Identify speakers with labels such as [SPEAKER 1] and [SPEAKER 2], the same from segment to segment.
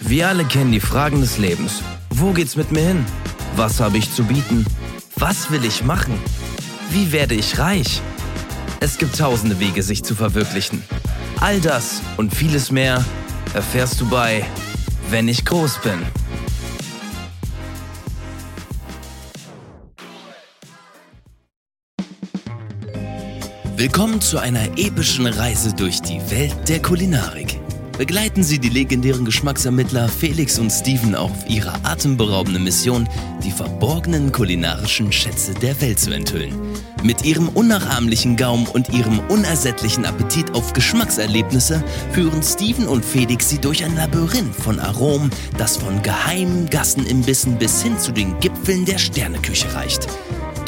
[SPEAKER 1] Wir alle kennen die Fragen des Lebens. Wo geht's mit mir hin? Was habe ich zu bieten? Was will ich machen? Wie werde ich reich? Es gibt tausende Wege, sich zu verwirklichen. All das und vieles mehr erfährst du bei Wenn ich groß bin. Willkommen zu einer epischen Reise durch die Welt der Kulinarik. Begleiten Sie die legendären Geschmacksermittler Felix und Steven auf ihrer atemberaubenden Mission, die verborgenen kulinarischen Schätze der Welt zu enthüllen. Mit ihrem unnachahmlichen Gaumen und ihrem unersättlichen Appetit auf Geschmackserlebnisse führen Steven und Felix sie durch ein Labyrinth von Aromen, das von geheimen Gassenimbissen bis hin zu den Gipfeln der Sterneküche reicht.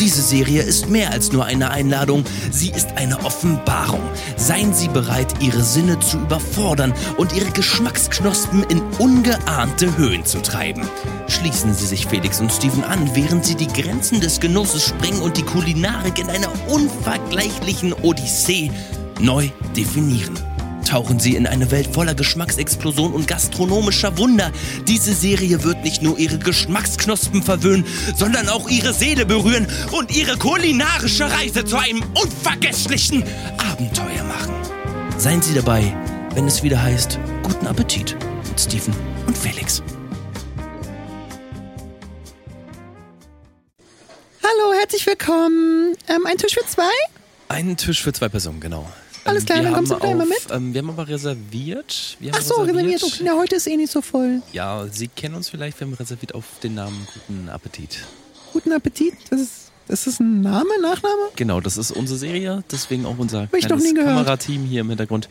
[SPEAKER 1] Diese Serie ist mehr als nur eine Einladung, sie ist eine Offenbarung. Seien Sie bereit, Ihre Sinne zu überfordern und Ihre Geschmacksknospen in ungeahnte Höhen zu treiben. Schließen Sie sich Felix und Steven an, während Sie die Grenzen des Genusses sprengen und die Kulinarik in einer unvergleichlichen Odyssee neu definieren. Tauchen Sie in eine Welt voller Geschmacksexplosion und gastronomischer Wunder. Diese Serie wird nicht nur Ihre Geschmacksknospen verwöhnen, sondern auch Ihre Seele berühren und Ihre kulinarische Reise zu einem unvergesslichen Abenteuer machen. Seien Sie dabei, wenn es wieder heißt, guten Appetit mit Steven und Felix.
[SPEAKER 2] Hallo, herzlich willkommen. Ähm, ein Tisch für zwei?
[SPEAKER 3] Einen Tisch für zwei Personen, genau.
[SPEAKER 2] Alles klar,
[SPEAKER 3] wir
[SPEAKER 2] dann
[SPEAKER 3] haben
[SPEAKER 2] kommst du gleich mal mit.
[SPEAKER 3] Ähm, wir haben aber reserviert. Wir haben
[SPEAKER 2] Ach so, reserviert. Okay, na, heute ist eh nicht so voll.
[SPEAKER 3] Ja, Sie kennen uns vielleicht. Wir haben reserviert auf den Namen Guten Appetit.
[SPEAKER 2] Guten Appetit. Das ist, ist das ein Name, Nachname?
[SPEAKER 3] Genau, das ist unsere Serie. Deswegen auch unser
[SPEAKER 2] ich noch nie
[SPEAKER 3] kleines
[SPEAKER 2] gehört.
[SPEAKER 3] Kamerateam hier im Hintergrund.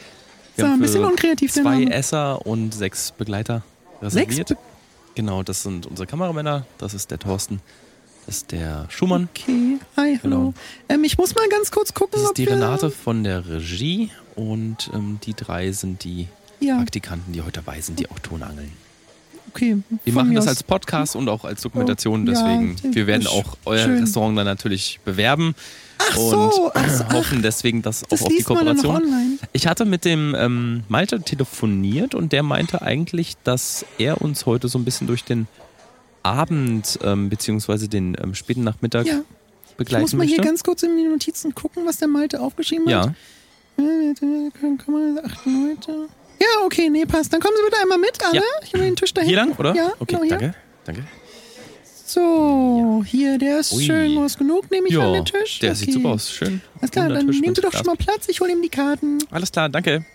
[SPEAKER 2] Ist ja ein
[SPEAKER 3] für
[SPEAKER 2] bisschen unkreativ, der
[SPEAKER 3] Zwei
[SPEAKER 2] Name.
[SPEAKER 3] Esser und sechs Begleiter
[SPEAKER 2] Sechs
[SPEAKER 3] reserviert.
[SPEAKER 2] Be-
[SPEAKER 3] genau, das sind unsere Kameramänner. Das ist der Thorsten. Das ist der Schumann.
[SPEAKER 2] Okay, hi, hallo.
[SPEAKER 3] Genau.
[SPEAKER 2] Ähm, ich muss mal ganz kurz gucken,
[SPEAKER 3] Das ist
[SPEAKER 2] ob
[SPEAKER 3] die
[SPEAKER 2] wir...
[SPEAKER 3] Renate von der Regie. Und ähm, die drei sind die
[SPEAKER 2] Ja,
[SPEAKER 3] Praktikanten, die heute dabei sind, die auch Ton angeln.
[SPEAKER 2] okay. von
[SPEAKER 3] Wir machen
[SPEAKER 2] mir
[SPEAKER 3] das
[SPEAKER 2] aus. Oh,
[SPEAKER 3] als Podcast und auch als Dokumentation,
[SPEAKER 2] Ja,
[SPEAKER 3] deswegen
[SPEAKER 2] das
[SPEAKER 3] wir werden
[SPEAKER 2] ist
[SPEAKER 3] auch euer
[SPEAKER 2] schön.
[SPEAKER 3] Restaurant dann natürlich bewerben
[SPEAKER 2] Ach
[SPEAKER 3] und
[SPEAKER 2] so, ach so, ach,
[SPEAKER 3] hoffen deswegen dass
[SPEAKER 2] das
[SPEAKER 3] auch auf die
[SPEAKER 2] liest man dann noch
[SPEAKER 3] Kooperation.
[SPEAKER 2] online.
[SPEAKER 3] Ich hatte mit dem ähm, Malte telefoniert und der meinte eigentlich, dass er uns heute so ein bisschen durch den Abend ähm, beziehungsweise den ähm, späten Nachmittag
[SPEAKER 2] Ja, ich
[SPEAKER 3] begleiten
[SPEAKER 2] muss mal
[SPEAKER 3] möchte.
[SPEAKER 2] hier ganz kurz in die Notizen gucken, was der Malte aufgeschrieben hat.
[SPEAKER 3] ja,
[SPEAKER 2] Acht Leute. Ja, okay, nee, passt. Dann kommen Sie bitte einmal mit, alle.
[SPEAKER 3] Ja.
[SPEAKER 2] Ich habe den Tisch dahin.
[SPEAKER 3] hier lang, oder?
[SPEAKER 2] Ja,
[SPEAKER 3] okay,
[SPEAKER 2] genau hier.
[SPEAKER 3] danke. Danke.
[SPEAKER 2] So, hier, der ist
[SPEAKER 3] Ui.
[SPEAKER 2] schön groß genug, nehme ich an,
[SPEAKER 3] Ja,
[SPEAKER 2] der Tisch.
[SPEAKER 3] der
[SPEAKER 2] okay.
[SPEAKER 3] sieht super aus, schön.
[SPEAKER 2] Alles klar,
[SPEAKER 3] Runder
[SPEAKER 2] dann
[SPEAKER 3] Tisch
[SPEAKER 2] nehmen
[SPEAKER 3] mit
[SPEAKER 2] Sie doch schon
[SPEAKER 3] Glas.
[SPEAKER 2] mal Platz, ich hole ihm die Karten.
[SPEAKER 3] Alles klar, danke.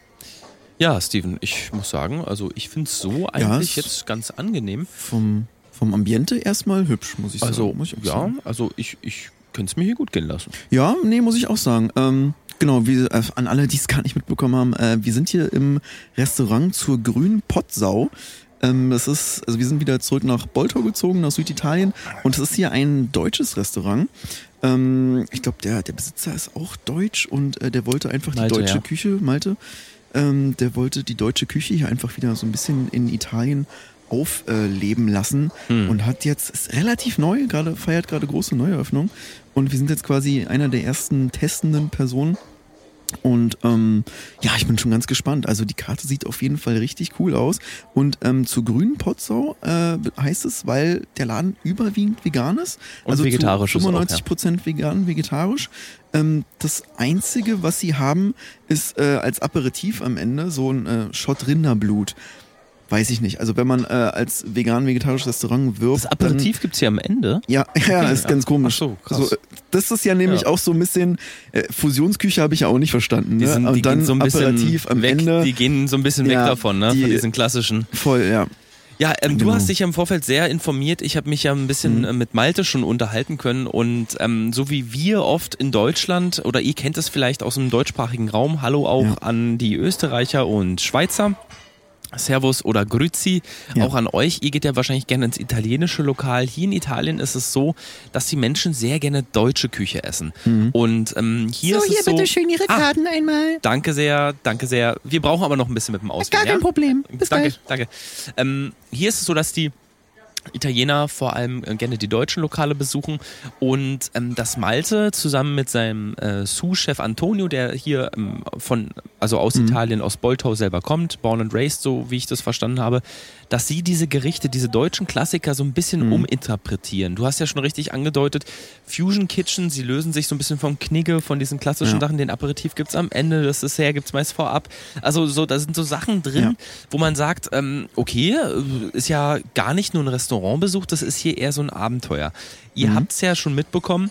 [SPEAKER 3] Ja, Steven, ich muss sagen, also ich finde es so eigentlich
[SPEAKER 4] es-
[SPEAKER 3] jetzt ganz angenehm.
[SPEAKER 4] Vom, vom Ambiente erstmal hübsch, muss ich
[SPEAKER 3] Also,
[SPEAKER 4] sagen. Muss ich auch
[SPEAKER 3] ja,
[SPEAKER 4] sagen.
[SPEAKER 3] also ich, ich könnte es mir hier gut gehen lassen.
[SPEAKER 4] Ja, nee, muss ich auch sagen. Ähm, genau, wie, äh, an alle, die es gar nicht mitbekommen haben, äh, wir sind hier im Restaurant zur grünen Pottsau. Ähm, das ist, also wir sind wieder zurück nach Bolto gezogen, nach Süditalien. Und es ist hier ein deutsches Restaurant. Ähm, ich glaube, der, der Besitzer ist auch deutsch und äh, der wollte einfach
[SPEAKER 3] Malte,
[SPEAKER 4] die deutsche
[SPEAKER 3] ja.
[SPEAKER 4] Küche, Malte, ähm, der wollte die deutsche Küche hier einfach wieder so ein bisschen in Italien aufleben lassen und hat jetzt, ist relativ neu, gerade feiert gerade große Neueröffnung. Und wir sind jetzt quasi einer der ersten testenden Personen. Und ähm, ja, ich bin schon ganz gespannt. Also die Karte sieht auf jeden Fall richtig cool aus. Und ähm, zu grünen Potsau äh, heißt es, weil der Laden überwiegend vegan ist. Also
[SPEAKER 3] Und vegetarisch
[SPEAKER 4] zu
[SPEAKER 3] ist auch, ja.
[SPEAKER 4] 95 Prozent vegan, vegetarisch. Ähm, das Einzige, was sie haben, ist äh, als Aperitif am Ende so ein äh, Schott Rinderblut. Weiß ich nicht. Also wenn man äh, als vegan-vegetarisches Restaurant wirbt.
[SPEAKER 3] Das Aperitif gibt es hier am Ende.
[SPEAKER 4] Dann, ja, ja, ist ganz komisch.
[SPEAKER 3] Ach so, krass.
[SPEAKER 4] äh, das ist ja nämlich
[SPEAKER 3] Ja.
[SPEAKER 4] auch so ein bisschen, äh, Fusionsküche habe ich ja auch nicht verstanden. Ne? Und dann Aperitif am
[SPEAKER 3] weg,
[SPEAKER 4] Ende.
[SPEAKER 3] die gehen so ein bisschen
[SPEAKER 4] Ja,
[SPEAKER 3] weg davon, ne? Von
[SPEAKER 4] die-
[SPEAKER 3] diesen klassischen.
[SPEAKER 4] Voll, ja.
[SPEAKER 3] Ja, ähm, du
[SPEAKER 4] Genau. Mhm.
[SPEAKER 3] hast dich ja im Vorfeld sehr informiert. Ich habe mich ja ein bisschen äh, mit Malte schon unterhalten können. Und ähm, so wie wir oft in Deutschland, oder ihr kennt es vielleicht aus dem deutschsprachigen Raum, hallo auch
[SPEAKER 4] Ja.
[SPEAKER 3] an die Österreicher und Schweizer. Servus oder Grüzi,
[SPEAKER 4] Ja.
[SPEAKER 3] auch an euch. Ihr geht ja wahrscheinlich gerne ins italienische Lokal. Hier in Italien ist es so, dass die Menschen sehr gerne deutsche Küche essen.
[SPEAKER 4] Mhm.
[SPEAKER 3] Und ähm, hier
[SPEAKER 2] so,
[SPEAKER 3] ist
[SPEAKER 2] hier
[SPEAKER 3] es so.
[SPEAKER 2] bitte schön Ihre
[SPEAKER 3] Ah.
[SPEAKER 2] Karten einmal.
[SPEAKER 3] Danke sehr, danke sehr. Wir brauchen aber noch ein bisschen mit dem
[SPEAKER 2] Gar
[SPEAKER 3] Auswählen.
[SPEAKER 2] kein
[SPEAKER 3] ja?
[SPEAKER 2] Problem. Bis
[SPEAKER 3] danke,
[SPEAKER 2] gleich.
[SPEAKER 3] danke. Ähm, hier ist es so, dass die Italiener vor allem äh, gerne die deutschen Lokale besuchen und ähm, dass Malte zusammen mit seinem äh, Sous-Chef Antonio, der hier ähm, von, also aus Italien, aus Boltau selber kommt, born and raised, so wie ich das verstanden habe, dass sie diese Gerichte, diese deutschen Klassiker so ein bisschen uminterpretieren. Du hast ja schon richtig angedeutet, Fusion Kitchen, sie lösen sich so ein bisschen vom Knigge, von diesen klassischen
[SPEAKER 4] Ja.
[SPEAKER 3] Sachen, den Aperitif gibt's am Ende, das Dessert gibt's meist vorab. Also so, da sind so Sachen drin,
[SPEAKER 4] Ja.
[SPEAKER 3] wo man sagt, ähm, okay, äh, ist ja gar nicht nur ein Restaurantbesuch, das ist hier eher so ein Abenteuer.
[SPEAKER 4] Mhm.
[SPEAKER 3] Ihr habt's ja schon mitbekommen,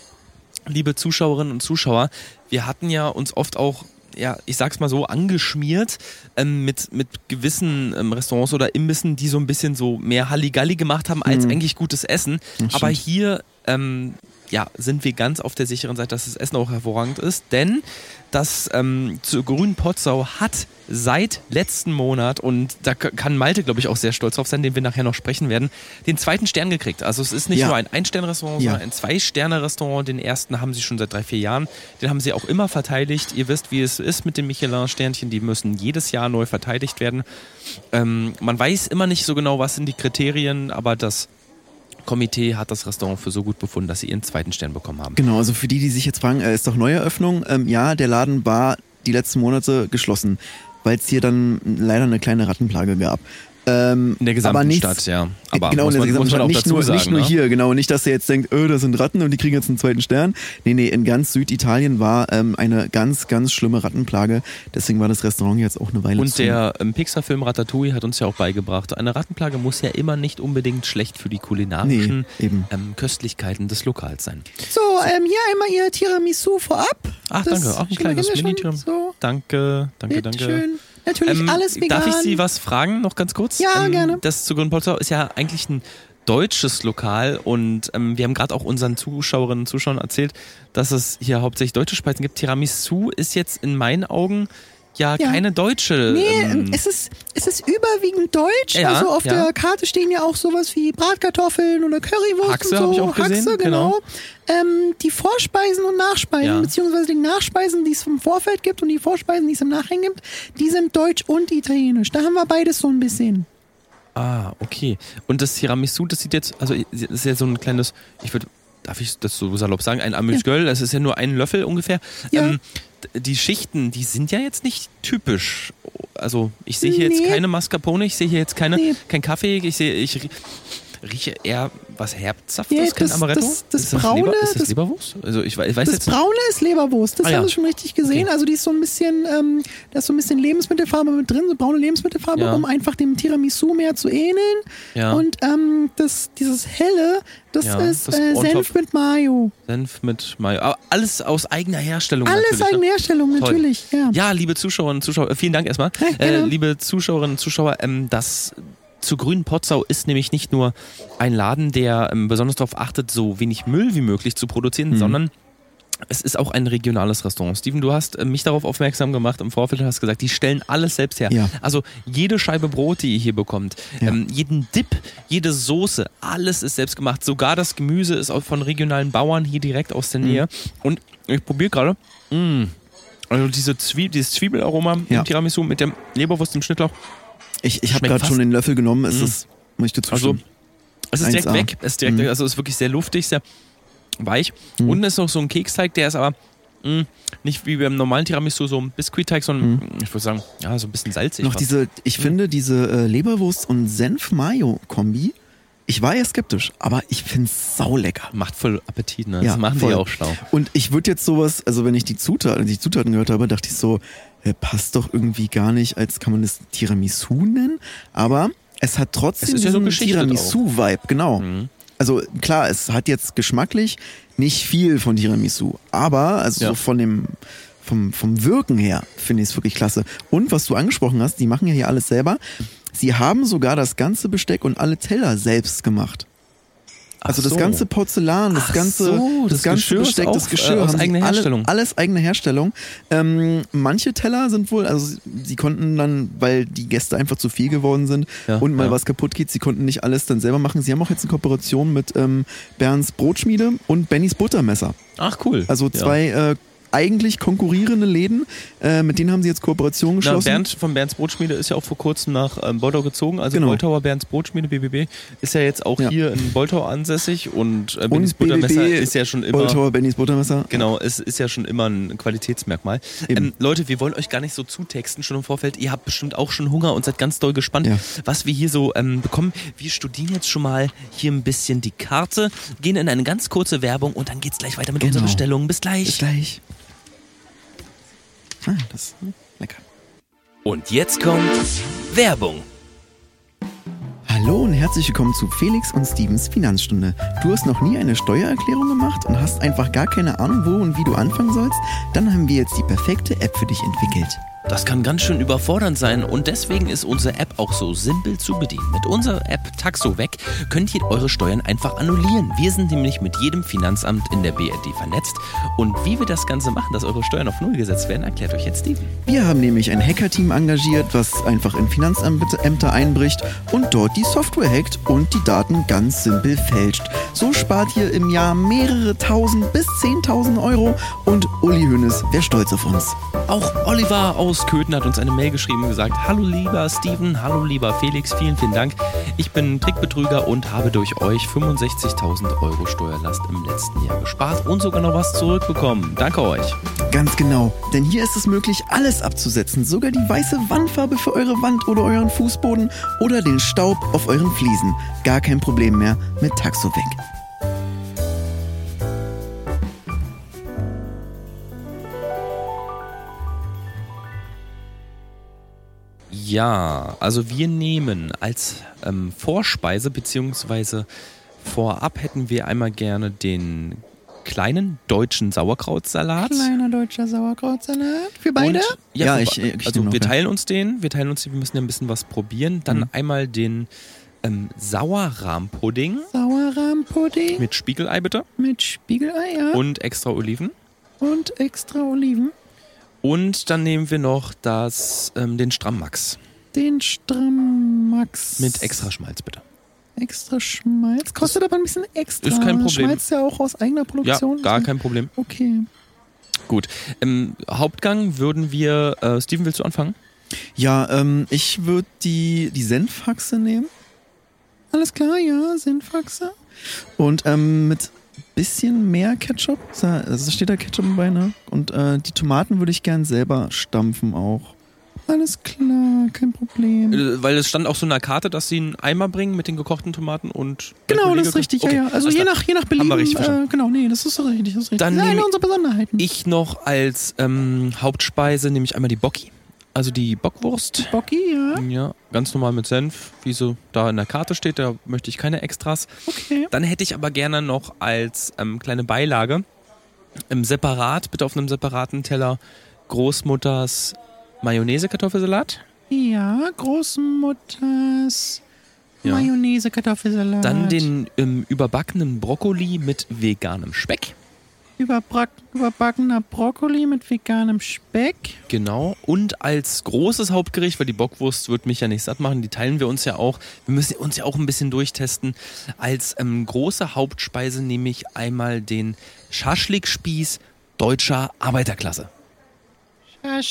[SPEAKER 3] liebe Zuschauerinnen und Zuschauer, wir hatten ja uns oft auch, ja, ich sag's mal so, angeschmiert ähm, mit, mit gewissen ähm, Restaurants oder Imbissen, die so ein bisschen so mehr Halligalli gemacht haben als eigentlich gutes Essen. Aber hier ähm, ja, sind wir ganz auf der sicheren Seite, dass das Essen auch hervorragend ist, denn das ähm, zur Grünen Potsau hat seit letzten Monat, und da k- kann Malte, glaube ich, auch sehr stolz drauf sein, den wir nachher noch sprechen werden, den zweiten Stern gekriegt. Also es ist nicht
[SPEAKER 4] Ja.
[SPEAKER 3] nur ein Ein-Sterne-Restaurant,
[SPEAKER 4] Ja.
[SPEAKER 3] sondern ein Zwei-Sterne-Restaurant. Den ersten haben sie schon seit drei, vier Jahren. Den haben sie auch immer verteidigt. Ihr wisst, wie es ist mit den Michelin-Sternchen. Die müssen jedes Jahr neu verteidigt werden. Ähm, man weiß immer nicht so genau, was sind die Kriterien, aber das Komitee hat das Restaurant für so gut befunden, dass sie ihren zweiten Stern bekommen haben.
[SPEAKER 4] Genau, also für die, die sich jetzt fragen, äh, ist doch Neueröffnung. Ähm, ja, der Laden war die letzten Monate geschlossen, weil es hier dann leider eine kleine Rattenplage gab. Ähm,
[SPEAKER 3] In der gesamten
[SPEAKER 4] aber nichts,
[SPEAKER 3] Stadt, ja. Aber
[SPEAKER 4] genau,
[SPEAKER 3] muss
[SPEAKER 4] in der
[SPEAKER 3] man, muss
[SPEAKER 4] gesamten
[SPEAKER 3] man
[SPEAKER 4] Stadt.
[SPEAKER 3] auch
[SPEAKER 4] Nicht
[SPEAKER 3] dazu
[SPEAKER 4] nur,
[SPEAKER 3] sagen,
[SPEAKER 4] nicht nur
[SPEAKER 3] ne?
[SPEAKER 4] hier, genau. Nicht, dass ihr jetzt denkt, öh, das sind Ratten und die kriegen jetzt einen zweiten Stern. Nee, nee, in ganz Süditalien war ähm, eine ganz, ganz schlimme Rattenplage. Deswegen war das Restaurant jetzt auch eine Weile
[SPEAKER 3] Und
[SPEAKER 4] zu.
[SPEAKER 3] der ähm, Pixar-Film Ratatouille hat uns ja auch beigebracht, eine Rattenplage muss ja immer nicht unbedingt schlecht für die kulinarischen
[SPEAKER 4] Nee, eben.
[SPEAKER 3] ähm, Köstlichkeiten des Lokals sein.
[SPEAKER 2] So, ähm, hier einmal Ihr Tiramisu vorab.
[SPEAKER 3] Ach,
[SPEAKER 2] Das
[SPEAKER 3] danke. Auch ein
[SPEAKER 2] schon
[SPEAKER 3] kleines
[SPEAKER 2] mal schon
[SPEAKER 3] Mini-Trim.
[SPEAKER 2] So,
[SPEAKER 3] Danke, danke, danke.
[SPEAKER 2] schön. Natürlich
[SPEAKER 3] Ähm,
[SPEAKER 2] alles vegan.
[SPEAKER 3] Darf ich Sie was fragen, noch ganz kurz? Ähm,
[SPEAKER 2] Ja, gerne.
[SPEAKER 3] Das zu Grünpolzau ist ja eigentlich ein deutsches Lokal und ähm, wir haben gerade auch unseren Zuschauerinnen und Zuschauern erzählt, dass es hier hauptsächlich deutsche Speisen gibt. Tiramisu ist jetzt in meinen Augen ja,
[SPEAKER 2] Ja.
[SPEAKER 3] keine deutsche.
[SPEAKER 2] Nee,
[SPEAKER 3] ähm,
[SPEAKER 2] ähm, es ist, es ist überwiegend deutsch.
[SPEAKER 3] Ja,
[SPEAKER 2] also auf
[SPEAKER 3] ja.
[SPEAKER 2] der Karte stehen ja auch sowas wie Bratkartoffeln oder Currywurst
[SPEAKER 3] Haxe
[SPEAKER 2] und so.
[SPEAKER 3] hab ich auch gesehen,
[SPEAKER 2] Haxe, genau. Ähm, die Vorspeisen und Nachspeisen,
[SPEAKER 3] Ja.
[SPEAKER 2] beziehungsweise die Nachspeisen, die es vom Vorfeld gibt und die Vorspeisen, die es im Nachhinein gibt, die sind deutsch und italienisch. Da haben wir beides so ein bisschen.
[SPEAKER 3] Ah, okay. Und das Tiramisu, das sieht jetzt, also das ist ja so ein kleines, ich würde, darf ich das so salopp sagen, ein Amuse Girl, das ist ja nur ein Löffel ungefähr. Ähm,
[SPEAKER 2] Ja.
[SPEAKER 3] d- die Schichten, die sind ja jetzt nicht typisch. Also ich sehe hier jetzt
[SPEAKER 2] Nee.
[SPEAKER 3] keine Mascarpone, ich sehe hier jetzt keine,
[SPEAKER 2] Nee.
[SPEAKER 3] kein Kaffee, ich sehe, ich rie- rieche eher was Herbstsaftes,
[SPEAKER 2] Nee,
[SPEAKER 3] kein
[SPEAKER 2] das-
[SPEAKER 3] Amaretto.
[SPEAKER 2] das- das
[SPEAKER 3] ist das
[SPEAKER 2] Braune,
[SPEAKER 3] Leber, ist das,
[SPEAKER 2] das-
[SPEAKER 3] Leberwurst? Also ich, we- ich weiß
[SPEAKER 2] Das
[SPEAKER 3] jetzt
[SPEAKER 2] Braune ist Leberwurst, das
[SPEAKER 3] Ah,
[SPEAKER 2] haben
[SPEAKER 3] ja.
[SPEAKER 2] Sie schon richtig gesehen.
[SPEAKER 3] Okay.
[SPEAKER 2] Also die ist so ein bisschen, ähm, da ist so ein bisschen Lebensmittelfarbe mit drin, so braune Lebensmittelfarbe,
[SPEAKER 3] Ja.
[SPEAKER 2] um einfach dem Tiramisu mehr zu ähneln.
[SPEAKER 3] ja,
[SPEAKER 2] Und ähm, das, dieses helle, das
[SPEAKER 3] Ja,
[SPEAKER 2] ist
[SPEAKER 3] das
[SPEAKER 2] äh,
[SPEAKER 3] on
[SPEAKER 2] Senf
[SPEAKER 3] top.
[SPEAKER 2] mit Mayo.
[SPEAKER 3] Senf mit Mayo. Aber alles aus eigener Herstellung.
[SPEAKER 2] Alles
[SPEAKER 3] natürlich, ne?
[SPEAKER 2] eigene Herstellung, natürlich. Ja.
[SPEAKER 3] Ja, liebe Zuschauerinnen und Zuschauer, äh, vielen Dank erstmal.
[SPEAKER 2] Ja,
[SPEAKER 3] Äh,
[SPEAKER 2] gerne.
[SPEAKER 3] liebe Zuschauerinnen und Zuschauer, ähm, das zu Grün Potsau ist nämlich nicht nur ein Laden, der ähm, besonders darauf achtet, so wenig Müll wie möglich zu produzieren, sondern es ist auch ein regionales Restaurant. Steven, du hast äh, mich darauf aufmerksam gemacht im Vorfeld und hast gesagt, die stellen alles selbst her.
[SPEAKER 4] Ja.
[SPEAKER 3] Also jede Scheibe Brot, die ihr hier bekommt,
[SPEAKER 4] Ja.
[SPEAKER 3] ähm, jeden Dip, jede Soße, alles ist selbst gemacht. Sogar das Gemüse ist auch von regionalen Bauern hier direkt aus
[SPEAKER 4] Mhm.
[SPEAKER 3] der Nähe. Und ich probiere gerade. Mm. Also diese Zwie dieses Zwiebelaroma
[SPEAKER 4] Ja.
[SPEAKER 3] im Tiramisu mit der Leberwurst im Schnittlauch.
[SPEAKER 4] ich ich habe
[SPEAKER 3] Schmeckt
[SPEAKER 4] gerade
[SPEAKER 3] fast- Mm.
[SPEAKER 4] schon den Löffel genommen. Es ist, muss ich dir zustimmen.
[SPEAKER 3] Also, Es ist direkt
[SPEAKER 4] 1A.
[SPEAKER 3] weg. Es ist direkt
[SPEAKER 4] Mhm.
[SPEAKER 3] weg. Also es ist wirklich sehr luftig, sehr weich. Unten ist noch so ein Keksteig, der ist aber mm, nicht wie beim normalen Tiramisu so ein Biskuitteig, sondern mm, ich würde sagen, ja, so ein bisschen salzig.
[SPEAKER 4] Mhm. noch
[SPEAKER 3] fast. Mm.
[SPEAKER 4] diese, ich finde diese äh, Leberwurst und Senf-Mayo-Kombi, ich war ja skeptisch, aber ich finde es saulecker.
[SPEAKER 3] Macht voll Appetit, ne?
[SPEAKER 4] Ja,
[SPEAKER 3] das machen
[SPEAKER 4] voll.
[SPEAKER 3] die auch schlau.
[SPEAKER 4] Und ich würde jetzt sowas, also wenn ich die Zutaten, die Zutaten gehört habe, dachte ich so, äh, passt doch irgendwie gar nicht, als kann man das Tiramisu nennen, aber es hat trotzdem
[SPEAKER 3] Es ist ja so
[SPEAKER 4] diesen
[SPEAKER 3] geschichtet Mhm.
[SPEAKER 4] Tiramisu-Vibe, genau. Also klar, es hat jetzt geschmacklich nicht viel von Tiramisu, aber also
[SPEAKER 3] Ja.
[SPEAKER 4] so von dem vom, vom Wirken her finde ich es wirklich klasse. Und was du angesprochen hast, die machen ja hier alles selber. Sie haben sogar das ganze Besteck und alle Teller selbst gemacht. Also
[SPEAKER 3] Ach
[SPEAKER 4] das
[SPEAKER 3] so.
[SPEAKER 4] ganze Porzellan, das
[SPEAKER 3] Ach
[SPEAKER 4] ganze,
[SPEAKER 3] so,
[SPEAKER 4] das
[SPEAKER 3] das
[SPEAKER 4] ganze
[SPEAKER 3] Geschirr ist
[SPEAKER 4] Besteck,
[SPEAKER 3] auch,
[SPEAKER 4] das Geschirr,
[SPEAKER 3] äh, aus
[SPEAKER 4] haben sie
[SPEAKER 3] eigener
[SPEAKER 4] alle,
[SPEAKER 3] Herstellung.
[SPEAKER 4] alles eigene Herstellung. Ähm, manche Teller sind wohl, also sie- sie konnten dann, weil die Gäste einfach zu viel geworden sind
[SPEAKER 3] Ja,
[SPEAKER 4] und mal
[SPEAKER 3] ja.
[SPEAKER 4] was kaputt geht, sie konnten nicht alles dann selber machen. Sie haben auch jetzt eine Kooperation mit ähm, Bernds Brotschmiede und Bennys Buttermesser.
[SPEAKER 3] Ach cool.
[SPEAKER 4] Also
[SPEAKER 3] Ja.
[SPEAKER 4] zwei äh, eigentlich konkurrierende Läden. Äh, mit denen haben sie jetzt
[SPEAKER 3] Na,
[SPEAKER 4] Kooperationen geschlossen.
[SPEAKER 3] Bernd von Bernds Brotschmiede ist ja auch vor kurzem nach ähm, Boltau gezogen. Also
[SPEAKER 4] Genau.
[SPEAKER 3] Boltauer Bernds Brotschmiede, BBB, ist ja jetzt auch
[SPEAKER 4] Ja.
[SPEAKER 3] hier in Boltau ansässig und äh, Bennys
[SPEAKER 4] Und
[SPEAKER 3] Buttermesser
[SPEAKER 4] BBB
[SPEAKER 3] ist ja schon immer.
[SPEAKER 4] Boltauer Bennys Buttermesser.
[SPEAKER 3] Genau, es ist ja schon immer ein Qualitätsmerkmal.
[SPEAKER 4] Eben.
[SPEAKER 3] Ähm, Leute, wir wollen euch gar nicht so zutexten schon im Vorfeld. Ihr habt bestimmt auch schon Hunger und seid ganz doll gespannt,
[SPEAKER 4] Ja.
[SPEAKER 3] was wir hier so ähm, bekommen. Wir studieren jetzt schon mal hier ein bisschen die Karte, gehen in eine ganz kurze Werbung und dann geht's gleich weiter mit unserer
[SPEAKER 4] Genau.
[SPEAKER 3] Bestellung. Bis gleich.
[SPEAKER 4] Bis gleich. Ah, das ist lecker.
[SPEAKER 1] Und jetzt kommt Werbung.
[SPEAKER 4] Hallo und herzlich willkommen zu Felix und Stevens Finanzstunde. Du hast noch nie eine Steuererklärung gemacht und hast einfach gar keine Ahnung, wo und wie du anfangen sollst? Dann haben wir jetzt die perfekte App für dich entwickelt.
[SPEAKER 1] Das kann ganz schön überfordernd sein und deswegen ist unsere App auch so simpel zu bedienen. Mit unserer App Taxo weg könnt ihr eure Steuern einfach annullieren. Wir sind nämlich mit jedem Finanzamt in der BRD vernetzt und wie wir das Ganze machen, dass eure Steuern auf Null gesetzt werden, erklärt euch jetzt Steven.
[SPEAKER 4] Wir haben nämlich ein Hacker-Team engagiert, was einfach in Finanzämter einbricht und dort die Software hackt und die Daten ganz simpel fälscht. So spart ihr im Jahr mehrere tausend bis zehntausend Euro und Uli Hoeneß wäre stolz auf uns.
[SPEAKER 3] Auch Oliver aus Köthen hat uns eine Mail geschrieben und gesagt, hallo lieber Steven, hallo lieber Felix, vielen, vielen Dank. Ich bin Trickbetrüger und habe durch euch 65.000 Euro Steuerlast im letzten Jahr gespart und sogar noch was zurückbekommen. Danke euch.
[SPEAKER 4] Ganz genau, denn hier ist es möglich, alles abzusetzen, sogar die weiße Wandfarbe für eure Wand oder euren Fußboden oder den Staub auf euren Fliesen. Gar kein Problem mehr mit Taxo weg.
[SPEAKER 3] Ja, also wir nehmen als ähm, Vorspeise beziehungsweise vorab hätten wir einmal gerne den kleinen deutschen Sauerkrautsalat.
[SPEAKER 2] Kleiner deutscher Sauerkrautsalat. Für beide? äh,
[SPEAKER 3] Und, ja,
[SPEAKER 4] Ja,
[SPEAKER 3] für-
[SPEAKER 4] ich- äh, ich
[SPEAKER 3] also
[SPEAKER 4] nehme noch,
[SPEAKER 3] wir
[SPEAKER 4] ja.
[SPEAKER 3] teilen uns den, wir teilen uns den, wir müssen ja ein bisschen was probieren. Dann
[SPEAKER 2] Mhm.
[SPEAKER 3] einmal den ähm, Sauerrahmpudding
[SPEAKER 2] Sauerrahmpudding mit,
[SPEAKER 3] mit Spiegelei bitte
[SPEAKER 2] Spiegelei, ja. Und,
[SPEAKER 3] und extra Oliven.
[SPEAKER 2] extra Oliven.
[SPEAKER 3] Und dann nehmen wir noch das, ähm, den Strammax
[SPEAKER 2] Den Strammax.
[SPEAKER 3] mit extra Schmalz bitte.
[SPEAKER 2] Extra Schmalz. Kostet aber ein bisschen extra.
[SPEAKER 3] Ist kein Problem.
[SPEAKER 2] Schmalz ja auch aus eigener
[SPEAKER 3] Ja,
[SPEAKER 2] Produktion. Also
[SPEAKER 3] gar kein Problem.
[SPEAKER 2] Okay.
[SPEAKER 3] Gut. Im Hauptgang würden wir, äh, Steven, willst du anfangen?
[SPEAKER 4] Ja, ähm, ich würde die, die Senfhaxe nehmen
[SPEAKER 2] Alles klar, ja, Sinnfaxe.
[SPEAKER 4] und ähm, mit bisschen mehr Ketchup, da also steht da Ketchup bei, ne? Und äh, die Tomaten würde ich gern selber stampfen auch.
[SPEAKER 2] Alles klar, kein Problem.
[SPEAKER 3] Äh, Weil es stand auch so in der Karte, dass sie einen Eimer bringen mit den gekochten Tomaten und. der
[SPEAKER 2] Genau,
[SPEAKER 3] Kollege-
[SPEAKER 2] das ist richtig.
[SPEAKER 3] Okay,
[SPEAKER 2] Ja, ja. Also
[SPEAKER 3] alles
[SPEAKER 2] je
[SPEAKER 3] klar.
[SPEAKER 2] nach, je nach Belieben.
[SPEAKER 3] Haben wir richtig verstanden.
[SPEAKER 2] äh, genau, nee, das ist so richtig. Das ist richtig.
[SPEAKER 3] Dann
[SPEAKER 2] das ist
[SPEAKER 3] nehme
[SPEAKER 2] eine unserer Besonderheiten.
[SPEAKER 3] Ich noch als ähm, Hauptspeise nehme ich einmal die Bocki, also die Bockwurst.
[SPEAKER 2] Bocki, ja,
[SPEAKER 3] Ja, ganz normal mit Senf, wie so da in der Karte steht, da möchte ich keine Extras.
[SPEAKER 2] okay.
[SPEAKER 3] Dann hätte ich aber gerne noch als ähm, kleine Beilage im Separat, bitte auf einem separaten Teller, Großmutters Mayonnaise-Kartoffelsalat.
[SPEAKER 2] Ja, Großmutters
[SPEAKER 3] Ja.
[SPEAKER 2] Mayonnaise, Kartoffelsalat.
[SPEAKER 3] Dann den ähm, überbackenen Brokkoli mit veganem Speck.
[SPEAKER 2] Überbrack, überbackener Brokkoli mit veganem Speck.
[SPEAKER 3] Genau. Und als großes Hauptgericht, weil die Bockwurst wird mich ja nicht satt machen, die teilen wir uns ja auch. Wir müssen uns ja auch ein bisschen durchtesten. Als ähm, große Hauptspeise nehme ich einmal den Schaschlikspieß deutscher Arbeiterklasse.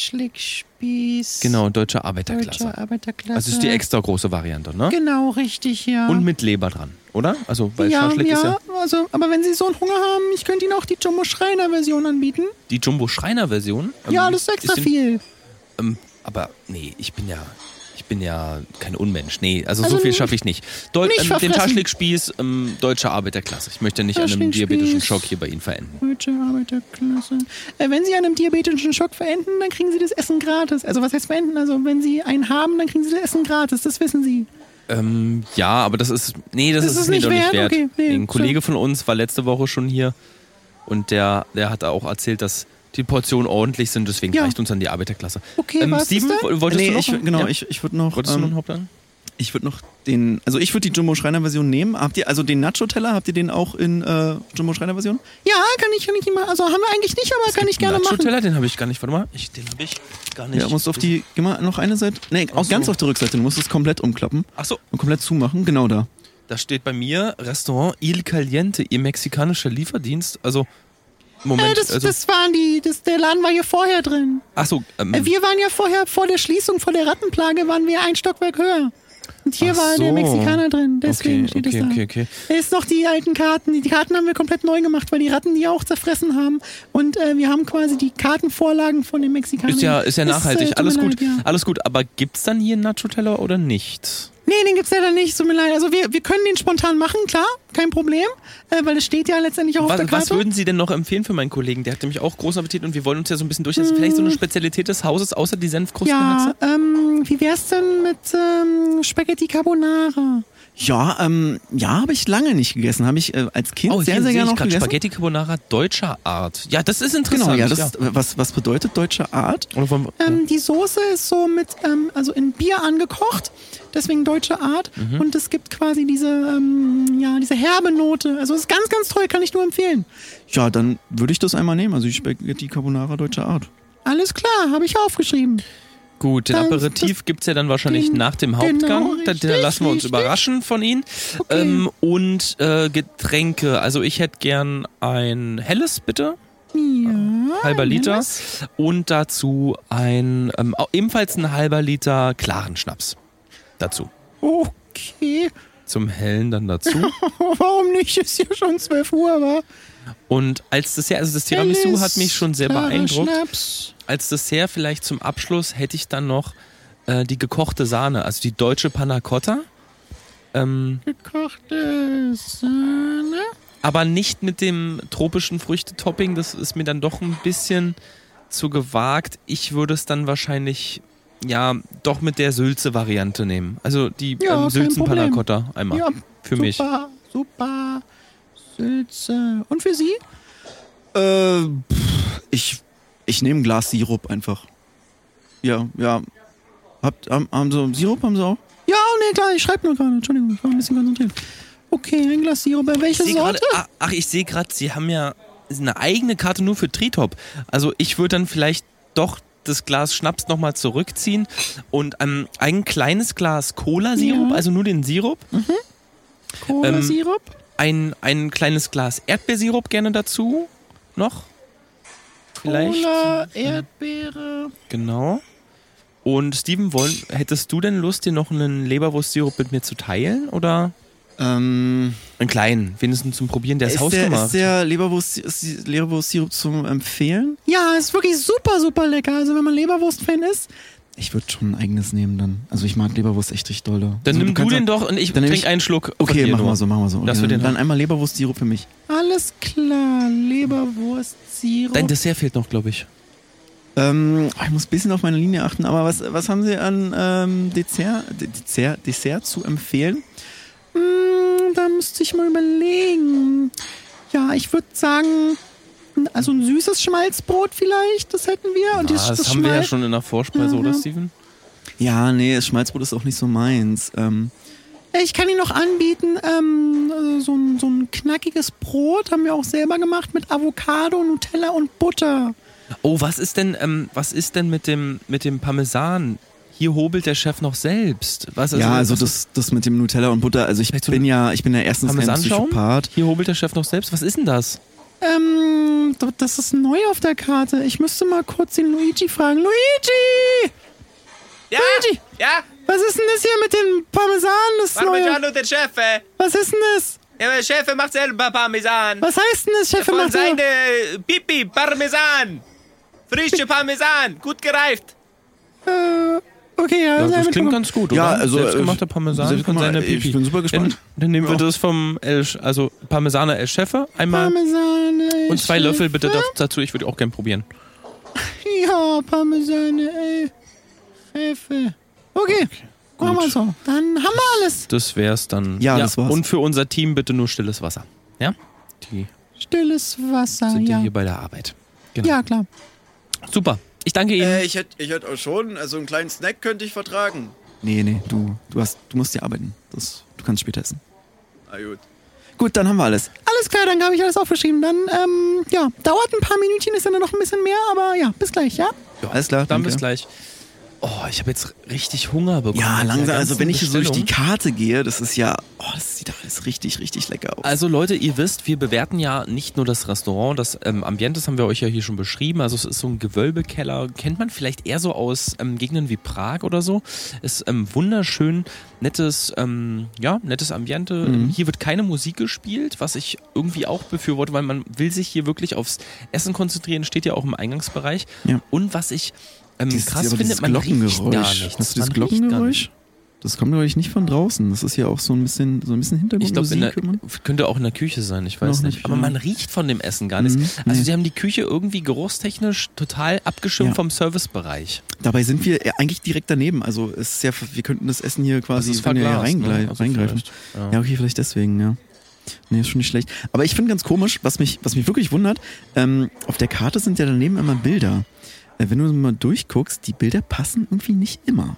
[SPEAKER 2] Schaschlikspieß.
[SPEAKER 3] Genau, deutscher Arbeiterklasse.
[SPEAKER 2] Deutsche Arbeiterklasse.
[SPEAKER 3] Also ist die extra große Variante, ne?
[SPEAKER 2] Genau, richtig, ja.
[SPEAKER 3] Und mit Leber dran, oder? Also, weil
[SPEAKER 2] ja,
[SPEAKER 3] Schaschlik
[SPEAKER 2] ja,
[SPEAKER 3] ist ja
[SPEAKER 2] also, aber wenn Sie so einen Hunger haben, ich könnte Ihnen auch die Jumbo Schreiner Version anbieten.
[SPEAKER 3] die Jumbo-Schreiner-Version. ähm,
[SPEAKER 2] ja, das ist extra
[SPEAKER 3] den-
[SPEAKER 2] viel.
[SPEAKER 3] Ähm, aber nee, ich bin ja. Ich bin ja kein Unmensch. Nee, also,
[SPEAKER 2] Also
[SPEAKER 3] so viel
[SPEAKER 2] nicht-
[SPEAKER 3] schaffe ich nicht. Deu
[SPEAKER 2] nicht
[SPEAKER 3] ähm, den
[SPEAKER 2] verfressen.
[SPEAKER 3] Taschlikspieß ähm, deutscher Arbeiterklasse. Ich möchte nicht an einem
[SPEAKER 2] Taschlikspieß.
[SPEAKER 3] diabetischen Schock hier bei Ihnen verenden.
[SPEAKER 2] Deutsche Arbeiterklasse. Äh, wenn Sie an einem diabetischen Schock verenden, dann kriegen Sie das Essen gratis. Also was heißt verenden? Also wenn Sie einen haben, dann kriegen Sie das Essen gratis. Das wissen Sie.
[SPEAKER 3] Ähm, ja, aber das ist. Nee, das,
[SPEAKER 2] Das
[SPEAKER 3] ist,
[SPEAKER 2] ist
[SPEAKER 3] mir
[SPEAKER 2] nicht
[SPEAKER 3] doch nicht
[SPEAKER 2] wert?
[SPEAKER 3] wert.
[SPEAKER 2] Okay, nee,
[SPEAKER 3] ein Kollege von uns war letzte Woche schon hier und der, der hat auch erzählt, dass die Portionen ordentlich sind, deswegen
[SPEAKER 2] Ja.
[SPEAKER 3] reicht uns an die Arbeiterklasse.
[SPEAKER 2] Okay,
[SPEAKER 3] ähm,
[SPEAKER 2] was ist
[SPEAKER 3] Steven,
[SPEAKER 2] das?
[SPEAKER 3] woll- wolltest
[SPEAKER 4] nee,
[SPEAKER 3] du noch?
[SPEAKER 4] ich, genau,
[SPEAKER 3] ja?
[SPEAKER 4] ich, ich würde noch.
[SPEAKER 3] wolltest
[SPEAKER 4] ähm,
[SPEAKER 3] du noch einen Hauptgang?
[SPEAKER 4] Ich würde noch den, also ich würde die Jumbo Schreiner Version nehmen. Habt ihr also den Nacho Teller? Habt ihr den auch in äh, Jumbo Schreiner Version?
[SPEAKER 2] Ja, kann ich, kann ich immer. Also haben wir eigentlich nicht, aber kann ich gerne machen.
[SPEAKER 3] Teller, den habe ich gar nicht. Warte mal, ich, den habe ich gar nicht.
[SPEAKER 4] Ja, musst auf die, geh mal noch eine Seite. Nee, auch
[SPEAKER 3] so.
[SPEAKER 4] ganz auf der Rückseite. Du musst es komplett umklappen
[SPEAKER 3] Achso,
[SPEAKER 4] und komplett zumachen. Genau da.
[SPEAKER 3] da steht bei mir Restaurant Il Caliente, ihr mexikanischer Lieferdienst. Also
[SPEAKER 2] Äh,
[SPEAKER 3] Moment,
[SPEAKER 2] das,
[SPEAKER 3] also,
[SPEAKER 2] das waren die, das, der Laden war hier vorher drin.
[SPEAKER 3] ach so,
[SPEAKER 2] Äh,
[SPEAKER 3] ähm,
[SPEAKER 2] Wir waren ja vorher, vor der Schließung, vor der Rattenplage, waren wir ein Stockwerk höher. Und hier
[SPEAKER 3] Ach
[SPEAKER 2] war der
[SPEAKER 3] so.
[SPEAKER 2] Mexikaner drin, deswegen
[SPEAKER 3] okay,
[SPEAKER 2] steht
[SPEAKER 3] okay,
[SPEAKER 2] es da.
[SPEAKER 3] okay, okay.
[SPEAKER 2] Er Ist noch die alten Karten. Die Karten haben wir komplett neu gemacht, weil die Ratten die auch zerfressen haben. Und äh, wir haben quasi die Kartenvorlagen von den Mexikanern.
[SPEAKER 3] Ist ja, ist ja nachhaltig,
[SPEAKER 2] äh, tut
[SPEAKER 3] alles
[SPEAKER 2] mir
[SPEAKER 3] gut,
[SPEAKER 2] Leid, ja.
[SPEAKER 3] alles gut. Aber gibt's dann hier einen Nacho Teller oder nicht?
[SPEAKER 2] Nee, den gibt's leider nicht, tut mir leid. Also wir, wir können den spontan machen, klar, kein Problem, äh, weil es steht ja letztendlich auch auf der
[SPEAKER 3] Was,
[SPEAKER 2] Karte.
[SPEAKER 3] was würden Sie denn noch empfehlen für meinen Kollegen? Der hat nämlich auch großen Appetit und wir wollen uns ja so ein bisschen durchsetzen. Vielleicht so eine Spezialität des Hauses, außer die Senfkrustenhexe?
[SPEAKER 2] Hm. ja, ähm, wie wär's denn mit ähm, Spaghetti Carbonara?
[SPEAKER 4] Ja, ähm, ja, habe ich lange nicht gegessen. Habe ich äh, als Kind
[SPEAKER 3] Oh,
[SPEAKER 4] sehr,
[SPEAKER 3] hier
[SPEAKER 4] sehr
[SPEAKER 3] sehe
[SPEAKER 4] gerne
[SPEAKER 3] ich
[SPEAKER 4] noch
[SPEAKER 3] gerade
[SPEAKER 4] gegessen.
[SPEAKER 3] Spaghetti Carbonara deutscher Art. Ja, das ist interessant.
[SPEAKER 4] Genau, ja, das, Was, was bedeutet deutsche Art?
[SPEAKER 3] Oder vom,
[SPEAKER 2] Ähm, die Soße ist so mit, ähm, also in Bier angekocht, deswegen deutsche Art.
[SPEAKER 3] Mhm.
[SPEAKER 2] Und es gibt quasi diese, ähm, ja, diese herbe Note. Also es ist ganz, ganz toll, kann ich nur empfehlen.
[SPEAKER 4] Ja, dann würde ich das einmal nehmen. Also die Spaghetti Carbonara deutsche Art.
[SPEAKER 2] Alles klar, habe ich aufgeschrieben.
[SPEAKER 3] Gut, den
[SPEAKER 2] Dann-
[SPEAKER 3] Aperitif gibt es ja dann wahrscheinlich
[SPEAKER 2] Gen-
[SPEAKER 3] nach dem
[SPEAKER 2] genau,
[SPEAKER 3] Hauptgang. da, da
[SPEAKER 2] richtig,
[SPEAKER 3] lassen wir uns
[SPEAKER 2] richtig.
[SPEAKER 3] überraschen von Ihnen.
[SPEAKER 2] Okay.
[SPEAKER 3] Ähm, und äh, Getränke. Also ich hätte gern ein helles, bitte.
[SPEAKER 2] Ja,
[SPEAKER 3] Halber Liter.
[SPEAKER 2] Dennis.
[SPEAKER 3] Und dazu ein, ähm, au- ebenfalls ein halber Liter klaren Schnaps. Dazu.
[SPEAKER 2] Okay,
[SPEAKER 3] Zum hellen dann dazu.
[SPEAKER 2] warum nicht? Ist ja schon 12 Uhr, aber.
[SPEAKER 3] und als Dessert, also das Tiramisu hat mich schon sehr
[SPEAKER 2] Klarer
[SPEAKER 3] beeindruckt.
[SPEAKER 2] Schnaps.
[SPEAKER 3] Als Dessert vielleicht zum Abschluss hätte ich dann noch äh, die gekochte Sahne, also die deutsche Panna Cotta. Ähm,
[SPEAKER 2] Gekochte Sahne.
[SPEAKER 3] aber nicht mit dem tropischen Früchtetopping. Das ist mir dann doch ein bisschen zu gewagt. Ich würde es dann wahrscheinlich ja doch mit der Sülze-Variante nehmen. Also die
[SPEAKER 2] Ja,
[SPEAKER 3] ähm,
[SPEAKER 2] kein
[SPEAKER 3] Sülzen-Panna
[SPEAKER 2] Problem.
[SPEAKER 3] Cotta einmal.
[SPEAKER 2] Ja,
[SPEAKER 3] Ah, für
[SPEAKER 2] super,
[SPEAKER 3] mich.
[SPEAKER 2] Super. Sülze. Und für Sie?
[SPEAKER 4] Äh, pff, ich, ich nehme ein Glas Sirup einfach. Ja, ja. Habt, haben, haben Sie Sirup? Haben Sie auch?
[SPEAKER 2] Ja, oh, nee, klar, ich schreibe nur gerade. Entschuldigung, ich war ein bisschen konzentriert. Okay, ein Glas Sirup. Äh, Welche
[SPEAKER 3] Ich sehe
[SPEAKER 2] Sorte?
[SPEAKER 3] grade- ah, ach, ich sehe gerade, sie haben ja eine eigene Karte nur für Tritop. Also ich würde dann vielleicht doch das Glas Schnaps nochmal zurückziehen und ähm, ein kleines Glas Cola-Sirup,
[SPEAKER 2] Ja.
[SPEAKER 3] also nur den Sirup, ähm,
[SPEAKER 2] Cola-Sirup?
[SPEAKER 3] ein, ein kleines Glas Erdbeersirup gerne dazu noch. Vielleicht.
[SPEAKER 2] Cola,
[SPEAKER 3] äh,
[SPEAKER 2] Erdbeere.
[SPEAKER 3] Genau. Und Steven, wollen, hättest du denn Lust, dir noch einen Leberwurstsirup mit mir zu teilen? Oder
[SPEAKER 4] Ähm,
[SPEAKER 3] einen kleinen, wenigstens zum Probieren, der ist,
[SPEAKER 4] ist, der,
[SPEAKER 3] hausgemacht.
[SPEAKER 4] ist der Leberwurst, ist die Leberwurst-Sirup zum Empfehlen?
[SPEAKER 2] Ja, ist wirklich super, super lecker. Also, wenn man Leberwurst-Fan ist,
[SPEAKER 4] Ich würde schon ein eigenes nehmen dann. Also ich mag Leberwurst echt richtig dolle.
[SPEAKER 3] dann
[SPEAKER 4] also,
[SPEAKER 3] nimm du,
[SPEAKER 4] kannst
[SPEAKER 3] den
[SPEAKER 4] auch-
[SPEAKER 3] doch und ich
[SPEAKER 4] dann nehm
[SPEAKER 3] trinke
[SPEAKER 4] ich-
[SPEAKER 3] einen Schluck. von
[SPEAKER 4] Okay,
[SPEAKER 3] dir
[SPEAKER 4] machen
[SPEAKER 3] nur.
[SPEAKER 4] wir so, machen wir so. Okay,
[SPEAKER 3] Lass wir
[SPEAKER 4] dann,
[SPEAKER 3] den
[SPEAKER 4] dann
[SPEAKER 3] haben.
[SPEAKER 4] einmal Leberwurst-Sirup für mich.
[SPEAKER 2] alles klar. Leberwurst-Sirup.
[SPEAKER 3] Dein Dessert fehlt noch, glaube
[SPEAKER 4] Ah,
[SPEAKER 3] ich.
[SPEAKER 4] Ähm, ich muss ein bisschen auf meine Linie achten, aber was, was haben Sie an ähm, Dessert, D- Dessert, Dessert zu empfehlen?
[SPEAKER 2] Hm, da müsste ich mal überlegen. Ja, ich würde sagen, also ein süßes Schmalzbrot vielleicht, das hätten wir. Und das,
[SPEAKER 3] Ah, das
[SPEAKER 2] das
[SPEAKER 3] haben wir ja
[SPEAKER 2] Schmalz-
[SPEAKER 3] schon in der Vorspeise, oder
[SPEAKER 4] Mhm.
[SPEAKER 3] Steven?
[SPEAKER 4] Ja, nee, das Schmalzbrot ist auch nicht so meins. Ähm,
[SPEAKER 2] Äh, Ich kann Ihnen noch anbieten, ähm, also so, ein, so ein knackiges Brot haben wir auch selber gemacht mit Avocado, Nutella und Butter.
[SPEAKER 3] Oh, was ist denn, ähm, was ist denn mit dem, mit dem Parmesan? Hier hobelt der Chef noch selbst. Was ist
[SPEAKER 4] ja, also
[SPEAKER 3] was ist-
[SPEAKER 4] das, das mit dem Nutella und Butter, also ich
[SPEAKER 3] Vielleicht so
[SPEAKER 4] bin ja, ich bin ja erstens
[SPEAKER 3] Kann man
[SPEAKER 4] kein
[SPEAKER 3] es anschauen?
[SPEAKER 4] Psychopath.
[SPEAKER 3] Hier hobelt der Chef noch selbst. Was ist denn das?
[SPEAKER 2] Ähm, d- das ist neu auf der Karte. Ich müsste mal kurz den Luigi fragen. Luigi!
[SPEAKER 5] Ja,
[SPEAKER 2] Luigi!
[SPEAKER 5] ja,
[SPEAKER 2] Was ist denn das hier mit dem Parmesan? Das ist
[SPEAKER 5] mach
[SPEAKER 2] neu.
[SPEAKER 5] mit Jan und den Chef. äh.
[SPEAKER 2] Was ist denn das?
[SPEAKER 5] Ja, der Chef macht selber Parmesan.
[SPEAKER 2] Was heißt denn das, Chef?
[SPEAKER 5] Von
[SPEAKER 2] Macht ihr-
[SPEAKER 5] seine äh, Pipi, Parmesan. Frische Parmesan, gut gereift.
[SPEAKER 2] Äh, okay, ja,
[SPEAKER 3] Ja,
[SPEAKER 2] das
[SPEAKER 3] das
[SPEAKER 2] habe ich mitbekommen.
[SPEAKER 3] klingt ganz gut,
[SPEAKER 4] Ja,
[SPEAKER 3] oder?
[SPEAKER 4] also,
[SPEAKER 3] Selbstgemachter
[SPEAKER 4] äh,
[SPEAKER 3] Parmesan von
[SPEAKER 4] selbstgemacht-
[SPEAKER 3] seiner
[SPEAKER 4] ich
[SPEAKER 3] Pipi.
[SPEAKER 4] bin super gespannt.
[SPEAKER 3] Dann, dann nehmen wir
[SPEAKER 4] Ja.
[SPEAKER 3] das vom El, also Parmesaner El Chefe einmal
[SPEAKER 2] Parmesan. ey,
[SPEAKER 3] und zwei
[SPEAKER 2] Chef.
[SPEAKER 3] Löffel bitte da- dazu. Ich würde auch gern probieren.
[SPEAKER 2] Ja, Parmesan, ey. Hefe. Okay, machen wir so. Dann haben wir alles.
[SPEAKER 3] Das wär's dann.
[SPEAKER 4] Ja, das war's.
[SPEAKER 3] Und für unser Team bitte nur stilles Wasser. Ja? Die
[SPEAKER 2] Stilles
[SPEAKER 4] Ah,
[SPEAKER 2] Wasser,
[SPEAKER 3] sind ja
[SPEAKER 2] ja.
[SPEAKER 3] hier bei der Arbeit. Genau.
[SPEAKER 2] Ja, klar.
[SPEAKER 3] Super. Ich danke Ihnen.
[SPEAKER 6] ich hätte ich hätt auch schon, also einen kleinen Snack könnte ich vertragen.
[SPEAKER 4] Nee, nee, du, du, hast, du musst ja arbeiten. Das, du kannst später essen.
[SPEAKER 6] Na gut.
[SPEAKER 4] Gut, dann haben wir alles.
[SPEAKER 2] Alles klar, dann habe ich alles aufgeschrieben. Dann, ähm, ja, dauert ein paar Minütchen, ist dann noch ein bisschen mehr, aber ja, bis gleich, ja?
[SPEAKER 4] Alles klar,
[SPEAKER 3] Dann
[SPEAKER 4] danke.
[SPEAKER 3] bis gleich. Oh, ich habe jetzt richtig Hunger bekommen.
[SPEAKER 4] Ja,
[SPEAKER 3] mit der
[SPEAKER 4] langsam. Also
[SPEAKER 3] ganzen
[SPEAKER 4] wenn ich so durch die
[SPEAKER 3] Bestellung.
[SPEAKER 4] Karte gehe, das ist ja, oh, das sieht alles richtig, richtig lecker aus.
[SPEAKER 3] Also Leute, ihr wisst, wir bewerten ja nicht nur das Restaurant, das ähm, Ambiente, das haben wir euch ja hier schon beschrieben. Also es ist so ein Gewölbekeller, kennt man vielleicht eher so aus ähm, Gegenden wie Prag oder so. Ist ähm, wunderschön, nettes, ähm, ja, nettes Ambiente.
[SPEAKER 4] Mhm.
[SPEAKER 3] Ähm, Hier wird keine Musik gespielt, was ich irgendwie auch befürworte, weil man will sich hier wirklich aufs Essen konzentrieren, steht ja auch im Eingangsbereich.
[SPEAKER 4] Ja.
[SPEAKER 3] Und was ich ähm,
[SPEAKER 4] Dieses-
[SPEAKER 3] krass
[SPEAKER 4] aber
[SPEAKER 3] finde,
[SPEAKER 4] dieses
[SPEAKER 3] man riecht gar
[SPEAKER 4] Glockengeräusch.
[SPEAKER 3] nichts.
[SPEAKER 4] Hast du das
[SPEAKER 3] Man riecht gar
[SPEAKER 4] Glockengeräusch? Das kommt glaube ich nicht von draußen. Das ist ja auch so ein bisschen, so ein bisschen
[SPEAKER 3] Ich glaube, in der-
[SPEAKER 4] Hintergrundmusik. immer.
[SPEAKER 3] könnte auch in der Küche sein, ich weiß
[SPEAKER 4] Noch
[SPEAKER 3] nicht.
[SPEAKER 4] nicht,
[SPEAKER 3] Aber
[SPEAKER 4] ja. Mhm.
[SPEAKER 3] man riecht von dem Essen gar nichts. Also,
[SPEAKER 4] nee.
[SPEAKER 3] sie haben die Küche irgendwie geruchstechnisch total abgeschirmt
[SPEAKER 4] Ja.
[SPEAKER 3] vom Servicebereich.
[SPEAKER 4] Dabei sind wir äh, eigentlich direkt daneben. Also es ist ja, wir könnten das Essen hier quasi
[SPEAKER 3] ist
[SPEAKER 4] können wir ja
[SPEAKER 3] verglast,
[SPEAKER 4] reingle-
[SPEAKER 3] ne? Also
[SPEAKER 4] reingreifen.
[SPEAKER 3] vielleicht, ja.
[SPEAKER 4] Ja. okay, vielleicht deswegen, ja. Nee, ist schon nicht schlecht. Aber ich finde ganz komisch, was mich, was mich wirklich wundert, ähm, auf der Karte sind ja daneben immer Bilder. Äh, wenn du mal durchguckst, die Bilder passen irgendwie nicht immer.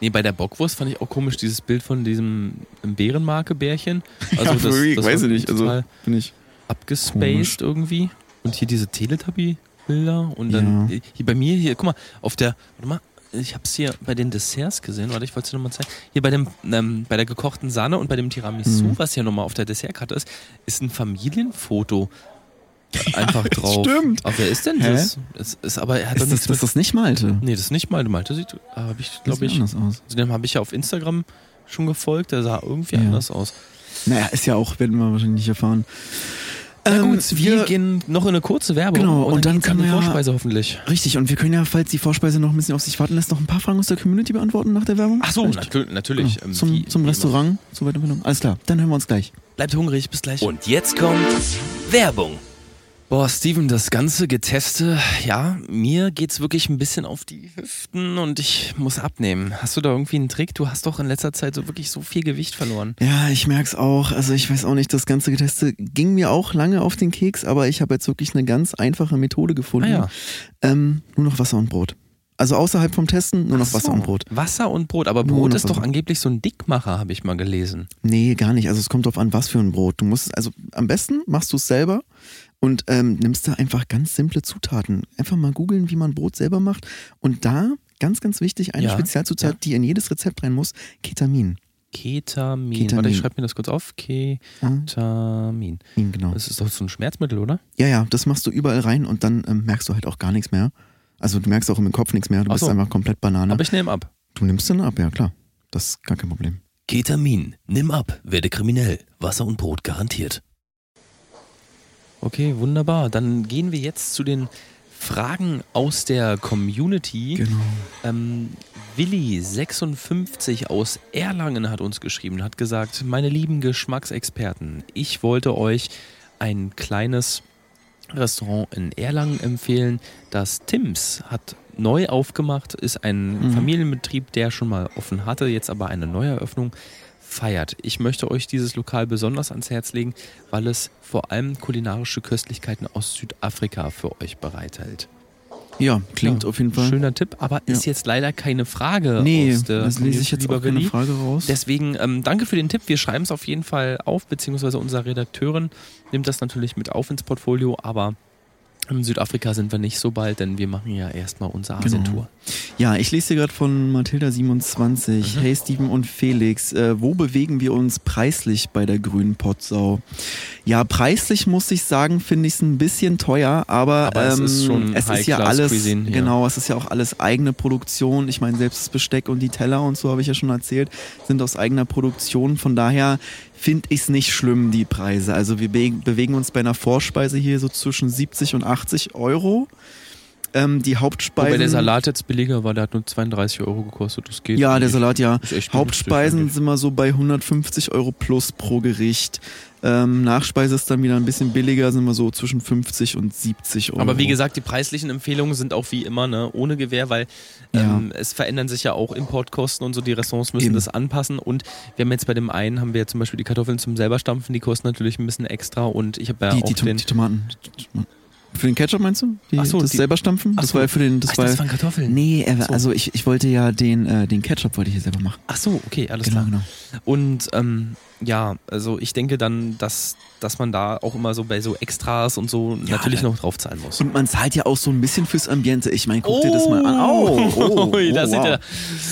[SPEAKER 3] Nee, bei der Bockwurst fand ich auch komisch dieses Bild von diesem Bärenmarke-Bärchen. Also, das, das war total
[SPEAKER 4] also bin ich.
[SPEAKER 3] abgespaced
[SPEAKER 4] komisch.
[SPEAKER 3] irgendwie. Und hier diese Teletubby-Bilder. Und dann äh,
[SPEAKER 4] Ja.
[SPEAKER 3] hier bei mir hier, guck mal, auf der, warte mal, ich hab's hier bei den Desserts gesehen, warte, ich wollte es dir nochmal zeigen. Hier bei dem, ähm, bei der gekochten Sahne und bei dem Tiramisu,
[SPEAKER 4] Mhm.
[SPEAKER 3] was hier nochmal auf der Dessertkarte ist, ist ein Familienfoto einfach drauf.
[SPEAKER 4] stimmt.
[SPEAKER 3] Aber wer ist denn
[SPEAKER 4] Hä?
[SPEAKER 3] das? Es ist aber, er hat doch
[SPEAKER 4] Ist das,
[SPEAKER 3] nichts
[SPEAKER 4] das ist das nicht Malte?
[SPEAKER 3] mit, Nee, das ist nicht Malte. Malte sieht, habe ich,
[SPEAKER 4] Das
[SPEAKER 3] glaube
[SPEAKER 4] sieht
[SPEAKER 3] ich,
[SPEAKER 4] anders aus.
[SPEAKER 3] also dem habe ich ja auf Instagram schon gefolgt, der sah irgendwie
[SPEAKER 4] Ja.
[SPEAKER 3] anders aus.
[SPEAKER 4] Naja, ist ja auch, werden wir wahrscheinlich nicht erfahren. Ähm,
[SPEAKER 3] Gut, wir, gehen noch in eine kurze Werbung.
[SPEAKER 4] Genau, und dann
[SPEAKER 3] geht's an
[SPEAKER 4] können
[SPEAKER 3] die
[SPEAKER 4] wir ja-
[SPEAKER 3] Vorspeise hoffentlich.
[SPEAKER 4] Richtig, und wir können ja, falls die Vorspeise noch ein bisschen auf sich warten lässt, noch ein paar Fragen aus der Community beantworten nach der Werbung.
[SPEAKER 3] Ach so,
[SPEAKER 4] Vielleicht?
[SPEAKER 3] natür natürlich.
[SPEAKER 4] Genau.
[SPEAKER 3] ähm,
[SPEAKER 4] Zum,
[SPEAKER 3] wie-
[SPEAKER 4] zum
[SPEAKER 3] wie
[SPEAKER 4] Restaurant, zur Weiterbildung. Alles klar, dann hören wir uns gleich.
[SPEAKER 3] immer. Bleibt hungrig, bis gleich.
[SPEAKER 1] Und jetzt kommt Werbung.
[SPEAKER 3] Boah, Steven, das ganze Geteste, ja, mir geht's wirklich ein bisschen auf die Hüften und ich muss abnehmen. Hast du da irgendwie einen Trick? Du hast doch in letzter Zeit so wirklich so viel Gewicht verloren.
[SPEAKER 4] Ja, ich merk's auch. Also ich weiß auch nicht, das ganze Geteste ging mir auch lange auf den Keks, aber ich habe jetzt wirklich eine ganz einfache Methode gefunden.
[SPEAKER 3] Ah ja.
[SPEAKER 4] ähm, nur noch Wasser und Brot. Also außerhalb vom Testen nur noch Wasser
[SPEAKER 3] So,
[SPEAKER 4] und Brot.
[SPEAKER 3] Wasser und Brot, aber
[SPEAKER 4] Nur
[SPEAKER 3] Brot
[SPEAKER 4] noch
[SPEAKER 3] ist doch
[SPEAKER 4] Wasser.
[SPEAKER 3] angeblich so ein Dickmacher, habe ich mal gelesen.
[SPEAKER 4] Nee, gar nicht. Also es kommt drauf an, was für ein Brot. Du musst, also am besten machst du es selber und ähm, nimmst da einfach ganz simple Zutaten. Einfach mal googeln, wie man Brot selber macht. Und da, ganz, ganz wichtig, eine
[SPEAKER 3] Ja,
[SPEAKER 4] Spezialzutat, die in jedes Rezept rein muss, Ketamin.
[SPEAKER 3] Ketamin.
[SPEAKER 4] Ketamin.
[SPEAKER 3] Warte, ich schreibe mir das kurz auf.
[SPEAKER 4] Ja,
[SPEAKER 3] Ketamin.
[SPEAKER 4] genau.
[SPEAKER 3] Das ist doch so ein Schmerzmittel, oder?
[SPEAKER 4] Ja, ja, das machst du überall rein und dann ähm, merkst du halt auch gar nichts mehr. Also du merkst auch im Kopf nichts mehr, du
[SPEAKER 3] Ach
[SPEAKER 4] bist
[SPEAKER 3] so.
[SPEAKER 4] einfach komplett Banane.
[SPEAKER 3] Aber ich nehme ab.
[SPEAKER 4] du nimmst den ab, ja klar. Das ist gar kein Problem.
[SPEAKER 1] Ketamin. Nimm ab, werde kriminell. Wasser und Brot garantiert.
[SPEAKER 3] Okay, wunderbar. Dann gehen wir jetzt zu den Fragen aus der Community.
[SPEAKER 4] Genau.
[SPEAKER 3] Ähm, Willi56 aus Erlangen hat uns geschrieben, und hat gesagt, meine lieben Geschmacksexperten, ich wollte euch ein kleines Restaurant in Erlangen empfehlen. Das Tims hat neu aufgemacht, ist ein
[SPEAKER 4] Mhm.
[SPEAKER 3] Familienbetrieb, der schon mal offen hatte, jetzt aber eine Neueröffnung feiert. Ich möchte euch dieses Lokal besonders ans Herz legen, weil es vor allem kulinarische Köstlichkeiten aus Südafrika für euch bereithält.
[SPEAKER 4] Ja, klingt
[SPEAKER 3] Ja,
[SPEAKER 4] auf jeden Fall.
[SPEAKER 3] Schöner Tipp, aber
[SPEAKER 4] Ja.
[SPEAKER 3] ist jetzt leider keine Frage.
[SPEAKER 4] Nee,
[SPEAKER 3] aus der
[SPEAKER 4] das lese ich
[SPEAKER 3] Community,
[SPEAKER 4] jetzt
[SPEAKER 3] lieber
[SPEAKER 4] auch keine
[SPEAKER 3] Willi.
[SPEAKER 4] Frage raus.
[SPEAKER 3] Deswegen ähm, danke für den Tipp. Wir schreiben es auf jeden Fall auf, beziehungsweise unsere Redakteurin nimmt das natürlich mit auf ins Portfolio, aber in Südafrika sind wir nicht so bald, denn wir machen ja erstmal unsere
[SPEAKER 4] Genau.
[SPEAKER 3] Asientour.
[SPEAKER 4] Ja, ich lese hier gerade von
[SPEAKER 3] Mhm.
[SPEAKER 4] Mathilda27. Hey Steven und Felix, äh, wo bewegen wir uns preislich bei der grünen Potsau? Ja, preislich muss ich sagen, finde ich es ein bisschen teuer, aber,
[SPEAKER 3] Aber es
[SPEAKER 4] ähm,
[SPEAKER 3] ist schon
[SPEAKER 4] es ist ja
[SPEAKER 3] High-Class
[SPEAKER 4] alles,
[SPEAKER 3] Cuisine, ja.
[SPEAKER 4] genau, es ist ja auch alles eigene Produktion. Ich meine, selbst das Besteck und die Teller und so habe ich ja schon erzählt, sind aus eigener Produktion. Von daher finde ich es nicht schlimm, die Preise. Also wir be bewegen uns bei einer Vorspeise hier so zwischen 70 und 80 Euro. Ähm, die Hauptspeise.
[SPEAKER 3] Wobei der Salat jetzt billiger war, der hat nur 32 Euro gekostet. Das geht. eh
[SPEAKER 4] Ja, der Salat, ja.
[SPEAKER 3] Ist echt günstig,
[SPEAKER 4] Hauptspeisen
[SPEAKER 3] eigentlich.
[SPEAKER 4] sind wir so bei 150 Euro plus pro Gericht. Ähm, Nachspeise ist dann wieder ein bisschen billiger, sind wir so zwischen 50 und 70 Euro.
[SPEAKER 3] Aber wie gesagt, die preislichen Empfehlungen sind auch wie immer ne, ohne Gewähr, weil ähm, es verändern sich ja auch Importkosten und so. Die Restaurants müssen
[SPEAKER 4] Eben.
[SPEAKER 3] das anpassen. Und wir haben jetzt bei dem einen, haben wir jetzt zum Beispiel die Kartoffeln zum selber stampfen, die kosten natürlich ein bisschen extra. Und ich habe ja
[SPEAKER 4] die,
[SPEAKER 3] auch
[SPEAKER 4] die, Tom
[SPEAKER 3] den,
[SPEAKER 4] die Tomaten. Für den Ketchup meinst du? Die,
[SPEAKER 3] Ach so,
[SPEAKER 4] das
[SPEAKER 3] die-
[SPEAKER 4] selber stampfen?
[SPEAKER 3] Ach
[SPEAKER 4] Das
[SPEAKER 3] so.
[SPEAKER 4] war ja für den. Das
[SPEAKER 3] Ach,
[SPEAKER 4] war,
[SPEAKER 3] das waren Kartoffeln.
[SPEAKER 4] Nee, er, also ich, ich wollte ja den, äh, den Ketchup wollte ich ja selber machen.
[SPEAKER 3] Ach so, okay, alles
[SPEAKER 4] Genau,
[SPEAKER 3] klar.
[SPEAKER 4] genau.
[SPEAKER 3] Und ähm, ja, also ich denke dann, dass, dass man da auch immer so bei so Extras und so natürlich noch drauf zahlen muss.
[SPEAKER 4] Und man zahlt ja auch so ein bisschen fürs Ambiente. Ich meine, guck dir das mal an. Oh, oh, oh
[SPEAKER 3] Ui, das sieht
[SPEAKER 4] wow.
[SPEAKER 3] ja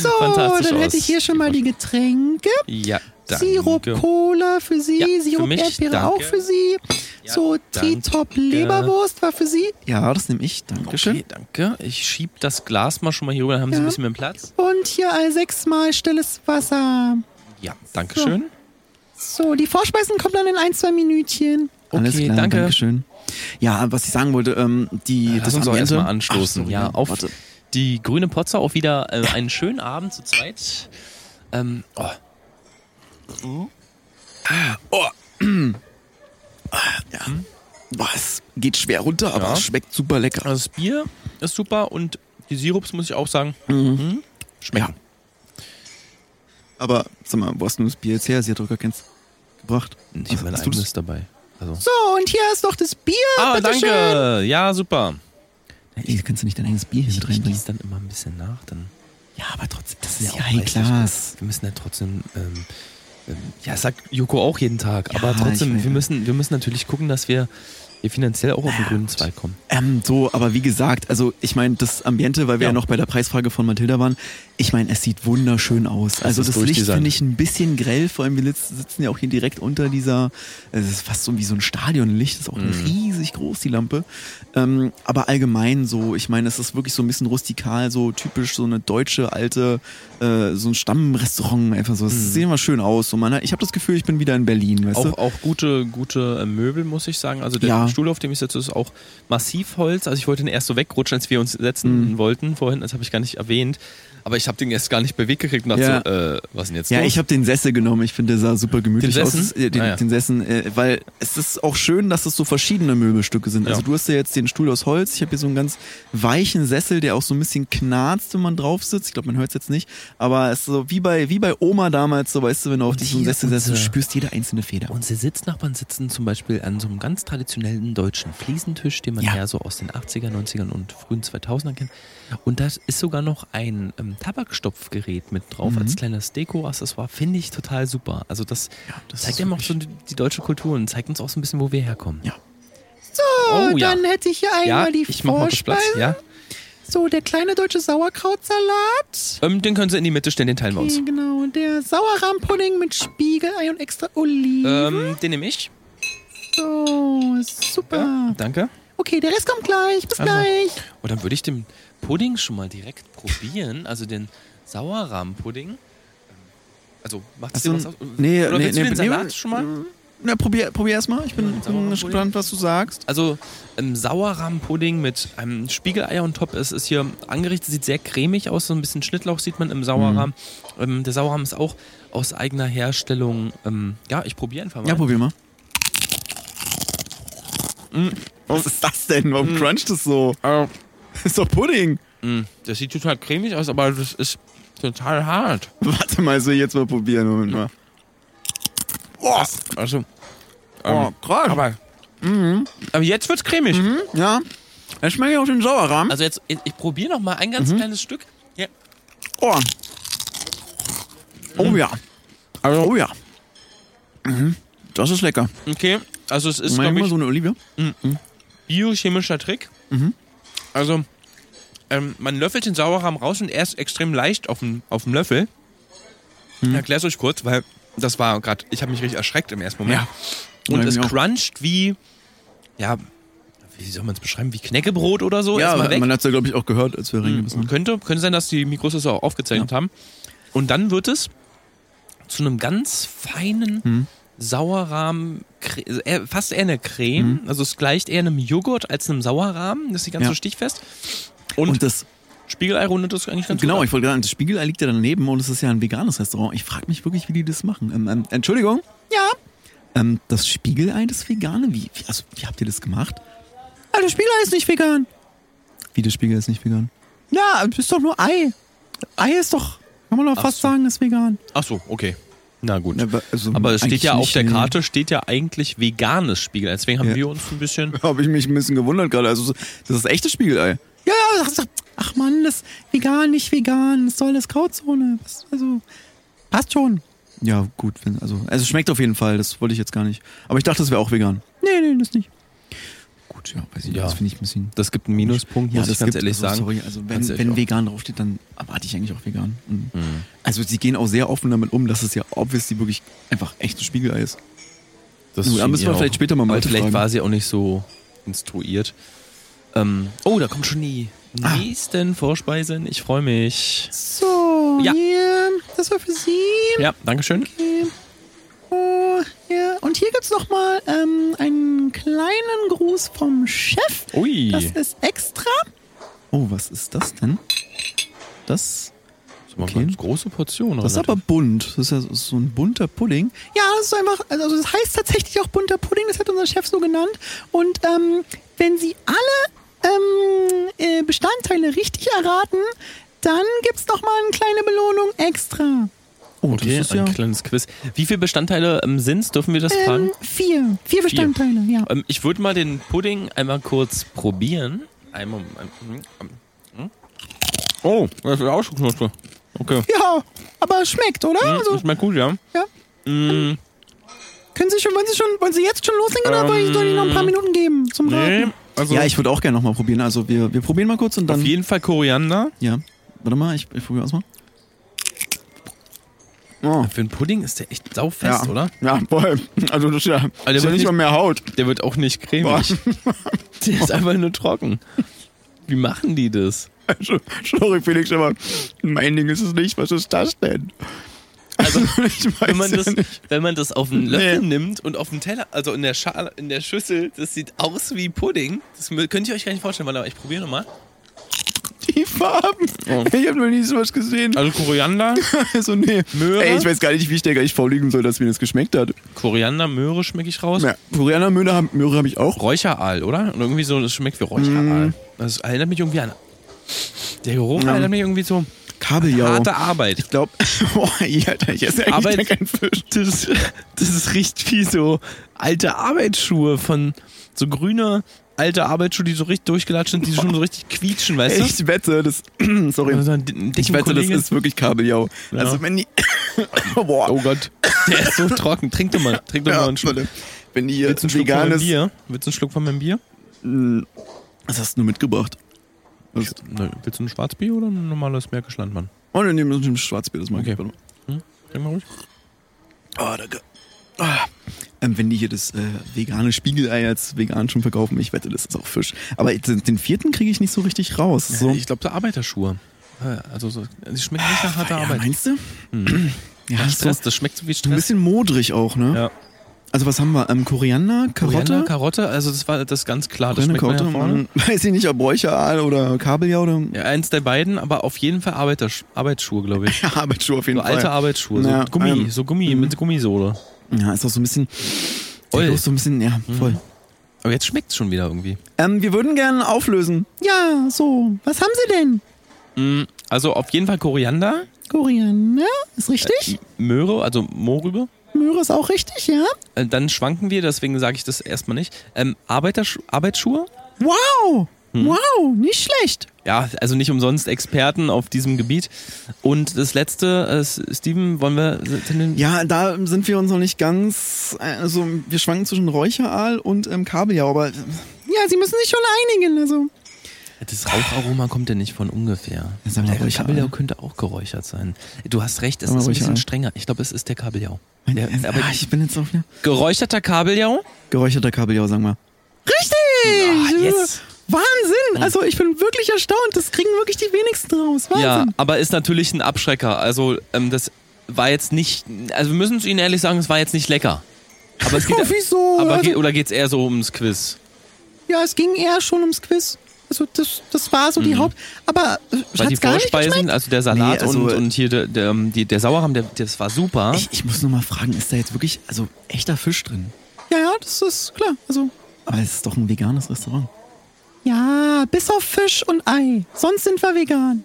[SPEAKER 2] So,
[SPEAKER 3] fantastisch
[SPEAKER 2] dann
[SPEAKER 3] aus.
[SPEAKER 2] hätte ich hier schon mal die Getränke.
[SPEAKER 3] Ja, danke.
[SPEAKER 2] Sirup Cola für Sie,
[SPEAKER 3] Ja, für
[SPEAKER 2] Sirup
[SPEAKER 3] mich,
[SPEAKER 2] Erdbeere
[SPEAKER 3] danke.
[SPEAKER 2] auch für Sie. so
[SPEAKER 3] danke.
[SPEAKER 2] T-Top Leberwurst war für Sie.
[SPEAKER 4] Ja, das nehme ich. Dankeschön.
[SPEAKER 3] Okay, danke. Ich schieb das Glas mal schon mal hier rüber, dann haben Sie ein
[SPEAKER 2] Ja.
[SPEAKER 3] bisschen mehr Platz.
[SPEAKER 2] Und hier ein sechsmal stilles Wasser.
[SPEAKER 3] Ja, danke schön.
[SPEAKER 2] So, die Vorspeisen kommen dann in ein, zwei Minütchen.
[SPEAKER 4] Alles
[SPEAKER 3] Okay,
[SPEAKER 4] klar,
[SPEAKER 3] danke.
[SPEAKER 4] Dankeschön. Ja, was ich sagen wollte, ähm, die.
[SPEAKER 3] Lass uns auch
[SPEAKER 4] Ambiente-
[SPEAKER 3] erstmal anstoßen.
[SPEAKER 4] Ach so,
[SPEAKER 3] ja, auf
[SPEAKER 4] Warte.
[SPEAKER 3] die grüne Potzer auch wieder äh, einen schönen Abend zu zweit. Ähm, oh.
[SPEAKER 4] Boah, es geht schwer runter, aber
[SPEAKER 3] Ja.
[SPEAKER 4] es schmeckt super lecker.
[SPEAKER 3] Also das Bier ist super und die Sirups, muss ich auch sagen, mhm. schmecken.
[SPEAKER 4] Aber sag mal, wo hast du das Bier jetzt her? Sie hat doch gar keins gebracht.
[SPEAKER 3] Ich habe mein
[SPEAKER 4] hast du das-
[SPEAKER 3] eigenes dabei. Also.
[SPEAKER 2] So, und hier ist noch das Bier.
[SPEAKER 3] Ah,
[SPEAKER 2] bitteschön.
[SPEAKER 3] danke. Ja, super.
[SPEAKER 4] Ey, kannst du nicht dein eigenes Bier hier mit
[SPEAKER 3] Ich
[SPEAKER 4] reinbringen?
[SPEAKER 3] gieße dann immer ein bisschen nach. Dann
[SPEAKER 4] Ja, aber trotzdem, das
[SPEAKER 3] ist ja auch preislich, wir müssen ja trotzdem. Ähm, ähm, ja, sagt Joko auch jeden Tag.
[SPEAKER 4] Ja,
[SPEAKER 3] aber
[SPEAKER 4] ich
[SPEAKER 3] trotzdem,
[SPEAKER 4] weiß.
[SPEAKER 3] wir müssen, wir müssen natürlich gucken, dass wir hier finanziell auch auf den grünen Zweig kommen.
[SPEAKER 4] Ähm, so, aber wie gesagt, also ich meine, das Ambiente, weil wir ja.
[SPEAKER 3] Ja.
[SPEAKER 4] noch bei der Preisfrage von Mathilda waren, ich meine, es sieht wunderschön aus. Also
[SPEAKER 3] ist
[SPEAKER 4] das Licht
[SPEAKER 3] durchdesignt.
[SPEAKER 4] finde ich ein bisschen grell, vor allem wir litz- sitzen ja auch hier direkt unter dieser, es ist fast so wie so ein Stadionlicht, ist auch
[SPEAKER 3] Mhm.
[SPEAKER 4] riesig groß, die Lampe. Ähm, aber allgemein so, ich meine, es ist wirklich so ein bisschen rustikal, so typisch so eine deutsche alte, äh, so ein Stammrestaurant, einfach so. Es
[SPEAKER 3] Mhm.
[SPEAKER 4] sieht immer schön aus. Und man, hat- ich habe das Gefühl, ich bin wieder in Berlin, weißt du?
[SPEAKER 3] Auch, auch gute, gute äh, Möbel, muss ich sagen. Also der
[SPEAKER 4] Ja.
[SPEAKER 3] Stuhl, auf dem ich sitze, ist auch Massivholz. Also ich wollte ihn erst so wegrutschen, als wir uns
[SPEAKER 4] Mhm.
[SPEAKER 3] setzen wollten vorhin. Das habe ich gar nicht erwähnt. Aber ich habe den erst gar nicht bewegt gekriegt und dachte so, äh, was denn jetzt
[SPEAKER 4] Ja,
[SPEAKER 3] los?
[SPEAKER 4] ich habe den Sessel genommen. Ich finde, der sah super gemütlich
[SPEAKER 3] Den
[SPEAKER 4] aus.
[SPEAKER 3] Sessen?
[SPEAKER 4] Es- Äh, den,
[SPEAKER 3] Ah, ja.
[SPEAKER 4] den Sessen, äh, weil es ist auch schön, dass es so verschiedene Möbelstücke sind. Also
[SPEAKER 3] Ja.
[SPEAKER 4] du hast ja jetzt den Stuhl aus Holz. Ich habe hier so einen ganz weichen Sessel, der auch so ein bisschen knarzt, wenn man drauf sitzt. Ich glaube, man hört es jetzt nicht. Aber es ist so wie bei, wie bei Oma damals, so weißt du, wenn du auf
[SPEAKER 3] Und
[SPEAKER 4] diesem
[SPEAKER 3] hier
[SPEAKER 4] Sessel sitzt, du
[SPEAKER 3] unsere-
[SPEAKER 4] spürst jede einzelne Feder.
[SPEAKER 3] Unsere Sitznachbarn sitzen zum Beispiel an so einem ganz traditionellen deutschen Fliesentisch, den man
[SPEAKER 4] Ja.
[SPEAKER 3] ja, so aus den 80er, 90ern und frühen 2000ern kennt. Und da ist sogar noch ein ähm, Tabakstopfgerät mit drauf
[SPEAKER 4] Mhm.
[SPEAKER 3] als kleines Deko-Accessoire. Finde ich total super. Also das,
[SPEAKER 4] das
[SPEAKER 3] zeigt
[SPEAKER 4] ist
[SPEAKER 3] ja auch schon die, die deutsche Kultur und zeigt uns auch so ein bisschen, wo wir herkommen.
[SPEAKER 4] Ja.
[SPEAKER 3] So,
[SPEAKER 2] Dann hätte ich hier
[SPEAKER 3] Oh, ja,
[SPEAKER 2] einmal die
[SPEAKER 3] ich mach mal kurz Platz.
[SPEAKER 2] Vorspeisen.
[SPEAKER 3] Ja.
[SPEAKER 2] So, der kleine deutsche Sauerkrautsalat.
[SPEAKER 3] Ähm, den können Sie in die Mitte stellen, den teilen wir uns.
[SPEAKER 2] Okay, genau, der Sauerrahmpudding mit Spiegelei und extra Oliven.
[SPEAKER 3] Ähm, den nehme ich. Äh.
[SPEAKER 2] So, super.
[SPEAKER 3] Danke.
[SPEAKER 2] Okay, der Rest kommt gleich. Bis
[SPEAKER 3] Also.
[SPEAKER 2] gleich.
[SPEAKER 3] Und dann würde ich den Pudding schon mal direkt probieren, also den Sauerrahmpudding. Also macht das
[SPEAKER 4] Ach so,
[SPEAKER 3] was aus?
[SPEAKER 4] nee,
[SPEAKER 3] Oder
[SPEAKER 4] nee,
[SPEAKER 3] willst
[SPEAKER 4] nee,
[SPEAKER 3] du den Salat
[SPEAKER 4] nee,
[SPEAKER 3] schon mal?
[SPEAKER 4] Na, probier, probier erst mal. Ich bin,
[SPEAKER 3] Sauerrahm
[SPEAKER 4] bin gespannt, was du sagst.
[SPEAKER 3] Also ähm, Sauerrahmpudding mit einem Spiegeleier und Top. Es ist hier angerichtet, sieht sehr cremig aus, so ein bisschen Schnittlauch sieht man im Sauerrahm. Ähm, der Sauerrahm ist auch aus eigener Herstellung. Ähm, ja, ich probiere einfach mal.
[SPEAKER 4] Ja, probier mal. Mm. Was ist das denn?
[SPEAKER 3] Mm.
[SPEAKER 4] Warum cruncht es so?
[SPEAKER 3] Äh,
[SPEAKER 4] ist doch Pudding.
[SPEAKER 3] mh, das sieht total cremig aus, aber das ist total hart.
[SPEAKER 4] Warte mal, soll ich jetzt mal probieren? Moment mal. Boah,
[SPEAKER 3] Also, ähm,
[SPEAKER 4] boah krass.
[SPEAKER 3] aber, aber jetzt wird's cremig.
[SPEAKER 4] ja, dann schmecke ich auch den Sauerrahm.
[SPEAKER 3] Also jetzt, ich, ich probiere noch mal ein
[SPEAKER 4] Mhm.
[SPEAKER 3] ganz kleines Stück. Ja.
[SPEAKER 4] Oh. oh ja,
[SPEAKER 3] Also,
[SPEAKER 4] oh ja. Mhm. Das ist lecker.
[SPEAKER 3] okay. Also es ist,
[SPEAKER 4] Mach
[SPEAKER 3] glaube
[SPEAKER 4] mal
[SPEAKER 3] ich,
[SPEAKER 4] so eine Olive.
[SPEAKER 3] biochemischer Trick.
[SPEAKER 4] Mhm.
[SPEAKER 3] Also, ähm, man löffelt den Sauerrahm raus und er ist extrem leicht auf dem, auf dem Löffel.
[SPEAKER 4] Mhm.
[SPEAKER 3] Ich erklär's euch kurz, weil das war gerade, ich habe mich richtig erschreckt im ersten Moment. Und
[SPEAKER 4] Ja,
[SPEAKER 3] es
[SPEAKER 4] ich auch.
[SPEAKER 3] cruncht wie, ja, wie soll man es beschreiben, wie Knäckebrot oder so.
[SPEAKER 4] Ja,
[SPEAKER 3] Erstmal weg. Mhm.
[SPEAKER 4] man hat es ja, glaube ich, auch gehört, als wir reingebissen haben.
[SPEAKER 3] Könnte, könnte sein, dass die Mikros das auch aufgezeichnet haben. Und dann wird es zu einem ganz feinen Sauerrahm, Cre- also eher- fast eher eine Creme. Also es gleicht eher einem Joghurt als einem Sauerrahmen. Das ist nicht ganz
[SPEAKER 4] Ja.
[SPEAKER 3] so stichfest. Und,
[SPEAKER 4] Und das,
[SPEAKER 3] Spiegelei rundet das eigentlich ganz
[SPEAKER 4] genau,
[SPEAKER 3] gut.
[SPEAKER 4] ich wollte gerade sagen, das Spiegelei liegt ja daneben und es ist ja ein veganes Restaurant. Ich frage mich wirklich, wie die das machen. Ähm, ähm, Entschuldigung.
[SPEAKER 2] Ja,
[SPEAKER 4] Ähm, das Spiegelei, das Vegane, wie, wie, also, wie habt ihr das gemacht? Ah,
[SPEAKER 2] aber der Spiegelei ist nicht vegan.
[SPEAKER 4] Wie, das Spiegelei ist nicht vegan?
[SPEAKER 2] Ja, ist doch nur Ei.
[SPEAKER 4] Ei ist doch,
[SPEAKER 2] Kann man doch fast
[SPEAKER 3] so.
[SPEAKER 2] sagen, ist vegan.
[SPEAKER 3] Ach so, okay. Na gut.
[SPEAKER 4] Aber, also
[SPEAKER 3] Aber es steht
[SPEAKER 4] eigentlich
[SPEAKER 3] ja auf
[SPEAKER 4] nicht,
[SPEAKER 3] der
[SPEAKER 4] nee.
[SPEAKER 3] Karte, steht ja eigentlich veganes Spiegelei. Deswegen haben
[SPEAKER 4] Ja.
[SPEAKER 3] wir uns ein bisschen.
[SPEAKER 4] Habe ich mich ein bisschen gewundert gerade. Also, das ist echtes Spiegelei.
[SPEAKER 2] Ja, ja, das, ach man, das vegan, nicht vegan, das soll das Grauzone. Das, also, passt schon.
[SPEAKER 4] Ja, gut. Wenn, also, also, es schmeckt auf jeden Fall. Das wollte ich jetzt gar nicht. Aber ich dachte, es wäre auch vegan.
[SPEAKER 2] Nee, nee, das nicht.
[SPEAKER 4] Gut, ja, weiß ich nicht.
[SPEAKER 3] Ja.
[SPEAKER 4] Das finde ich ein bisschen.
[SPEAKER 3] Das gibt einen Minuspunkt, muss ich ganz ehrlich
[SPEAKER 4] also,
[SPEAKER 3] sagen.
[SPEAKER 4] Sorry, also wenn,
[SPEAKER 3] Ganz ehrlich
[SPEAKER 4] wenn
[SPEAKER 3] auch. Mhm.
[SPEAKER 4] vegan draufsteht, dann erwarte ich eigentlich auch vegan. Und Also sie gehen auch sehr offen damit um, dass es ja obviously wirklich einfach echtes Spiegelei ist.
[SPEAKER 3] Das
[SPEAKER 4] Nun, da
[SPEAKER 3] schien
[SPEAKER 4] müssen wir
[SPEAKER 3] ihr
[SPEAKER 4] vielleicht
[SPEAKER 3] auch.
[SPEAKER 4] später mal
[SPEAKER 3] Aber
[SPEAKER 4] Malte
[SPEAKER 3] Vielleicht
[SPEAKER 4] fragen.
[SPEAKER 3] war sie auch nicht so instruiert. Ähm, oh, da kommt schon die nächsten Vorspeisen. Ich freue mich.
[SPEAKER 2] So,
[SPEAKER 3] Ja.
[SPEAKER 2] hier, das war für Sie.
[SPEAKER 3] Ja, Dankeschön.
[SPEAKER 2] Oh, hier. Und hier gibt's noch mal ähm, einen kleinen Gruß vom Chef.
[SPEAKER 3] Ui.
[SPEAKER 2] Das ist extra.
[SPEAKER 4] Oh, was ist das denn? Das,
[SPEAKER 3] ist aber
[SPEAKER 4] okay.
[SPEAKER 3] große Portion.
[SPEAKER 4] das ist aber bunt. Das ist ja so- so ein bunter Pudding.
[SPEAKER 2] Ja, das ist einfach, also das heißt tatsächlich auch bunter Pudding, das hat unser Chef so genannt. Und ähm, wenn Sie alle ähm, äh, Bestandteile richtig erraten, dann gibt's noch mal eine kleine Belohnung extra.
[SPEAKER 4] Oh,
[SPEAKER 3] Okay,
[SPEAKER 4] das ist
[SPEAKER 3] ein
[SPEAKER 4] ja.
[SPEAKER 3] kleines Quiz. Wie viele Bestandteile ähm, sind es? Dürfen wir das fragen?
[SPEAKER 2] Ähm, vier. Vier Bestandteile, ja.
[SPEAKER 3] Ähm, ich würde mal den Pudding einmal kurz probieren. Einmal. Ein, oh, das ist auch schon knusprig. Okay.
[SPEAKER 2] Ja, aber es schmeckt, oder? Also,
[SPEAKER 3] ist mal gut, ja?
[SPEAKER 2] ja.
[SPEAKER 3] Mm,
[SPEAKER 2] Können Sie schon, wollen Sie schon, wollen Sie jetzt schon loslegen oder wollen Sie soll ich noch ein paar Minuten geben zum
[SPEAKER 3] nee,
[SPEAKER 2] Raten?
[SPEAKER 3] also
[SPEAKER 4] Ja, ich würde auch gerne nochmal probieren. Also wir, wir probieren mal kurz und
[SPEAKER 3] auf
[SPEAKER 4] dann.
[SPEAKER 3] jeden Fall Koriander.
[SPEAKER 4] Ja. Warte mal, ich, ich probiere erstmal. Oh.
[SPEAKER 3] Für einen Pudding ist der echt saufest,
[SPEAKER 4] Ja.
[SPEAKER 3] oder?
[SPEAKER 4] Ja, voll. Also das ist ja,
[SPEAKER 3] der
[SPEAKER 4] ist ja
[SPEAKER 3] wird
[SPEAKER 4] nicht
[SPEAKER 3] nicht-
[SPEAKER 4] mal mehr Haut.
[SPEAKER 3] Der wird auch nicht cremig. der ist einfach nur trocken. Wie machen die das?
[SPEAKER 4] Also, Sorry, Felix, aber mein Ding ist es nicht. Was ist das denn? Also, ich weiß
[SPEAKER 3] Wenn man
[SPEAKER 4] ja
[SPEAKER 3] das,
[SPEAKER 4] nicht.
[SPEAKER 3] wenn man das auf einen Löffel
[SPEAKER 4] Nee.
[SPEAKER 3] nimmt und auf den Teller, also in der Schale, in der Schüssel, das sieht aus wie Pudding. Das mö- könnt ihr euch gar nicht vorstellen. Warte mal, ich probiere nochmal.
[SPEAKER 4] Die Farben. Ich habe noch nie sowas gesehen.
[SPEAKER 3] Oh. Also Koriander,
[SPEAKER 4] Also, nee.
[SPEAKER 3] Möhre?
[SPEAKER 4] Ey, ich weiß gar nicht, wie ich dir gleich vorlügen soll, dass mir das geschmeckt hat.
[SPEAKER 3] Koriander, Möhre schmecke ich raus.
[SPEAKER 4] Ja, Koreaner Möhre habe Möhre hab ich auch.
[SPEAKER 3] Räucheraal, oder? Und irgendwie so, das schmeckt wie Räucheraal. Das erinnert mich irgendwie an. Der Geruch
[SPEAKER 4] Mhm. Ja.
[SPEAKER 3] erinnert mich irgendwie so
[SPEAKER 4] Kabeljau.
[SPEAKER 3] harte Arbeit.
[SPEAKER 4] Ich glaube, boah, ey, Alter, ich esse eigentlich
[SPEAKER 3] Arbeit-
[SPEAKER 4] gar keinen Fisch.
[SPEAKER 3] Das, das ist riecht wie so alte Arbeitsschuhe von so grüne alte Arbeitsschuhe, die so richtig durchgelatscht sind, die schon so richtig quietschen, weißt du?
[SPEAKER 4] Ich wette, das. Sorry.
[SPEAKER 3] So einen dicken
[SPEAKER 4] Ich wette, das
[SPEAKER 3] Kollegen.
[SPEAKER 4] ist wirklich Kabeljau. Also, wenn die. boah.
[SPEAKER 3] Oh Gott, der ist so trocken. Trink doch mal, trink doch mal einen Schluck.
[SPEAKER 4] warte. Wenn die
[SPEAKER 3] Willst du einen Schluck von meinem
[SPEAKER 4] veganes. Mm,
[SPEAKER 3] Bier? Willst du einen Schluck von meinem Bier?
[SPEAKER 4] Was hast du mitgebracht? Das,
[SPEAKER 3] Ne, willst du ein Schwarzbier oder ein normales Märkisch Landmann?
[SPEAKER 4] oh, dann nehmen wir ein Schwarzbier, das mag
[SPEAKER 3] Okay.
[SPEAKER 4] ich. Warte mal.
[SPEAKER 3] Trink mal ruhig.
[SPEAKER 4] Ah, danke. Ah. Ähm, wenn die hier das äh, vegane Spiegelei als vegan schon verkaufen, ich wette, das ist auch Fisch. Aber den, den vierten kriege ich nicht so richtig raus. So.
[SPEAKER 3] Ich glaube, der Arbeiterschuhe. Ja, Also, so, die schmecken nicht nach harter
[SPEAKER 4] Ah, ja,
[SPEAKER 3] Arbeit.
[SPEAKER 4] meinst du? Ja, ist so,
[SPEAKER 3] Stress, das schmeckt so wie
[SPEAKER 4] ein
[SPEAKER 3] Stress.
[SPEAKER 4] bisschen modrig auch, ne?
[SPEAKER 3] Ja.
[SPEAKER 4] Also was haben wir? Ähm, Koriander, Karotte?
[SPEAKER 3] Koriander, Karotte, also das war das ist ganz klar. Das
[SPEAKER 4] Koriander,
[SPEAKER 3] schmeckt man ja
[SPEAKER 4] Karotte,
[SPEAKER 3] vorne.
[SPEAKER 4] ähm, weiß ich nicht, ob Räucheraal oder Kabeljau oder
[SPEAKER 3] Ja, eins der beiden, aber auf jeden Fall Arbeitersch Arbeitsschuhe, glaube ich.
[SPEAKER 4] ja, Arbeitsschuhe auf jeden
[SPEAKER 3] So alte
[SPEAKER 4] Fall.
[SPEAKER 3] Arbeitsschuhe, so
[SPEAKER 4] Ja,
[SPEAKER 3] Gummi,
[SPEAKER 4] ähm,
[SPEAKER 3] so Gummi mit Gummisohle.
[SPEAKER 4] Ja, ist auch so ein bisschen,
[SPEAKER 3] Ui. Mhm.
[SPEAKER 4] Ist so ein bisschen, ja, voll.
[SPEAKER 3] Aber jetzt schmeckt's schon wieder irgendwie.
[SPEAKER 4] Ähm, wir würden gerne auflösen.
[SPEAKER 2] Ja, so. Was haben Sie denn?
[SPEAKER 3] Mm, Also auf jeden Fall Koriander,
[SPEAKER 2] Koriander, ist richtig.
[SPEAKER 3] Möhre, also Mohrrübe.
[SPEAKER 2] Möhre ist auch richtig, ja.
[SPEAKER 3] Äh, Dann schwanken wir, deswegen sage ich das erstmal nicht. Ähm, Arbeitersch Arbeitsschuhe?
[SPEAKER 2] Wow! Wow, nicht schlecht.
[SPEAKER 3] Ja, also nicht umsonst Experten auf diesem Gebiet. Und das letzte, äh, S- Steven, wollen wir. äh, den-
[SPEAKER 4] Ja, da sind wir uns noch nicht ganz, also wir schwanken zwischen Räucheraal und ähm, Kabeljau, aber
[SPEAKER 2] Ja, Sie müssen sich schon einigen. Also,
[SPEAKER 3] Das Raucharoma kommt ja nicht von ungefähr.
[SPEAKER 4] Ja, sag mal,
[SPEAKER 3] der
[SPEAKER 4] Räucheral.
[SPEAKER 3] Kabeljau könnte auch geräuchert sein. Du hast recht, es
[SPEAKER 4] Sag mal,
[SPEAKER 3] ist ein bisschen
[SPEAKER 4] Räucheral.
[SPEAKER 3] strenger. Ich glaube, es ist der Kabeljau.
[SPEAKER 4] Ja,
[SPEAKER 3] Der, aber
[SPEAKER 4] ah, ich bin jetzt auf wieder.
[SPEAKER 3] geräucherter Kabeljau?
[SPEAKER 4] Geräucherter Kabeljau, sagen wir.
[SPEAKER 2] richtig!
[SPEAKER 4] Ah,
[SPEAKER 3] yes.
[SPEAKER 2] Wahnsinn! Also, ich bin wirklich erstaunt. Das kriegen wirklich die wenigsten raus.
[SPEAKER 3] Ja,
[SPEAKER 2] Wahnsinn.
[SPEAKER 3] aber ist natürlich ein Abschrecker. Also, ähm, das war jetzt nicht. Also, wir müssen es Ihnen ehrlich sagen, es war jetzt nicht lecker. Aber es geht.
[SPEAKER 2] oh, wieso?
[SPEAKER 3] aber
[SPEAKER 2] also,
[SPEAKER 3] geht, oder geht es eher so ums Quiz?
[SPEAKER 2] ja, es ging eher schon ums Quiz. Also, das, das war so die Haupt. Aber es
[SPEAKER 3] Mhm. Weil die
[SPEAKER 2] hat gar nicht geschmeckt.
[SPEAKER 3] Vorspeisen, also der Salat
[SPEAKER 4] Nee, also-
[SPEAKER 3] und, und hier der, der, ähm, die, der Sauerrahm, der, das war super.
[SPEAKER 4] Ich, ich muss nur mal fragen, ist da jetzt wirklich, also echter Fisch drin?
[SPEAKER 2] Ja, ja, das ist klar. Also,
[SPEAKER 4] Aber es ist doch ein veganes Restaurant.
[SPEAKER 2] ja, bis auf Fisch und Ei. Sonst sind wir vegan.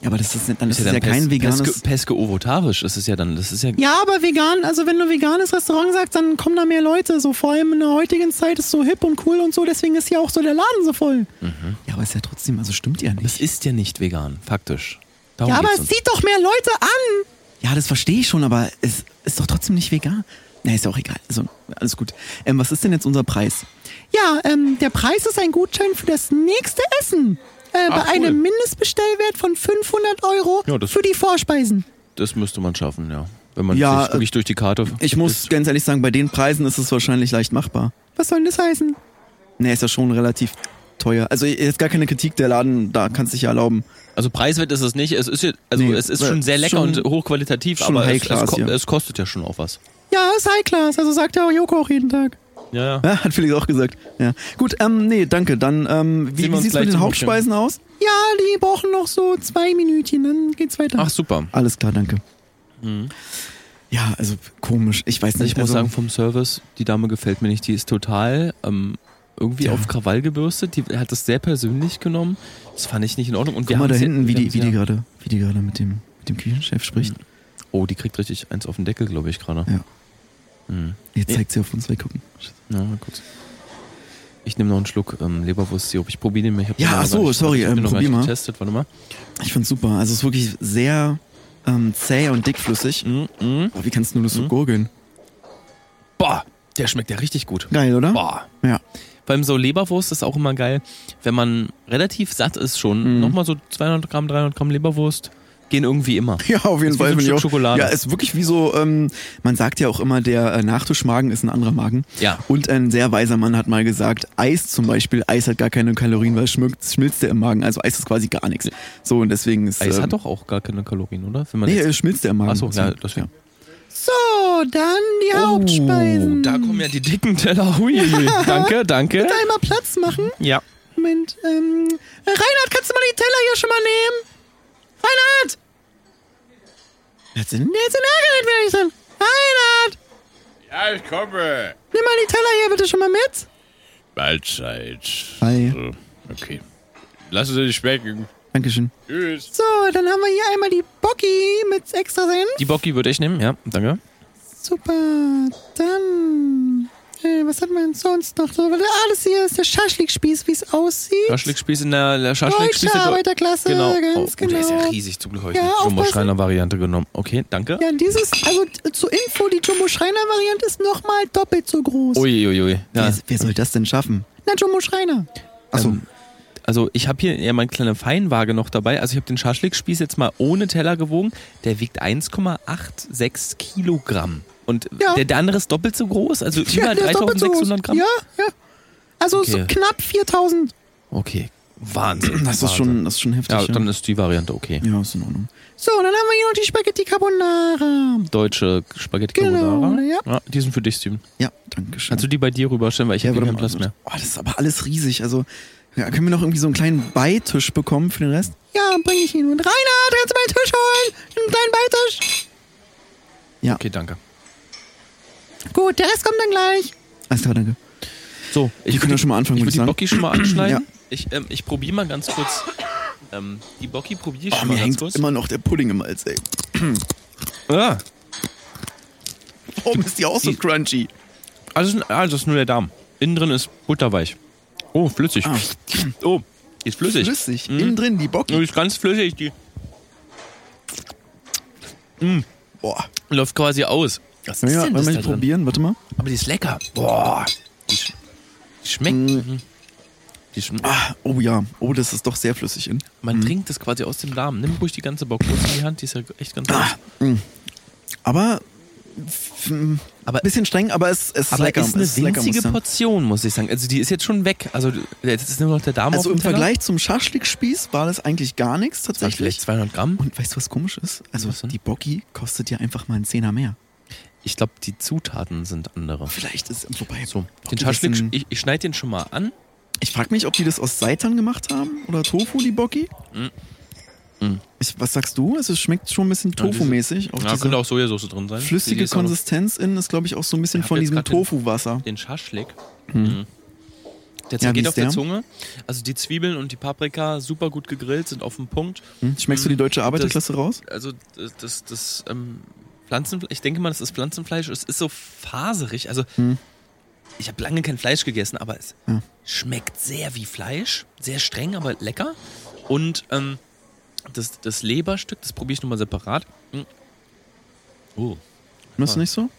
[SPEAKER 4] Ja, aber das ist, nicht- dann ist, das ja
[SPEAKER 3] dann
[SPEAKER 4] kein
[SPEAKER 3] Pes-
[SPEAKER 4] veganes.
[SPEAKER 3] Pesco, Pesco Ovotarisch ist es ja dann. Das ist ja.
[SPEAKER 2] Ja, aber vegan, also wenn du veganes Restaurant sagst, dann kommen da mehr Leute. So vor allem in der heutigen Zeit ist so hip und cool und so, deswegen ist hier auch so der Laden so voll.
[SPEAKER 4] ja, aber ist ja trotzdem, also stimmt ja nicht.
[SPEAKER 3] Das ist ja nicht vegan, faktisch. Darum
[SPEAKER 2] ja, aber
[SPEAKER 3] geht's
[SPEAKER 2] es
[SPEAKER 3] uns.
[SPEAKER 2] zieht doch mehr Leute an.
[SPEAKER 4] Ja, das verstehe ich schon, aber es ist doch trotzdem nicht vegan. Na, ist ja auch egal. Also, alles gut. Ähm, was ist denn jetzt unser Preis?
[SPEAKER 2] Ja, ähm, der Preis ist ein Gutschein für das nächste Essen. Äh, bei
[SPEAKER 3] Ah, cool.
[SPEAKER 2] einem Mindestbestellwert von 500 Euro
[SPEAKER 3] Ja, das-
[SPEAKER 2] für die Vorspeisen.
[SPEAKER 3] das müsste man schaffen, ja. Wenn man
[SPEAKER 4] Ja, äh,
[SPEAKER 3] sich wirklich durch die Karte.
[SPEAKER 4] Ich muss ganz ehrlich sagen, bei den Preisen ist es wahrscheinlich leicht machbar.
[SPEAKER 2] Was soll denn das heißen?
[SPEAKER 4] Nee, ist ja schon relativ teuer. Also jetzt gar keine Kritik, der Laden, da kannst du dich ja erlauben.
[SPEAKER 3] Also preiswert ist es nicht. Es ist, ja- also
[SPEAKER 4] Nee,
[SPEAKER 3] es ist
[SPEAKER 4] weil
[SPEAKER 3] schon sehr lecker
[SPEAKER 4] schon-
[SPEAKER 3] und hochqualitativ,
[SPEAKER 4] schon
[SPEAKER 3] aber
[SPEAKER 4] High
[SPEAKER 3] es,
[SPEAKER 4] Class,
[SPEAKER 3] es, ko
[SPEAKER 4] ja.
[SPEAKER 3] es kostet ja schon auch was.
[SPEAKER 2] Ja, ist High Class, also sagt ja auch Joko auch jeden Tag.
[SPEAKER 3] Ja, ja.
[SPEAKER 4] Ja, hat Felix auch gesagt. Ja. Gut, ähm, nee, danke. Dann, ähm,
[SPEAKER 3] Sehen
[SPEAKER 4] wie,
[SPEAKER 3] wir
[SPEAKER 4] wie
[SPEAKER 3] uns
[SPEAKER 4] sieht's
[SPEAKER 3] gleich
[SPEAKER 4] mit den
[SPEAKER 3] zum
[SPEAKER 4] Hauptspeisen aus?
[SPEAKER 2] Ja, die brauchen noch so zwei Minütchen, dann geht's weiter.
[SPEAKER 3] Ach super.
[SPEAKER 4] Alles klar, danke. Ja, also komisch. Ich weiß
[SPEAKER 3] Also
[SPEAKER 4] nicht.
[SPEAKER 3] ich muss
[SPEAKER 4] also,
[SPEAKER 3] sagen, vom Service, die Dame gefällt mir nicht. Die ist total ähm, irgendwie auf Krawall gebürstet. Die hat das sehr persönlich genommen. Das fand ich nicht in Ordnung. Und wir
[SPEAKER 4] guck mal
[SPEAKER 3] haben
[SPEAKER 4] da
[SPEAKER 3] sie-
[SPEAKER 4] hinten,
[SPEAKER 3] wir
[SPEAKER 4] wie die,
[SPEAKER 3] haben
[SPEAKER 4] wie
[SPEAKER 3] sie
[SPEAKER 4] die
[SPEAKER 3] ja-
[SPEAKER 4] gerade, wie die gerade mit dem, mit dem Küchenchef spricht.
[SPEAKER 3] Oh, die kriegt richtig eins auf den Deckel, glaube ich, gerade.
[SPEAKER 4] Jetzt zeigt sie auf uns weg gucken.
[SPEAKER 3] Ja, mal kurz. Ich nehme noch einen Schluck ähm, Leberwurst-Sirup. Ich probiere den mal. Ich hab
[SPEAKER 4] Ja,
[SPEAKER 3] den noch
[SPEAKER 4] ach so,
[SPEAKER 3] gar nicht-
[SPEAKER 4] sorry,
[SPEAKER 3] ich hab
[SPEAKER 4] ähm,
[SPEAKER 3] den noch gar
[SPEAKER 4] probier
[SPEAKER 3] nicht
[SPEAKER 4] mal.
[SPEAKER 3] Getestet. Warte mal.
[SPEAKER 4] Ich find's super. Also es ist wirklich sehr ähm, zäh und dickflüssig.
[SPEAKER 3] Mm, mm.
[SPEAKER 4] Oh, wie kannst du nur das so gurgeln?
[SPEAKER 3] Boah, der schmeckt ja richtig gut.
[SPEAKER 4] Geil, oder?
[SPEAKER 3] Boah.
[SPEAKER 4] Ja.
[SPEAKER 3] Vor allem so Leberwurst ist auch immer geil, wenn man relativ satt ist
[SPEAKER 4] Mhm.
[SPEAKER 3] schon. Nochmal so 200 Gramm, 300 Gramm Leberwurst gehen irgendwie immer.
[SPEAKER 4] Ja, auf jeden
[SPEAKER 3] Ist wie so
[SPEAKER 4] Fall.
[SPEAKER 3] ein
[SPEAKER 4] bin ich
[SPEAKER 3] Stück
[SPEAKER 4] auch,
[SPEAKER 3] Schokolade.
[SPEAKER 4] Ja, ist wirklich wie so, ähm, man sagt ja auch immer, der äh, Nachtischmagen ist ein anderer Magen.
[SPEAKER 3] Ja.
[SPEAKER 4] Und ein sehr weiser Mann hat mal gesagt, Eis zum Beispiel, Eis hat gar keine Kalorien, weil es schmilzt, schmilzt der im Magen. Also Eis ist quasi gar nichts. So, und deswegen ist...
[SPEAKER 3] Eis
[SPEAKER 4] ähm,
[SPEAKER 3] hat doch auch gar keine Kalorien, oder? Wenn man
[SPEAKER 4] Nee,
[SPEAKER 3] jetzt-
[SPEAKER 4] es schmilzt der im Magen.
[SPEAKER 3] Ach so, ja,
[SPEAKER 4] Deswegen,
[SPEAKER 3] deswegen.
[SPEAKER 2] So, dann die
[SPEAKER 3] Oh.
[SPEAKER 2] Hauptspeisen.
[SPEAKER 3] Da kommen ja die dicken Teller. Hui, hui. danke, danke.
[SPEAKER 2] Da einmal Platz machen.
[SPEAKER 3] Ja.
[SPEAKER 2] Moment, ähm. äh, Reinhard, kannst du mal die Teller hier schon mal nehmen? Reinhard!
[SPEAKER 4] Wer denn?
[SPEAKER 2] Der ist in Ärgernet, werde ich dann. Reinhard!
[SPEAKER 5] Ja, ich komme.
[SPEAKER 2] Nimm mal die Teller hier bitte schon mal mit.
[SPEAKER 5] Mahlzeit.
[SPEAKER 4] Hi.
[SPEAKER 5] So, okay. Lass es dir nicht schmecken.
[SPEAKER 4] Dankeschön.
[SPEAKER 5] Tschüss.
[SPEAKER 2] So, dann haben wir hier einmal die Bocki mit extra Senf.
[SPEAKER 3] Die Bocki würde ich nehmen, ja, danke.
[SPEAKER 2] Super, dann. Äh, was hat man denn sonst noch? So, warte, alles hier ist der Schaschlikspieß, wie es aussieht.
[SPEAKER 3] Schaschlikspieß in der,
[SPEAKER 2] Oh,
[SPEAKER 3] der Schaschlikspieß.
[SPEAKER 2] Deutsche Arbeiterklasse,
[SPEAKER 3] Genau.
[SPEAKER 2] ganz
[SPEAKER 3] oh, Der ist ja
[SPEAKER 2] genau.
[SPEAKER 3] riesig, zum Glück habe ich
[SPEAKER 2] Ja,
[SPEAKER 3] die
[SPEAKER 2] aufpassen.
[SPEAKER 3] Jumbo-Schreiner-Variante genommen. Okay, danke.
[SPEAKER 2] Ja, dieses, also t- zur Info, die Jumbo Schreiner Variante ist nochmal doppelt so groß.
[SPEAKER 3] Uiuiui. Ja.
[SPEAKER 4] Wer, wer soll das denn schaffen?
[SPEAKER 2] Na, Jumbo Schreiner.
[SPEAKER 4] Achso,
[SPEAKER 3] Ähm, also ich habe hier ja meine kleine Feinwaage noch dabei. Also ich habe den Schaschlikspieß jetzt mal ohne Teller gewogen. Der wiegt 1,86 Kilogramm. Und
[SPEAKER 2] Ja.
[SPEAKER 3] der, der andere ist doppelt so groß, also
[SPEAKER 2] Ja,
[SPEAKER 3] über
[SPEAKER 2] der ist doppelt so groß.
[SPEAKER 3] 3600 Gramm.
[SPEAKER 2] Ja, ja. Also so
[SPEAKER 3] Okay.
[SPEAKER 2] knapp 4000.
[SPEAKER 3] Okay, Wahnsinn.
[SPEAKER 4] das ist, schon, das ist schon heftig.
[SPEAKER 3] Ja,
[SPEAKER 4] Ja,
[SPEAKER 3] dann ist die Variante okay.
[SPEAKER 4] ja, ist in Ordnung.
[SPEAKER 2] So, dann haben wir hier noch die Spaghetti Carbonara.
[SPEAKER 3] Deutsche Spaghetti
[SPEAKER 2] Genau,
[SPEAKER 3] Carbonara.
[SPEAKER 2] ja.
[SPEAKER 3] die sind für dich, Steven.
[SPEAKER 4] Ja, Dankeschön.
[SPEAKER 3] Kannst du die bei dir rüberstellen, weil ich habe
[SPEAKER 4] warte
[SPEAKER 3] keinen
[SPEAKER 4] mal.
[SPEAKER 3] Platz mehr.
[SPEAKER 4] Oh, das ist aber alles riesig. Also ja, können wir noch irgendwie so einen kleinen Beitisch bekommen für den Rest?
[SPEAKER 2] Ja, bring ich ihn. Und Reinhard, kannst du meinen Tisch holen? Einen kleinen Beitisch.
[SPEAKER 3] Okay, danke.
[SPEAKER 2] Gut, der Rest kommt dann gleich.
[SPEAKER 4] Alles klar, danke.
[SPEAKER 3] So, ich
[SPEAKER 4] können
[SPEAKER 3] würd
[SPEAKER 4] ja schon mal anfangen,
[SPEAKER 3] Ich
[SPEAKER 4] würd
[SPEAKER 3] würde
[SPEAKER 4] ich
[SPEAKER 3] die
[SPEAKER 4] sagen.
[SPEAKER 3] Bocki schon mal anschneiden.
[SPEAKER 4] Ja.
[SPEAKER 3] Ich, ähm, ich probiere mal ganz kurz. Ähm, die Bocki probiere ich
[SPEAKER 4] Oh,
[SPEAKER 3] schon mal
[SPEAKER 4] mir
[SPEAKER 3] ganz
[SPEAKER 4] hängt
[SPEAKER 3] kurz.
[SPEAKER 4] immer noch der Pudding im Hals, ey.
[SPEAKER 3] Ah,
[SPEAKER 4] Warum ist die auch so
[SPEAKER 3] Die-
[SPEAKER 4] crunchy?
[SPEAKER 3] also, also ist nur der Darm. Innen drin ist butterweich. Oh, flüssig.
[SPEAKER 4] Ah.
[SPEAKER 3] Oh, die ist flüssig.
[SPEAKER 4] Flüssig.
[SPEAKER 3] Mhm.
[SPEAKER 4] Innen drin die
[SPEAKER 3] Die
[SPEAKER 4] Bocki.
[SPEAKER 3] ist ganz flüssig. Die
[SPEAKER 4] Boah.
[SPEAKER 3] läuft quasi aus. Was
[SPEAKER 4] Ja, ja, wollen wir die
[SPEAKER 3] drin?
[SPEAKER 4] probieren? Warte mal.
[SPEAKER 3] Aber die ist lecker. Boah. Die, sch die schmeckt.
[SPEAKER 4] Mm.
[SPEAKER 3] Mhm. Die schm
[SPEAKER 4] Ah, oh ja. Oh, das ist doch sehr flüssig in.
[SPEAKER 3] Man trinkt das quasi aus dem Darm. Nimm ruhig die ganze Bockwurst in die Hand. Die ist ja echt ganz
[SPEAKER 4] Ah,
[SPEAKER 3] groß.
[SPEAKER 4] Aber
[SPEAKER 3] Aber
[SPEAKER 4] ein bisschen streng, aber es, es ist
[SPEAKER 3] Aber
[SPEAKER 4] lecker.
[SPEAKER 3] ist eine
[SPEAKER 4] es ist lecker, muss
[SPEAKER 3] winzige
[SPEAKER 4] ich sagen.
[SPEAKER 3] Portion, muss ich sagen. Also die ist jetzt schon weg. Also jetzt ist nur noch der Darm
[SPEAKER 4] Also
[SPEAKER 3] auf dem
[SPEAKER 4] im
[SPEAKER 3] Teller.
[SPEAKER 4] Vergleich zum Schaschlikspieß war das eigentlich gar nichts
[SPEAKER 3] Dann vielleicht
[SPEAKER 4] tatsächlich.
[SPEAKER 3] 200 Gramm.
[SPEAKER 4] Und weißt du, was komisch ist? Also
[SPEAKER 3] Was denn?
[SPEAKER 4] die Bocki kostet ja einfach mal einen Zehner mehr.
[SPEAKER 3] Ich glaube, die Zutaten sind andere.
[SPEAKER 4] Vielleicht ist es vorbei.
[SPEAKER 3] So,
[SPEAKER 4] Ob
[SPEAKER 3] den
[SPEAKER 4] die das
[SPEAKER 3] Schaschlik,
[SPEAKER 4] in-
[SPEAKER 3] ich, ich schneide den schon mal an.
[SPEAKER 4] Ich frage mich, ob die das aus Seitan gemacht haben oder Tofu, die Bocki. Ich, was sagst du? Also, es schmeckt schon ein bisschen
[SPEAKER 3] Mm. diese-
[SPEAKER 4] Tofu-mäßig. Auch
[SPEAKER 3] Da
[SPEAKER 4] diese
[SPEAKER 3] könnte auch Sojasauce drin sein. Die
[SPEAKER 4] flüssige
[SPEAKER 3] ist auch noch-
[SPEAKER 4] Konsistenz innen ist, glaube ich, auch so ein bisschen
[SPEAKER 3] Ich hab
[SPEAKER 4] von
[SPEAKER 3] jetzt
[SPEAKER 4] diesem
[SPEAKER 3] grad den-
[SPEAKER 4] Tofu-Wasser.
[SPEAKER 3] Den Schaschlik. Mhm. Der
[SPEAKER 4] Hm. Ja, wie
[SPEAKER 3] zergeht
[SPEAKER 4] ist
[SPEAKER 3] auf der
[SPEAKER 4] der?
[SPEAKER 3] Zunge. Also die Zwiebeln und die Paprika super gut gegrillt, sind auf dem Punkt.
[SPEAKER 4] Hm? Schmeckst du
[SPEAKER 3] Mm.
[SPEAKER 4] die deutsche Arbeiterklasse raus?
[SPEAKER 3] Also das, das, das ähm, Pflanzenfleisch, ich denke mal, das ist Pflanzenfleisch. Es ist so faserig. Also ich habe lange kein Fleisch gegessen, aber es
[SPEAKER 4] Ja.
[SPEAKER 3] schmeckt sehr wie Fleisch. Sehr streng, aber lecker. Und ähm, das, das Leberstück, das probiere ich nochmal separat. Hm. Oh.
[SPEAKER 4] Machst du nicht so?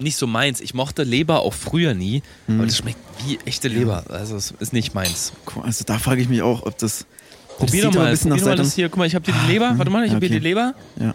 [SPEAKER 3] Nicht so meins. Ich mochte Leber auch früher nie, aber das schmeckt wie echte Leber. Also es ist nicht meins.
[SPEAKER 4] Guck, Also da frage ich mich auch, ob das.
[SPEAKER 3] Probier
[SPEAKER 4] das
[SPEAKER 3] doch
[SPEAKER 4] sieht aber
[SPEAKER 3] mal,
[SPEAKER 4] ein
[SPEAKER 3] probier
[SPEAKER 4] bisschen nach
[SPEAKER 3] doch mal
[SPEAKER 4] Seitan.
[SPEAKER 3] das hier. Guck mal, ich habe hier die Leber. Warte mal, ich habe
[SPEAKER 4] Okay.
[SPEAKER 3] hier die Leber.
[SPEAKER 4] Ja.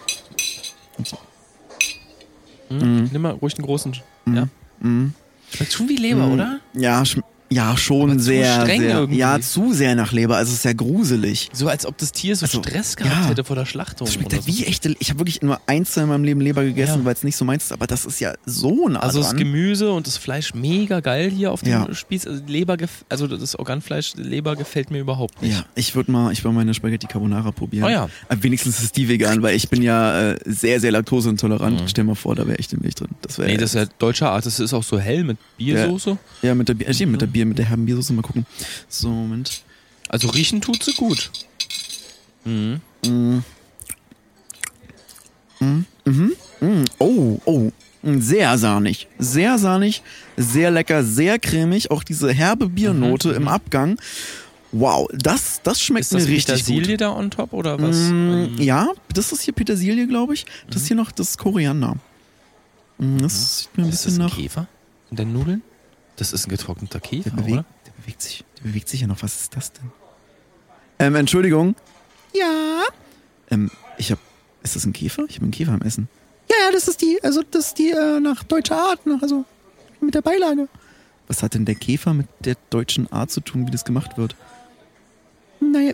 [SPEAKER 3] Hm, Nimm mal ruhig einen großen. Ja.
[SPEAKER 4] Mhm.
[SPEAKER 3] Schmeckt schon wie Leber,
[SPEAKER 4] Mhm.
[SPEAKER 3] oder?
[SPEAKER 4] Ja, schm- ja, schon sehr.
[SPEAKER 3] streng
[SPEAKER 4] sehr
[SPEAKER 3] irgendwie.
[SPEAKER 4] Ja, zu sehr nach Leber. Also es ist sehr gruselig.
[SPEAKER 3] So als ob das Tier so
[SPEAKER 4] Also,
[SPEAKER 3] Stress gehabt
[SPEAKER 4] ja.
[SPEAKER 3] hätte vor der Schlachtung.
[SPEAKER 4] Das schmeckt
[SPEAKER 3] oder
[SPEAKER 4] halt wie echte. Ich habe wirklich nur ein, zwei in meinem Leben Leber gegessen,
[SPEAKER 3] Oh, Ja.
[SPEAKER 4] weil es nicht so meins ist. Aber das ist ja so nah
[SPEAKER 3] Also das
[SPEAKER 4] dran.
[SPEAKER 3] Gemüse und das Fleisch mega geil hier auf dem
[SPEAKER 4] Ja.
[SPEAKER 3] Spieß. Also, die Leber, gef- also das Organfleisch, die Leber gefällt mir überhaupt nicht.
[SPEAKER 4] Ja, ich würde mal, ich würde meine Spaghetti Carbonara probieren.
[SPEAKER 3] Oh ja.
[SPEAKER 4] Aber wenigstens ist die vegan, weil ich bin ja äh, sehr, sehr laktoseintolerant. Stell mal vor, da wäre echte Milch drin. Das halt wäre
[SPEAKER 3] Mhm. Nee, das ist ja deutscher Art. Das ist auch so hell mit Biersoße. Mhm.
[SPEAKER 4] ja mit der Bier, äh, stimmt, mit der Bier, mit der herben Biersoße mal gucken. So Moment.
[SPEAKER 3] Also riechen tut sie gut.
[SPEAKER 4] Mm, oh, oh, Mm, sehr sahnig, sehr sahnig, sehr lecker, sehr cremig. Auch diese herbe Biernote im Abgang. Wow, das, das schmeckt
[SPEAKER 3] Mhm, Ist das
[SPEAKER 4] mir richtig
[SPEAKER 3] Petersilie
[SPEAKER 4] gut.
[SPEAKER 3] da on top oder was?
[SPEAKER 4] Mm,
[SPEAKER 3] Ähm, Mhm.
[SPEAKER 4] ja, das ist hier Petersilie, glaube ich. Das hier noch, das ist Koriander. Mm, Das sieht mir ein
[SPEAKER 3] Ist das
[SPEAKER 4] bisschen
[SPEAKER 3] ein
[SPEAKER 4] nach
[SPEAKER 3] Käfer in den Nudeln? Das ist ein getrockneter Käfer,
[SPEAKER 4] Der, bewegt,
[SPEAKER 3] oder?
[SPEAKER 4] der bewegt sich. Der bewegt sich ja noch. Was ist das denn? Ähm, Entschuldigung.
[SPEAKER 2] Ja,
[SPEAKER 4] Ähm, ich hab. Ist das ein Käfer? Ich habe einen Käfer am Essen.
[SPEAKER 2] ja, ja, das ist die, also das ist die äh, nach deutscher Art, nach, also mit der Beilage.
[SPEAKER 4] Was hat denn der Käfer mit der deutschen Art zu tun, wie das gemacht wird?
[SPEAKER 2] Naja,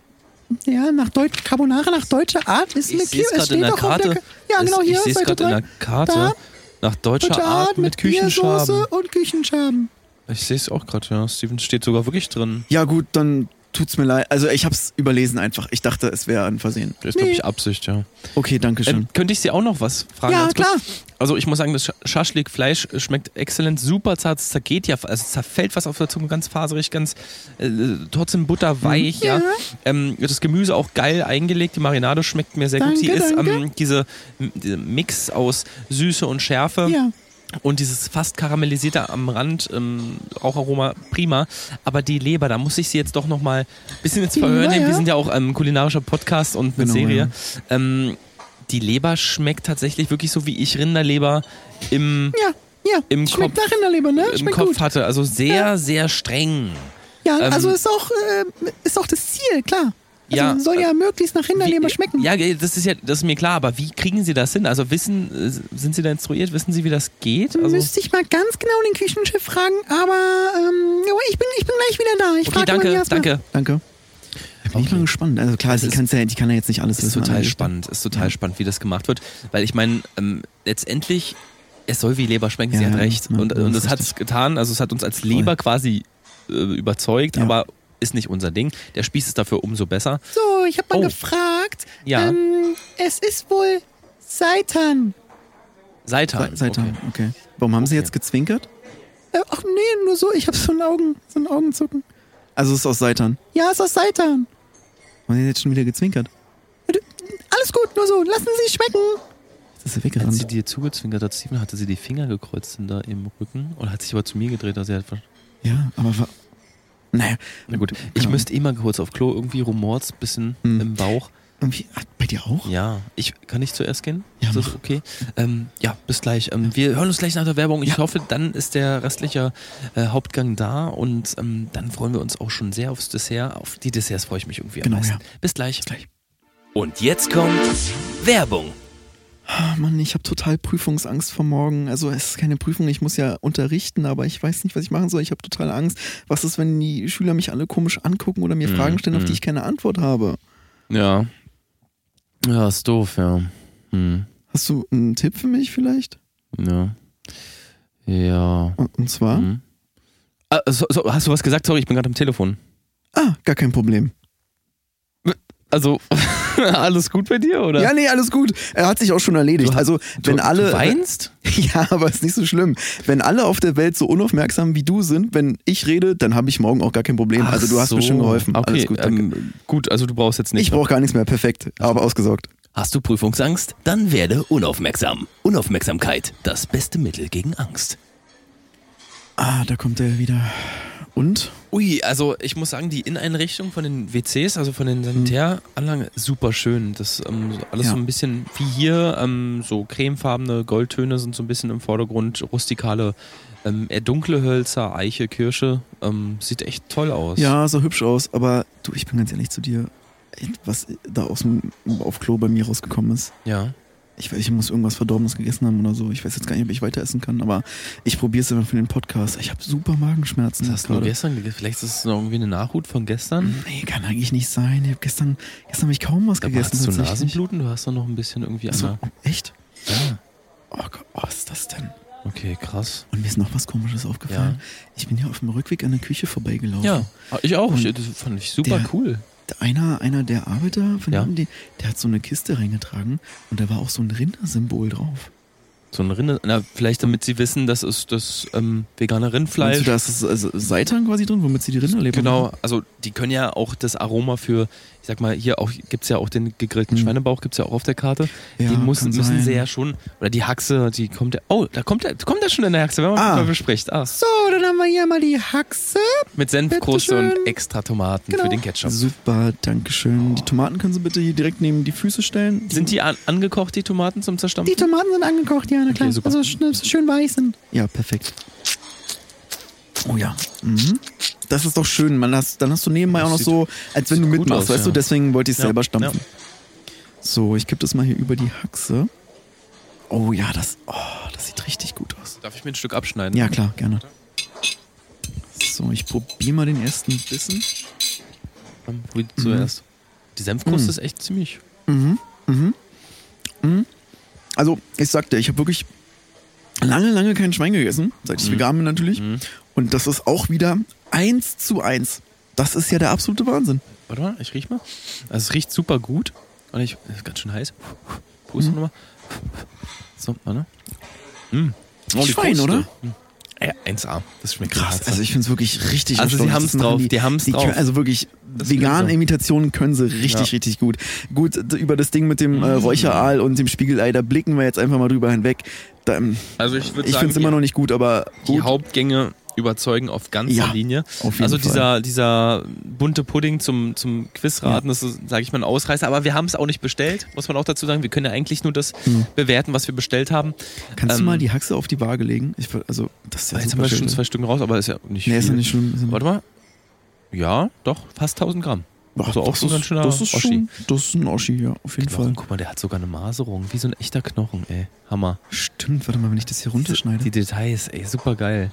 [SPEAKER 2] ja, nach Deutsch, Carbonara nach deutscher Art ist eine
[SPEAKER 3] Ich sehe
[SPEAKER 2] Kiel.
[SPEAKER 3] es gerade in der Karte.
[SPEAKER 2] ja, genau
[SPEAKER 3] Es-
[SPEAKER 2] hier,
[SPEAKER 3] Ich sehe es
[SPEAKER 2] Seite
[SPEAKER 3] gerade in der
[SPEAKER 2] 3.
[SPEAKER 3] Karte.
[SPEAKER 2] Da.
[SPEAKER 3] Nach deutscher,
[SPEAKER 2] Deutsche
[SPEAKER 3] Art, mit Küchenschaben.
[SPEAKER 2] Biersoße und Küchenschaben.
[SPEAKER 3] Ich sehe es auch gerade, ja. Steven steht sogar wirklich drin.
[SPEAKER 4] Ja, gut, dann tut's mir leid. Also, ich hab's überlesen einfach. Ich dachte, es wäre ein Versehen.
[SPEAKER 3] Das ist, glaube
[SPEAKER 2] Nee.
[SPEAKER 3] ich, Absicht, ja.
[SPEAKER 4] Okay, danke schön.
[SPEAKER 3] Ähm, könnte ich Sie auch noch was fragen?
[SPEAKER 2] Ja,
[SPEAKER 3] ganz kurz?
[SPEAKER 2] klar.
[SPEAKER 3] Also ich muss sagen, das Sch- Schaschlik-Fleisch schmeckt exzellent, super zart, es zergeht ja, also es zerfällt was auf der Zunge, ganz faserig, ganz äh, trotzdem butterweich, ja.
[SPEAKER 2] Mhm. Ja.
[SPEAKER 3] Ähm, das Gemüse auch geil eingelegt, die Marinade schmeckt mir sehr gut. Sie
[SPEAKER 2] Danke,
[SPEAKER 3] ist
[SPEAKER 2] danke.
[SPEAKER 3] ähm, diese, diese Mix aus Süße und Schärfe
[SPEAKER 2] Ja.
[SPEAKER 3] und dieses fast karamellisierte am Rand, ähm, Raucharoma, prima. Aber die Leber, da muss ich sie jetzt doch nochmal ein bisschen ins
[SPEAKER 2] Die
[SPEAKER 3] Verhör
[SPEAKER 2] Leber,
[SPEAKER 3] nehmen. Wir
[SPEAKER 2] ja.
[SPEAKER 3] sind ja auch ähm, kulinarischer Podcast und mit
[SPEAKER 4] Genau,
[SPEAKER 3] Serie. Ähm, die Leber schmeckt tatsächlich wirklich so, wie ich Rinderleber im,
[SPEAKER 2] Ja, ja.
[SPEAKER 3] Im
[SPEAKER 2] Schmeckt
[SPEAKER 3] Kopf-
[SPEAKER 2] nach Rinderleber, ne?
[SPEAKER 3] im
[SPEAKER 2] Schmeckt
[SPEAKER 3] Kopf
[SPEAKER 2] gut.
[SPEAKER 3] hatte. Also sehr,
[SPEAKER 2] Ja.
[SPEAKER 3] sehr streng.
[SPEAKER 2] Ja,
[SPEAKER 3] ähm,
[SPEAKER 2] also ist auch, äh, ist auch das Ziel, klar. Also
[SPEAKER 3] Ja,
[SPEAKER 2] soll ja möglichst nach Rinderleber
[SPEAKER 3] Wie-
[SPEAKER 2] schmecken.
[SPEAKER 3] Ja, das ist ja, das ist mir klar, aber wie kriegen Sie das hin? Also wissen, äh, sind Sie da instruiert? Wissen Sie, wie das geht? Also,
[SPEAKER 2] Müsste Hm, ich mal ganz genau den Küchenchef fragen, aber ähm, aber ich, bin, ich bin gleich wieder da. Ich
[SPEAKER 3] okay,
[SPEAKER 2] frage mal
[SPEAKER 3] danke,
[SPEAKER 2] erst mal.
[SPEAKER 3] danke.
[SPEAKER 4] danke. Ich bin nicht mal gespannt. Also, klar, sie
[SPEAKER 3] ist-
[SPEAKER 4] kann's ja, die kann ja jetzt nicht alles
[SPEAKER 3] ist
[SPEAKER 4] wissen.
[SPEAKER 3] total
[SPEAKER 4] Angelegt.
[SPEAKER 3] spannend, ist total spannend, wie das gemacht wird, weil ich meine, ähm, letztendlich es soll wie Leber schmecken, sie
[SPEAKER 4] Ja,
[SPEAKER 3] hat
[SPEAKER 4] ja,
[SPEAKER 3] recht
[SPEAKER 4] ja,
[SPEAKER 3] und,
[SPEAKER 4] ja,
[SPEAKER 3] und
[SPEAKER 4] das
[SPEAKER 3] das
[SPEAKER 4] ist
[SPEAKER 3] hat es getan, also es hat uns als Leber quasi äh, überzeugt,
[SPEAKER 4] Ja.
[SPEAKER 3] aber ist nicht unser Ding. Der Spieß ist dafür umso besser.
[SPEAKER 2] So, ich habe mal
[SPEAKER 3] Oh.
[SPEAKER 2] gefragt.
[SPEAKER 3] Ja.
[SPEAKER 2] Ähm, es ist wohl Seitan.
[SPEAKER 3] Seitan.
[SPEAKER 4] Se- Seitan, okay. Warum haben sie jetzt gezwinkert?
[SPEAKER 2] Äh, ach nee, nur so, ich habe so ein Augen, so ein Augenzucken.
[SPEAKER 4] Also, es ist aus Seitan.
[SPEAKER 2] Ja, es ist aus Seitan.
[SPEAKER 4] Haben sie jetzt schon wieder gezwinkert?
[SPEAKER 2] Alles gut, nur so. Lassen Sie es schmecken.
[SPEAKER 3] Okay.
[SPEAKER 4] Jetzt ist er
[SPEAKER 3] Als sie
[SPEAKER 4] weggerannt.
[SPEAKER 3] dir zugezwinkert hat, Steven, hatte sie die Finger gekreuzt in da im Rücken oder hat sich aber zu mir gedreht, also sie hat ver-
[SPEAKER 4] Ja, aber. wa- Naja,
[SPEAKER 3] Na gut, ich
[SPEAKER 4] Genau.
[SPEAKER 3] müsste immer kurz auf Klo, irgendwie rumort's bisschen
[SPEAKER 4] Hm.
[SPEAKER 3] im Bauch.
[SPEAKER 4] irgendwie. ah, Bei dir auch?
[SPEAKER 3] Ja, ich kann ich zuerst gehen?
[SPEAKER 4] Ja,
[SPEAKER 3] Ist das
[SPEAKER 4] mach.
[SPEAKER 3] okay. Ähm, ja, bis gleich. Ähm, wir hören uns gleich nach der Werbung. Ich hoffe, dann ist der restliche äh, Hauptgang da und ähm, dann freuen wir uns auch schon sehr aufs Dessert. Auf die Desserts freue ich mich irgendwie
[SPEAKER 4] Genau,
[SPEAKER 3] am meisten.
[SPEAKER 4] ja.
[SPEAKER 3] Bis gleich. Bis gleich.
[SPEAKER 1] Und jetzt kommt Werbung.
[SPEAKER 4] Ah, Mann, ich habe total Prüfungsangst vor morgen. Also es ist keine Prüfung, ich muss ja unterrichten, aber ich weiß nicht, was ich machen soll. Ich habe total Angst. Was ist, wenn die Schüler mich alle komisch angucken oder mir
[SPEAKER 3] Mhm,
[SPEAKER 4] Fragen stellen, auf die ich keine Antwort habe?
[SPEAKER 3] Ja. Ja, ist doof, ja. Hm,
[SPEAKER 4] Hast du einen Tipp für mich vielleicht?
[SPEAKER 3] Ja. Ja.
[SPEAKER 4] Und und zwar?
[SPEAKER 3] Mhm. Ah, so, so, hast du was gesagt? Sorry, ich bin gerade am Telefon.
[SPEAKER 4] Ah, gar kein Problem.
[SPEAKER 3] Also, alles gut bei dir, oder?
[SPEAKER 4] Ja, nee, alles gut. Er hat sich auch schon erledigt. also, wenn alle.
[SPEAKER 3] Du weinst?
[SPEAKER 4] Ja, aber ist nicht so schlimm. Wenn alle auf der Welt so unaufmerksam wie du sind, wenn ich rede, dann habe ich morgen auch gar kein Problem. also du hast mir schon geholfen.
[SPEAKER 3] Okay,
[SPEAKER 4] Alles gut, danke.
[SPEAKER 3] Ähm, gut, also du brauchst jetzt nicht.
[SPEAKER 4] ich brauche gar nichts mehr. Perfekt. Aber ausgesorgt.
[SPEAKER 1] Hast du Prüfungsangst? Dann werde unaufmerksam. Unaufmerksamkeit, das beste Mittel gegen Angst.
[SPEAKER 4] Ah, da kommt er wieder. Und?
[SPEAKER 3] Ui, also ich muss sagen, die Inneneinrichtung von den WCs, also von den Sanitäranlagen, super schön. Das ähm, so alles
[SPEAKER 4] Hm. Ja.
[SPEAKER 3] so ein bisschen wie hier, ähm, so cremefarbene Goldtöne sind so ein bisschen im Vordergrund, rustikale, ähm, eher dunkle Hölzer, Eiche, Kirsche. Ähm, sieht echt toll aus.
[SPEAKER 4] Ja, sah hübsch aus, aber du, ich bin ganz ehrlich zu dir. Ey, Was da aus dem auf Klo bei mir rausgekommen ist.
[SPEAKER 3] Ja.
[SPEAKER 4] Ich weiß, ich muss irgendwas Verdorbenes gegessen haben oder so. Ich weiß jetzt gar nicht, ob ich weiter essen kann, aber ich probiere es einfach für den Podcast. Ich habe super Magenschmerzen.
[SPEAKER 3] Das hast du
[SPEAKER 4] gerade. Mhm.
[SPEAKER 3] nur gestern gegessen. Vielleicht ist es noch irgendwie eine Nachhut von gestern.
[SPEAKER 4] Nee, kann eigentlich nicht sein. Ich hab gestern, gestern habe ich kaum was
[SPEAKER 3] Da
[SPEAKER 4] gegessen.
[SPEAKER 3] hast du
[SPEAKER 4] tatsächlich.
[SPEAKER 3] Nasenbluten, du hast doch noch ein bisschen irgendwie an
[SPEAKER 4] Achso,
[SPEAKER 3] der...
[SPEAKER 4] echt?
[SPEAKER 3] Ja.
[SPEAKER 4] Oh Gott, was ist das denn?
[SPEAKER 3] Okay, krass.
[SPEAKER 4] Und mir ist noch was Komisches aufgefallen. Ich bin hier auf dem Rückweg an der Küche vorbeigelaufen.
[SPEAKER 3] Ja, Ah, ich auch.
[SPEAKER 4] Und
[SPEAKER 3] Ich, das fand ich super
[SPEAKER 4] der-
[SPEAKER 3] cool.
[SPEAKER 4] Einer, einer der Arbeiter von
[SPEAKER 3] Ja.
[SPEAKER 4] hinten, die, der hat so eine Kiste reingetragen und da war auch so ein Rindersymbol drauf.
[SPEAKER 3] So ein Rinder, na, vielleicht damit sie wissen, das ist das ähm, vegane
[SPEAKER 4] Meinst du,
[SPEAKER 3] Rindfleisch.
[SPEAKER 4] da ist das, also Seitan quasi drin, womit sie die Rinderleber
[SPEAKER 3] Genau, also die können ja auch das Aroma für, ich sag mal, hier auch gibt's ja auch den gegrillten
[SPEAKER 4] Hm.
[SPEAKER 3] Schweinebauch, gibt's ja auch auf der Karte.
[SPEAKER 4] Ja,
[SPEAKER 3] den müssen,
[SPEAKER 4] kann
[SPEAKER 3] müssen sie
[SPEAKER 4] sein.
[SPEAKER 3] ja schon, oder die Haxe, die kommt ja, oh, da kommt der, kommt der schon in der Haxe, wenn man
[SPEAKER 4] Ah.
[SPEAKER 3] darüber spricht. Ah,
[SPEAKER 2] So, dann haben wir hier mal die Haxe.
[SPEAKER 3] mit Senfkruste und
[SPEAKER 2] Bitteschön.
[SPEAKER 3] extra Tomaten für
[SPEAKER 2] Genau.
[SPEAKER 3] den Ketchup.
[SPEAKER 4] Super, Dankeschön. Die Tomaten können Sie bitte hier direkt neben die Füße stellen.
[SPEAKER 3] Oh. Sind die an, angekocht, die Tomaten zum Zerstampfen?
[SPEAKER 2] Die Tomaten sind angekocht, ja, na klar.
[SPEAKER 3] super.
[SPEAKER 2] also schön, schön weich sind.
[SPEAKER 4] Ja, perfekt. Oh ja. Mhm. Das ist doch schön. Man hast, dann hast du nebenbei
[SPEAKER 3] Das
[SPEAKER 4] auch noch
[SPEAKER 3] sieht-
[SPEAKER 4] so, als wenn du
[SPEAKER 3] sieht gut
[SPEAKER 4] mitmachst,
[SPEAKER 3] aus,
[SPEAKER 4] weißt du?
[SPEAKER 3] ja.
[SPEAKER 4] Deswegen wollte ich es
[SPEAKER 3] Ja,
[SPEAKER 4] selber stampfen. So, ich kipp das mal hier über die Haxe. Oh ja, das, oh, das sieht richtig gut aus.
[SPEAKER 3] Darf ich mir ein Stück abschneiden?
[SPEAKER 4] Ja, klar, gerne. So, ich probiere mal den ersten Bissen.
[SPEAKER 3] Ähm, Wie zuerst. Die Senfkruste
[SPEAKER 4] Mhm.
[SPEAKER 3] ist echt ziemlich.
[SPEAKER 4] Mhm, mhm. mhm. Also, ich sagte, ich habe wirklich lange, lange kein Schwein gegessen, seit
[SPEAKER 3] Mhm.
[SPEAKER 4] ich vegan bin natürlich. Und das ist auch wieder eins zu eins. Das ist ja der absolute Wahnsinn.
[SPEAKER 3] Warte mal, ich riech mal. Also es riecht super gut. Und ich. Das ist ganz schön heiß. Puste nochmal. So, warte. Mm. die
[SPEAKER 4] Schwein,
[SPEAKER 3] Kruste.
[SPEAKER 4] oder?
[SPEAKER 3] Mm. Ja, 1A. Das schmeckt
[SPEAKER 4] Krass.
[SPEAKER 3] krass.
[SPEAKER 4] Also ich finde es wirklich richtig
[SPEAKER 3] Also sie
[SPEAKER 4] erstaunlich.
[SPEAKER 3] haben's
[SPEAKER 4] Das machen
[SPEAKER 3] drauf, die haben's drauf.
[SPEAKER 4] können- Also wirklich,
[SPEAKER 3] klingt
[SPEAKER 4] vegane
[SPEAKER 3] so.
[SPEAKER 4] Imitationen können sie richtig,
[SPEAKER 3] Ja. Mhm.
[SPEAKER 4] richtig gut. Gut, d- über das Ding mit dem äh, Räucheraal und dem Spiegelei, da blicken wir jetzt einfach mal drüber hinweg. Da, ähm,
[SPEAKER 3] Also ich würde
[SPEAKER 4] ich finde es immer noch nicht gut, aber
[SPEAKER 3] die
[SPEAKER 4] gut.
[SPEAKER 3] Hauptgänge überzeugen auf ganzer
[SPEAKER 4] Ja,
[SPEAKER 3] Linie.
[SPEAKER 4] auf jeden
[SPEAKER 3] also
[SPEAKER 4] Fall.
[SPEAKER 3] dieser dieser bunte Pudding zum zum Quizraten, das ist sage ich mal ein Ausreißer, aber wir haben es auch nicht bestellt, muss man auch dazu sagen, wir können ja eigentlich nur das
[SPEAKER 4] Mhm.
[SPEAKER 3] bewerten, was wir bestellt haben.
[SPEAKER 4] Kannst du
[SPEAKER 3] ähm, Ah,
[SPEAKER 4] mal die Haxe auf die Waage legen? Ich, wür- also, das ist ja
[SPEAKER 3] Jetzt haben
[SPEAKER 4] super
[SPEAKER 3] wir schon
[SPEAKER 4] schön.
[SPEAKER 3] zwei Stücken raus, aber ist ja nicht
[SPEAKER 4] Nee,
[SPEAKER 3] viel.
[SPEAKER 4] ist ja nicht schlimm. Ist ja nicht
[SPEAKER 3] Warte mal. Ja, doch, fast 1000 Gramm.
[SPEAKER 4] Boah,
[SPEAKER 3] Also auch
[SPEAKER 4] das
[SPEAKER 3] so ein
[SPEAKER 4] ist-
[SPEAKER 3] ganz schöner
[SPEAKER 4] das ist
[SPEAKER 3] Oschi. Genau.
[SPEAKER 4] schon, Das ist ein Oschi, ja, auf jeden
[SPEAKER 3] Knochen,
[SPEAKER 4] Fall.
[SPEAKER 3] guck mal, der hat sogar eine Maserung, wie so ein echter Knochen, ey. Hammer.
[SPEAKER 4] Stimmt, warte mal, wenn ich das hier runterschneide.
[SPEAKER 3] Die Details, ey, super geil.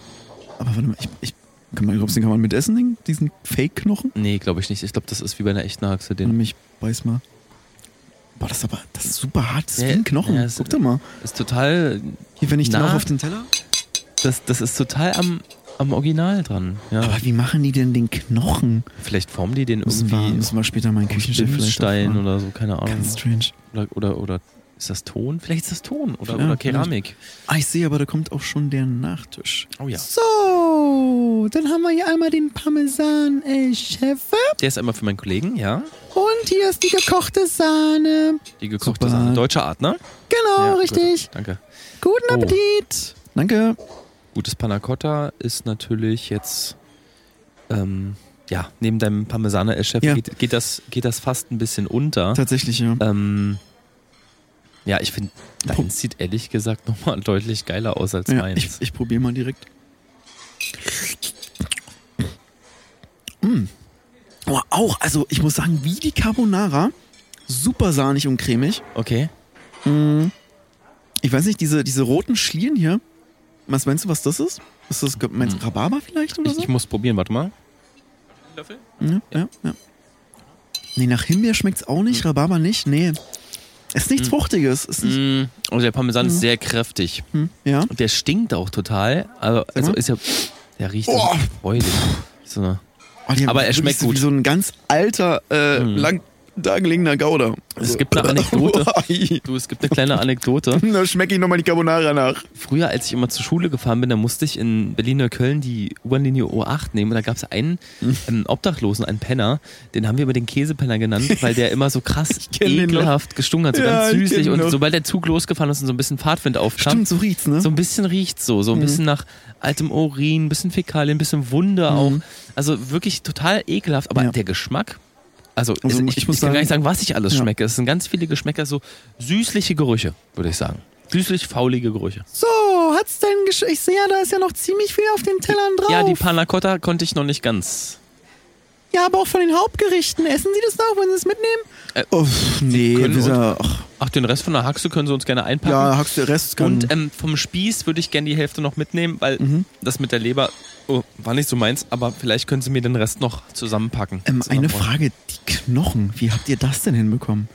[SPEAKER 4] aber warte mal, ich, ich, kann man, glaubst du, den kann man mit essen, den, diesen Fake-Knochen?
[SPEAKER 3] Nee, glaube ich nicht. Ich glaube, das ist wie bei einer echten Haxe.
[SPEAKER 4] Warte
[SPEAKER 3] Den
[SPEAKER 4] mal, ich beiß mal. Boah, das ist aber, das ist super hart, das ist
[SPEAKER 3] Ja,
[SPEAKER 4] wie ein Knochen.
[SPEAKER 3] ja, das-
[SPEAKER 4] Guck doch mal.
[SPEAKER 3] ist total,
[SPEAKER 4] Hier, wenn ich den
[SPEAKER 3] Na.
[SPEAKER 4] auch auf den Teller...
[SPEAKER 3] das, das ist total am, am Original dran. Ja.
[SPEAKER 4] Aber wie machen die denn den Knochen?
[SPEAKER 3] Vielleicht formen die den
[SPEAKER 4] Müssen wir,
[SPEAKER 3] irgendwie
[SPEAKER 4] müssen wir später meinen
[SPEAKER 3] aus
[SPEAKER 4] Küchenchef vielleicht
[SPEAKER 3] Stein
[SPEAKER 4] fragen.
[SPEAKER 3] oder so, keine Ahnung.
[SPEAKER 4] Ganz strange.
[SPEAKER 3] Oder, oder, oder ist das Ton? Vielleicht ist das Ton oder,
[SPEAKER 4] Ja,
[SPEAKER 3] oder Keramik.
[SPEAKER 4] Ah, ich sehe, aber da kommt auch schon der Nachtisch.
[SPEAKER 3] Oh ja.
[SPEAKER 2] So, dann haben wir hier einmal den Parmesan El Chefe
[SPEAKER 3] Der ist einmal für meinen Kollegen, ja.
[SPEAKER 2] und hier ist die gekochte Sahne.
[SPEAKER 3] Die gekochte
[SPEAKER 4] Super. Oh,
[SPEAKER 3] Sahne. Deutscher Art, ne?
[SPEAKER 2] Genau,
[SPEAKER 3] Ja,
[SPEAKER 2] richtig.
[SPEAKER 3] Gut. Danke.
[SPEAKER 2] Guten
[SPEAKER 3] Oh.
[SPEAKER 2] Appetit.
[SPEAKER 4] Danke.
[SPEAKER 3] Gutes Panna Cotta ist natürlich jetzt, ähm, ja, neben deinem Parmesaner El Chef
[SPEAKER 4] Ja.
[SPEAKER 3] geht, geht, das, geht das fast ein bisschen unter.
[SPEAKER 4] Tatsächlich, ja.
[SPEAKER 3] Ähm, ja, ich finde,
[SPEAKER 4] Puh.
[SPEAKER 3] deins sieht ehrlich gesagt nochmal deutlich geiler aus als
[SPEAKER 4] Ja,
[SPEAKER 3] meins.
[SPEAKER 4] ich, ich probiere mal direkt. Mm. Oh, auch, also ich muss sagen, wie die Carbonara, super sahnig und cremig.
[SPEAKER 3] okay.
[SPEAKER 4] Ich weiß nicht, diese, diese roten Schlieren hier, was meinst du, was das ist? Ist das, meinst du, Rhabarber vielleicht oder
[SPEAKER 3] Ich,
[SPEAKER 4] so?
[SPEAKER 3] ich muss probieren, warte mal.
[SPEAKER 4] ja, ja, ja. Nee, nach Himbeer schmeckt's auch nicht, Rhabarber nicht, nee. Ist nichts Fruchtiges. Ist nicht,
[SPEAKER 3] Mm, also der Parmesan
[SPEAKER 4] Mhm.
[SPEAKER 3] ist sehr kräftig.
[SPEAKER 4] hm, Ja.
[SPEAKER 3] Und der stinkt auch total. Also, also
[SPEAKER 4] mal.
[SPEAKER 3] ist ja. Der riecht
[SPEAKER 4] Oh.
[SPEAKER 3] so freudig. So eine,
[SPEAKER 4] Oh, die haben
[SPEAKER 3] Aber er
[SPEAKER 4] wirklich
[SPEAKER 3] schmeckt
[SPEAKER 4] so,
[SPEAKER 3] gut.
[SPEAKER 4] Wie so ein ganz alter, äh, lang dagelegender Gouda.
[SPEAKER 3] Es gibt eine Anekdote.
[SPEAKER 4] Uai.
[SPEAKER 3] Du, es gibt eine kleine Anekdote.
[SPEAKER 4] da schmecke ich nochmal die Carbonara nach.
[SPEAKER 3] Früher, als ich immer zur Schule gefahren bin, da musste ich in Berlin oder Köln die U-Bahn-Linie O8 nehmen. Und da gab es einen ähm, Obdachlosen, einen Penner, den haben wir immer den Käsepenner genannt, weil der immer so krass
[SPEAKER 4] kenn den noch.
[SPEAKER 3] ekelhaft gestunken hat, so
[SPEAKER 4] Ja,
[SPEAKER 3] ganz
[SPEAKER 4] ich kenn
[SPEAKER 3] süßlich.
[SPEAKER 4] den
[SPEAKER 3] Und
[SPEAKER 4] noch.
[SPEAKER 3] sobald der Zug losgefahren ist und so ein bisschen Fahrtwind aufkam,
[SPEAKER 4] Stimmt, so riecht's, ne? Mhm.
[SPEAKER 3] so ein bisschen riecht so, so ein bisschen nach altem Urin, ein bisschen Fäkalien, ein bisschen Wunde auch. Also wirklich total ekelhaft, aber
[SPEAKER 4] Mhm. Ja.
[SPEAKER 3] der Geschmack. Also,
[SPEAKER 4] Also,
[SPEAKER 3] ich, ich, muss kann gar nicht sagen, was ich alles
[SPEAKER 4] Ja.
[SPEAKER 3] schmecke. Es sind ganz viele Geschmäcker, so süßliche Gerüche, würde ich sagen. Süßlich faulige Gerüche.
[SPEAKER 2] So, hat's denn gesch Ich sehe, ja, da ist ja noch ziemlich viel auf den Tellern drauf.
[SPEAKER 3] Ja, die Panna Cotta konnte ich noch nicht ganz.
[SPEAKER 2] Ja, aber auch von den Hauptgerichten. Essen Sie das noch, wenn Sie es mitnehmen?
[SPEAKER 4] Uff, nee,
[SPEAKER 3] Können
[SPEAKER 4] dieser, ach,
[SPEAKER 3] Ach, den Rest von der Haxe können sie uns gerne einpacken.
[SPEAKER 4] ja, hackst der Rest kann.
[SPEAKER 3] Und ähm, vom Spieß würde ich gerne die Hälfte noch mitnehmen, weil
[SPEAKER 2] Mhm.
[SPEAKER 3] das mit der Leber oh, war nicht so meins, aber vielleicht können sie mir den Rest noch zusammenpacken.
[SPEAKER 4] ähm, eine
[SPEAKER 3] Zusammenbauen.
[SPEAKER 4] Frage, die Knochen, wie habt ihr das denn hinbekommen?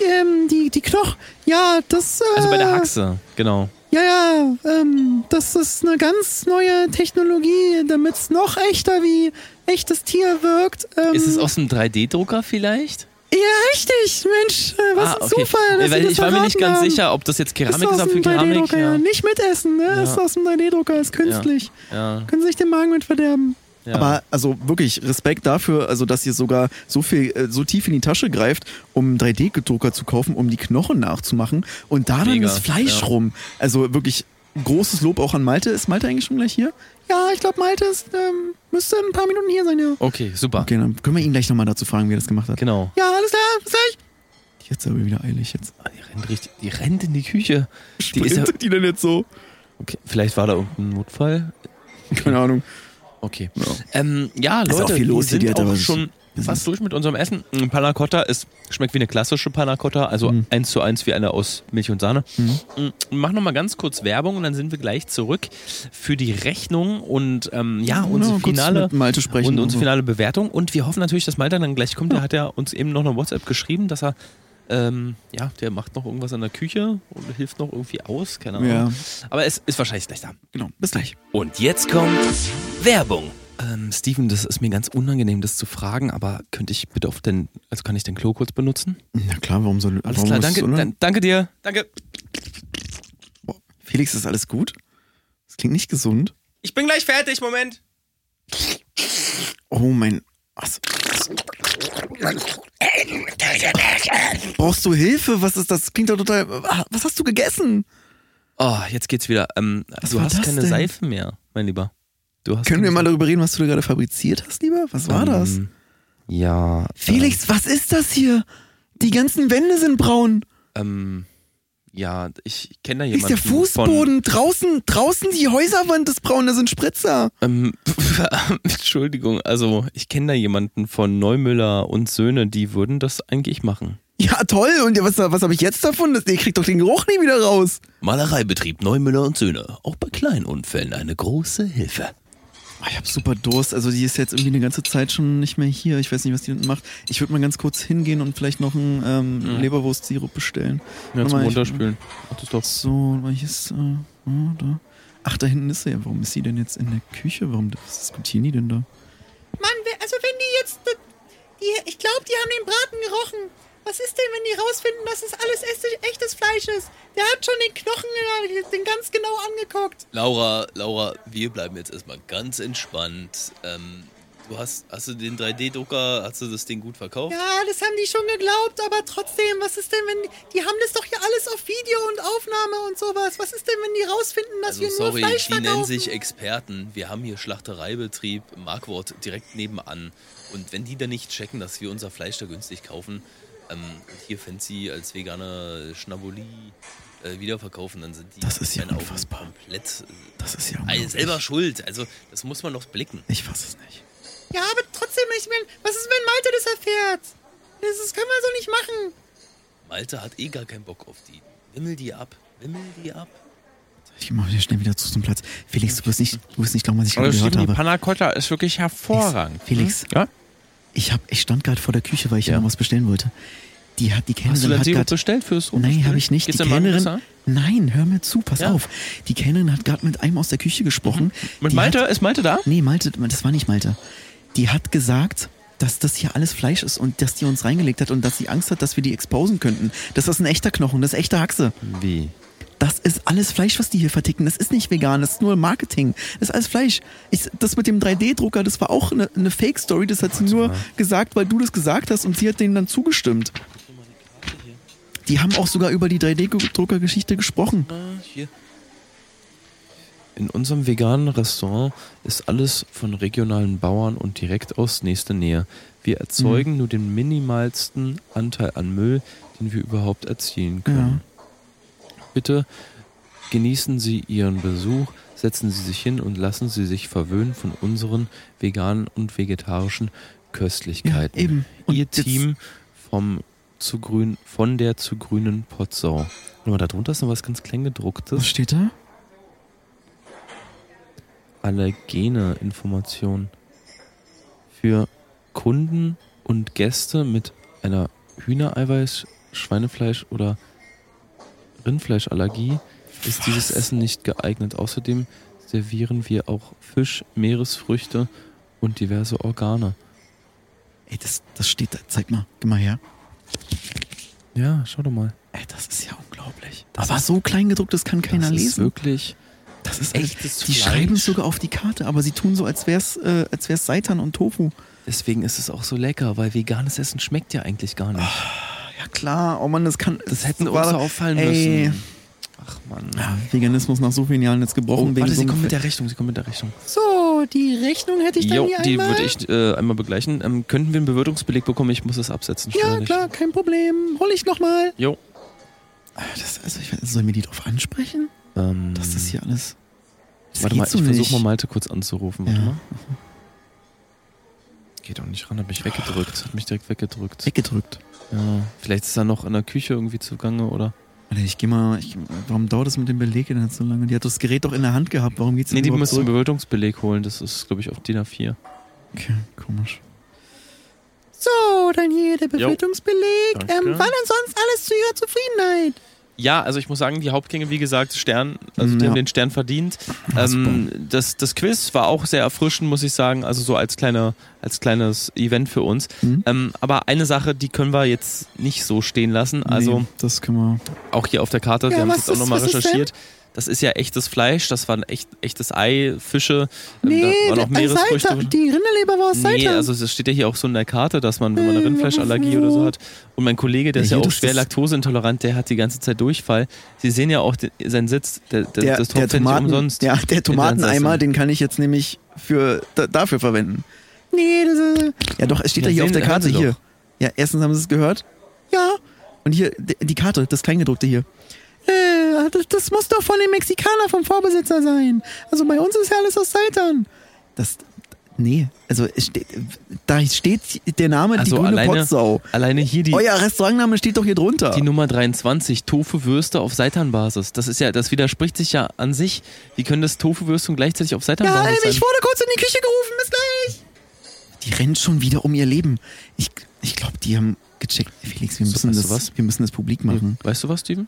[SPEAKER 2] Ähm, die, die Knoch. Ja, das. Äh,
[SPEAKER 3] Also bei der Haxe, genau.
[SPEAKER 2] Ja, ja, ähm, das ist eine ganz neue Technologie, damit es noch echter wie echtes Tier wirkt. Ähm,
[SPEAKER 3] Ist es aus dem 3D-Drucker vielleicht?
[SPEAKER 2] Ja, richtig, Mensch, äh, was
[SPEAKER 3] Ah,
[SPEAKER 2] ein
[SPEAKER 3] okay.
[SPEAKER 2] Zufall. Dass
[SPEAKER 3] Äh, Weil
[SPEAKER 2] Sie das
[SPEAKER 3] ich war mir nicht
[SPEAKER 2] verraten
[SPEAKER 3] ganz
[SPEAKER 2] haben.
[SPEAKER 3] sicher, ob das jetzt
[SPEAKER 2] Ist
[SPEAKER 3] Keramik
[SPEAKER 2] aus
[SPEAKER 3] ist, aber für
[SPEAKER 2] dem 3D-Drucker,
[SPEAKER 3] Keramik. Ja.
[SPEAKER 2] ja. Nicht mitessen, ne?
[SPEAKER 3] Ja.
[SPEAKER 2] Ist aus dem 3D-Drucker, ist künstlich.
[SPEAKER 3] Ja,
[SPEAKER 2] Können Sie sich den Magen mit verderben.
[SPEAKER 3] ja.
[SPEAKER 4] Aber also wirklich Respekt dafür, also dass ihr sogar so viel, äh, so tief in die Tasche greift, um einen 3D-Drucker zu kaufen, um die Knochen nachzumachen und da dann
[SPEAKER 3] Mega,
[SPEAKER 4] das Fleisch
[SPEAKER 3] ja.
[SPEAKER 4] rum. Also wirklich großes Lob auch an Malte. Ist Malte eigentlich schon gleich hier?
[SPEAKER 2] Ja, ich glaube, Malte ist, ähm, müsste in ein paar Minuten hier sein, ja.
[SPEAKER 3] okay, super.
[SPEAKER 4] Okay, dann können wir ihn gleich nochmal dazu fragen, wie er das gemacht hat.
[SPEAKER 3] Genau.
[SPEAKER 2] Ja, alles klar, bis gleich.
[SPEAKER 4] Jetzt aber wieder eilig jetzt.
[SPEAKER 3] Ah, Die rennt, richtig, die rennt in die Küche. Die ist ja,
[SPEAKER 4] Sprintet die denn jetzt so?
[SPEAKER 3] okay, vielleicht war da irgendein Notfall.
[SPEAKER 4] Keine Ahnung.
[SPEAKER 3] Okay. Ähm, ja,
[SPEAKER 4] auch
[SPEAKER 3] Leute,
[SPEAKER 4] viel los hier,
[SPEAKER 3] wir
[SPEAKER 4] die
[SPEAKER 3] sind
[SPEAKER 4] hat
[SPEAKER 3] auch
[SPEAKER 4] aber-
[SPEAKER 3] schon fast durch mit unserem Essen. Ein Panna Cotta ist, schmeckt wie eine klassische Panna Cotta, also
[SPEAKER 4] Mhm.
[SPEAKER 3] eins zu eins wie eine aus Milch und Sahne. Mhm. Mach nochmal ganz kurz Werbung und dann sind wir gleich zurück für die Rechnung und ähm, ja, unsere
[SPEAKER 4] kurz
[SPEAKER 3] finale
[SPEAKER 4] mit Malte sprechen
[SPEAKER 3] und
[SPEAKER 4] und
[SPEAKER 3] unsere
[SPEAKER 4] so.
[SPEAKER 3] finale Bewertung. Und wir hoffen natürlich, dass Malte dann gleich kommt. Der hat ja uns eben noch eine WhatsApp geschrieben, dass er ähm, ja, der macht noch irgendwas in der Küche und hilft noch irgendwie aus, keine Ahnung.
[SPEAKER 4] Ja.
[SPEAKER 3] Aber es ist wahrscheinlich gleich da.
[SPEAKER 4] Genau, bis gleich.
[SPEAKER 1] Und jetzt kommt Werbung.
[SPEAKER 3] Ähm, Steven, das ist mir ganz unangenehm, das zu fragen, aber könnte ich bitte auf den, also kann ich den Klo kurz benutzen?
[SPEAKER 4] Na klar, warum soll
[SPEAKER 3] Alles
[SPEAKER 4] warum
[SPEAKER 3] klar,
[SPEAKER 4] ne? ist es
[SPEAKER 3] danke,
[SPEAKER 4] unangenehm?
[SPEAKER 3] dann, danke dir. Danke.
[SPEAKER 4] Felix, ist alles gut? Das klingt nicht gesund.
[SPEAKER 5] Ich bin gleich fertig, Moment.
[SPEAKER 4] Oh mein. Was? Brauchst du Hilfe? Was ist das? Das Klingt doch total. Ah, Was hast du gegessen?
[SPEAKER 3] Oh, jetzt geht's wieder. Ähm, du
[SPEAKER 4] war
[SPEAKER 3] hast
[SPEAKER 4] das
[SPEAKER 3] keine
[SPEAKER 4] denn?
[SPEAKER 3] Seife mehr, mein Lieber. Du hast
[SPEAKER 4] Können wir
[SPEAKER 3] keine
[SPEAKER 4] mal darüber reden, was du da gerade fabriziert hast, lieber? Was war das?
[SPEAKER 3] Ähm, Ja. ähm,
[SPEAKER 4] Felix, was ist das hier? Die ganzen Wände sind braun.
[SPEAKER 3] Ähm, ja, ich kenne da
[SPEAKER 4] Ist
[SPEAKER 3] jemanden.
[SPEAKER 4] der Fußboden draußen, draußen die Häuserwand ist braun, da sind Spritzer.
[SPEAKER 3] Von, ähm, Entschuldigung, also ich kenne da jemanden von Neumüller und Söhne, die würden das eigentlich machen.
[SPEAKER 4] Ja, toll. Und was, was habe ich jetzt davon? Das- Ihr kriegt doch den Geruch nie wieder raus.
[SPEAKER 1] Malereibetrieb Neumüller und Söhne. Auch bei kleinen Unfällen eine große Hilfe.
[SPEAKER 4] Ah, Ich habe super Durst. Also die ist jetzt irgendwie eine ganze Zeit schon nicht mehr hier. Ich weiß nicht, was die unten macht. Ich würde mal ganz kurz hingehen und vielleicht noch einen ähm, Leberwurst-Sirup bestellen.
[SPEAKER 3] Ja,
[SPEAKER 4] Warte
[SPEAKER 3] zum
[SPEAKER 4] mal, ich-
[SPEAKER 3] Runterspülen. Ach, das ist doch.
[SPEAKER 4] So, welches? ist... Äh, ah, da. Ach, da hinten ist sie ja. Warum ist sie denn jetzt in der Küche? Warum was diskutieren die denn da?
[SPEAKER 2] Mann, wer- also wenn die jetzt. Die, ich glaube, die haben den Braten gerochen. Was ist denn, wenn die rausfinden, dass es alles echtes, echtes Fleisch ist? Der hat schon den Knochen, äh, den ganz genau angeguckt.
[SPEAKER 1] Laura, Laura, wir bleiben jetzt erstmal ganz entspannt. Ähm, du hast, hast du den 3D-Drucker, hast du das Ding gut verkauft?
[SPEAKER 2] Ja, das haben die schon geglaubt, aber trotzdem, was ist denn, wenn. Die, die haben das doch hier alles auf Video und Aufnahme und sowas. Was ist denn, wenn die rausfinden, dass
[SPEAKER 1] also
[SPEAKER 2] wir nur
[SPEAKER 1] sorry,
[SPEAKER 2] Fleisch
[SPEAKER 1] die nennen
[SPEAKER 2] verkaufen?
[SPEAKER 1] sich Experten. Wir haben hier Schlachtereibetrieb, Markwort direkt nebenan. Und wenn die dann nicht checken, dass wir unser Fleisch da günstig kaufen ähm, und hier fancy als vegane Schnabuli äh, wiederverkaufen, dann sind die
[SPEAKER 4] Das ist ja
[SPEAKER 1] in meinen Augen
[SPEAKER 4] unfassbar.
[SPEAKER 1] komplett
[SPEAKER 4] Das ist ja...
[SPEAKER 1] äh,
[SPEAKER 4] unglaublich.
[SPEAKER 1] selber schuld. Also das muss man noch blicken.
[SPEAKER 4] Ich fass es nicht.
[SPEAKER 2] ja, aber trotzdem, ich mein, was ist, wenn Malte das erfährt? Das, das können wir so nicht machen.
[SPEAKER 1] Malte hat eh gar keinen Bock auf die. Wimmel die ab, wimmel die ab.
[SPEAKER 4] Ich mach hier schnell wieder zu zum Platz. Felix, du wirst nicht, du wirst nicht glauben, was ich gerade
[SPEAKER 3] Also
[SPEAKER 4] gehört
[SPEAKER 3] Steven, die
[SPEAKER 4] habe.
[SPEAKER 3] Panna Cotta ist wirklich hervorragend.
[SPEAKER 4] Felix.
[SPEAKER 3] Hm? Ja?
[SPEAKER 4] Ich, hab, ich stand gerade vor der Küche, weil ich ja. noch was bestellen wollte. Die hat die
[SPEAKER 3] Hast du
[SPEAKER 4] Kellnerin
[SPEAKER 3] denn
[SPEAKER 4] hat
[SPEAKER 3] Sirup
[SPEAKER 4] gerade
[SPEAKER 3] bestellt fürs
[SPEAKER 4] Nein, habe ich nicht.
[SPEAKER 3] Geht's
[SPEAKER 4] die Kellnerin. Nein, hör mir zu, pass
[SPEAKER 3] Ja. Mhm.
[SPEAKER 4] auf. Die Kellnerin hat gerade mit einem aus der Küche gesprochen.
[SPEAKER 3] Mit
[SPEAKER 4] die
[SPEAKER 3] Malte?
[SPEAKER 4] Hat,
[SPEAKER 3] Ist Malte da?
[SPEAKER 4] nee, Malte, das war nicht Malte. Die hat gesagt, dass das hier alles Fleisch ist und dass die uns reingelegt hat und dass sie Angst hat, dass wir die exposen könnten. Das ist ein echter Knochen, das ist echte Haxe.
[SPEAKER 3] Wie?
[SPEAKER 4] Das ist alles Fleisch, was die hier verticken. Das ist nicht vegan, das ist nur Marketing. Das ist alles Fleisch. Ich, das mit dem 3D-Drucker, das war auch eine, eine Fake-Story. Das hat sie nur gesagt, weil du das gesagt hast und sie hat denen dann zugestimmt. Die haben auch sogar über die 3D-Drucker-Geschichte gesprochen.
[SPEAKER 3] In unserem veganen Restaurant ist alles von regionalen Bauern und direkt aus nächster Nähe. Wir erzeugen nur den minimalsten Anteil an Müll, den wir überhaupt erzielen können. Bitte genießen Sie Ihren Besuch, setzen Sie sich hin und lassen Sie sich verwöhnen von unseren veganen und vegetarischen Köstlichkeiten.
[SPEAKER 4] Ja, eben. Und
[SPEAKER 3] Ihr
[SPEAKER 4] jetzt-
[SPEAKER 3] Team vom zu grün, von der zu grünen Potsau. Nur darunter ist noch was ganz klein gedrucktes.
[SPEAKER 4] Was steht da?
[SPEAKER 3] allergene Information für Kunden und Gäste mit einer Hühnereiweiß, Schweinefleisch oder Rindfleischallergie ist dieses Essen nicht geeignet. Außerdem servieren wir auch Fisch, Meeresfrüchte und diverse Organe.
[SPEAKER 4] Ey, das, das steht da. Zeig mal, geh mal her.
[SPEAKER 3] Ja, schau doch mal.
[SPEAKER 4] Ey, das ist ja unglaublich. Aber so klein gedruckt, das kann
[SPEAKER 3] das
[SPEAKER 4] keiner
[SPEAKER 3] ist
[SPEAKER 4] lesen.
[SPEAKER 3] wirklich
[SPEAKER 4] Das ist
[SPEAKER 3] echtes
[SPEAKER 4] Die
[SPEAKER 3] Fleisch.
[SPEAKER 4] schreiben es sogar auf die Karte, aber sie tun so, als wär's, äh, als wär's Seitan und Tofu.
[SPEAKER 3] Deswegen ist es auch so lecker, weil veganes Essen schmeckt ja eigentlich gar nicht.
[SPEAKER 4] Ja klar, oh Mann, das kann.
[SPEAKER 3] das hätten uns
[SPEAKER 4] war-
[SPEAKER 3] so auffallen
[SPEAKER 4] ey.
[SPEAKER 3] müssen. Ach Mann.
[SPEAKER 4] Ja, Veganismus nach so vielen Jahren jetzt gebrochen
[SPEAKER 3] Oh,
[SPEAKER 4] wegen
[SPEAKER 3] warte, sie
[SPEAKER 4] so einem
[SPEAKER 3] kommt mit
[SPEAKER 4] Fe-
[SPEAKER 3] der Rechnung, sie kommt mit der Rechnung.
[SPEAKER 2] So, die Rechnung hätte ich dann
[SPEAKER 3] Jo,
[SPEAKER 2] hier
[SPEAKER 3] die
[SPEAKER 2] einmal.
[SPEAKER 3] würde ich äh, einmal begleichen. Ähm, könnten wir einen Bewirtungsbeleg bekommen? Ich muss das absetzen.
[SPEAKER 2] ja,
[SPEAKER 3] steuerlich.
[SPEAKER 2] klar, kein Problem. Hol ich nochmal.
[SPEAKER 3] Jo.
[SPEAKER 4] Ah, das, also ich, weiß- sollen wir die drauf ansprechen?
[SPEAKER 3] Ähm,
[SPEAKER 4] Dass das hier alles. Das
[SPEAKER 3] warte mal,
[SPEAKER 4] geht so
[SPEAKER 3] ich
[SPEAKER 4] nicht.
[SPEAKER 3] versuche mal Malte kurz anzurufen. Warte
[SPEAKER 4] Ja.
[SPEAKER 3] mal. Geht auch nicht ran, hat mich weggedrückt. Hat mich direkt weggedrückt.
[SPEAKER 4] Weggedrückt.
[SPEAKER 3] Ja. Vielleicht ist er noch in der Küche irgendwie zugange oder.
[SPEAKER 4] Warte, ich geh mal. Ich, warum dauert das mit dem Beleg denn jetzt so lange? Die hat das Gerät doch in der Hand gehabt. Warum geht's
[SPEAKER 3] Nee,
[SPEAKER 4] denn
[SPEAKER 3] die
[SPEAKER 4] überhaupt
[SPEAKER 3] müssen einen
[SPEAKER 4] zurück?
[SPEAKER 3] Bewirtungsbeleg holen. Das ist, glaube ich, auf DIN A4.
[SPEAKER 4] Okay, komisch.
[SPEAKER 2] So, dann hier der Bewertungsbeleg.
[SPEAKER 3] Danke.
[SPEAKER 2] Ähm, war denn sonst alles zu Ihrer Zufriedenheit?
[SPEAKER 3] Ja, also ich muss sagen, die Hauptgänge, wie gesagt, Stern, also
[SPEAKER 4] Mm,
[SPEAKER 3] die
[SPEAKER 4] ja.
[SPEAKER 3] haben den Stern verdient.
[SPEAKER 2] Ah,
[SPEAKER 3] Ähm, das, das Quiz war auch sehr erfrischend, muss ich sagen, also so als, kleine, als kleines Event für uns.
[SPEAKER 4] Mhm.
[SPEAKER 3] Ähm, aber eine Sache, die können wir jetzt nicht so stehen lassen, also
[SPEAKER 4] nee, das können wir.
[SPEAKER 3] auch hier auf der Karte,
[SPEAKER 2] Ja,
[SPEAKER 3] wir haben
[SPEAKER 2] was
[SPEAKER 3] es jetzt auch
[SPEAKER 2] ist-
[SPEAKER 3] nochmal
[SPEAKER 2] was ist denn?
[SPEAKER 3] recherchiert. Das ist ja echtes Fleisch, das war ein echt, echtes Ei, Fische, ähm, da waren auch
[SPEAKER 2] der-
[SPEAKER 3] Meeresfrüchte.
[SPEAKER 2] Seitan- die Rinderleber war aus Seitan.
[SPEAKER 3] Nee, also das steht ja hier auch so in der Karte, dass man, wenn man eine
[SPEAKER 2] Hm,
[SPEAKER 3] Rindfleischallergie oder so hat. Und mein Kollege, der
[SPEAKER 4] Ja,
[SPEAKER 3] ist ja
[SPEAKER 4] hier
[SPEAKER 3] auch
[SPEAKER 4] das-
[SPEAKER 3] schwer
[SPEAKER 4] das-
[SPEAKER 3] laktoseintolerant, der hat die ganze Zeit Durchfall. Sie sehen ja auch den, seinen Sitz, der, der, das tropft ja nicht umsonst.
[SPEAKER 4] ja, der Tomateneimer, den kann ich jetzt nämlich für, da, dafür verwenden.
[SPEAKER 2] nee, das ist,
[SPEAKER 4] Ja, doch, es steht
[SPEAKER 3] Ja,
[SPEAKER 4] ja, hier auf
[SPEAKER 3] sehen-
[SPEAKER 4] der
[SPEAKER 3] haben
[SPEAKER 4] Karte
[SPEAKER 3] Sie
[SPEAKER 4] hier.
[SPEAKER 3] doch.
[SPEAKER 4] Ja, erstens haben sie es gehört.
[SPEAKER 2] ja.
[SPEAKER 4] Und hier, d- die Karte, das Kleingedruckte hier.
[SPEAKER 2] Äh, das, das muss doch von dem Mexikaner, vom Vorbesitzer sein. Also bei uns ist ja alles aus Seitan.
[SPEAKER 4] Das. Nee, also es steht, da steht der Name
[SPEAKER 3] Also
[SPEAKER 4] die grüne Oh
[SPEAKER 3] alleine-
[SPEAKER 4] Potsau.
[SPEAKER 3] Alleine hier die,
[SPEAKER 4] Euer Restaurantname steht doch hier drunter.
[SPEAKER 3] die Nummer 23, Tofu-Würste auf Seitanbasis. Das ist ja, das widerspricht sich ja an sich. Wie können das Tofu-Würste und gleichzeitig auf
[SPEAKER 2] Ja, ähm,
[SPEAKER 3] Seitanbasis sein?
[SPEAKER 2] ich wurde kurz in die Küche gerufen. Bis gleich.
[SPEAKER 4] Die rennt schon wieder um ihr Leben. Ich, ich glaube, die haben gecheckt. Felix, wir
[SPEAKER 3] So,
[SPEAKER 4] müssen,
[SPEAKER 3] weißt
[SPEAKER 4] das,
[SPEAKER 3] du was?
[SPEAKER 4] wir müssen das publik
[SPEAKER 3] Hm,
[SPEAKER 4] machen.
[SPEAKER 3] Weißt du was, Steven?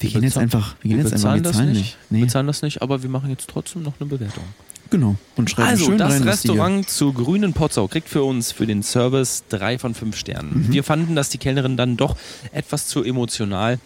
[SPEAKER 4] Wir gehen jetzt
[SPEAKER 3] bezahlen-
[SPEAKER 4] einfach. Wir gehen
[SPEAKER 3] Wir
[SPEAKER 4] jetzt einfach.
[SPEAKER 3] bezahlen
[SPEAKER 4] Wir
[SPEAKER 3] das
[SPEAKER 4] zahlen
[SPEAKER 3] nicht.
[SPEAKER 4] nicht. Nee.
[SPEAKER 3] Wir zahlen das nicht, aber wir machen jetzt trotzdem noch eine Bewertung.
[SPEAKER 4] Genau. Und schreiben
[SPEAKER 3] Also,
[SPEAKER 4] schön
[SPEAKER 3] das
[SPEAKER 4] rein, dass die äh, hier-
[SPEAKER 3] Restaurant zur grünen Potsau kriegt für uns für den Service drei von fünf Sternen.
[SPEAKER 4] Mhm.
[SPEAKER 3] Wir fanden, dass die Kellnerin dann doch etwas zu emotional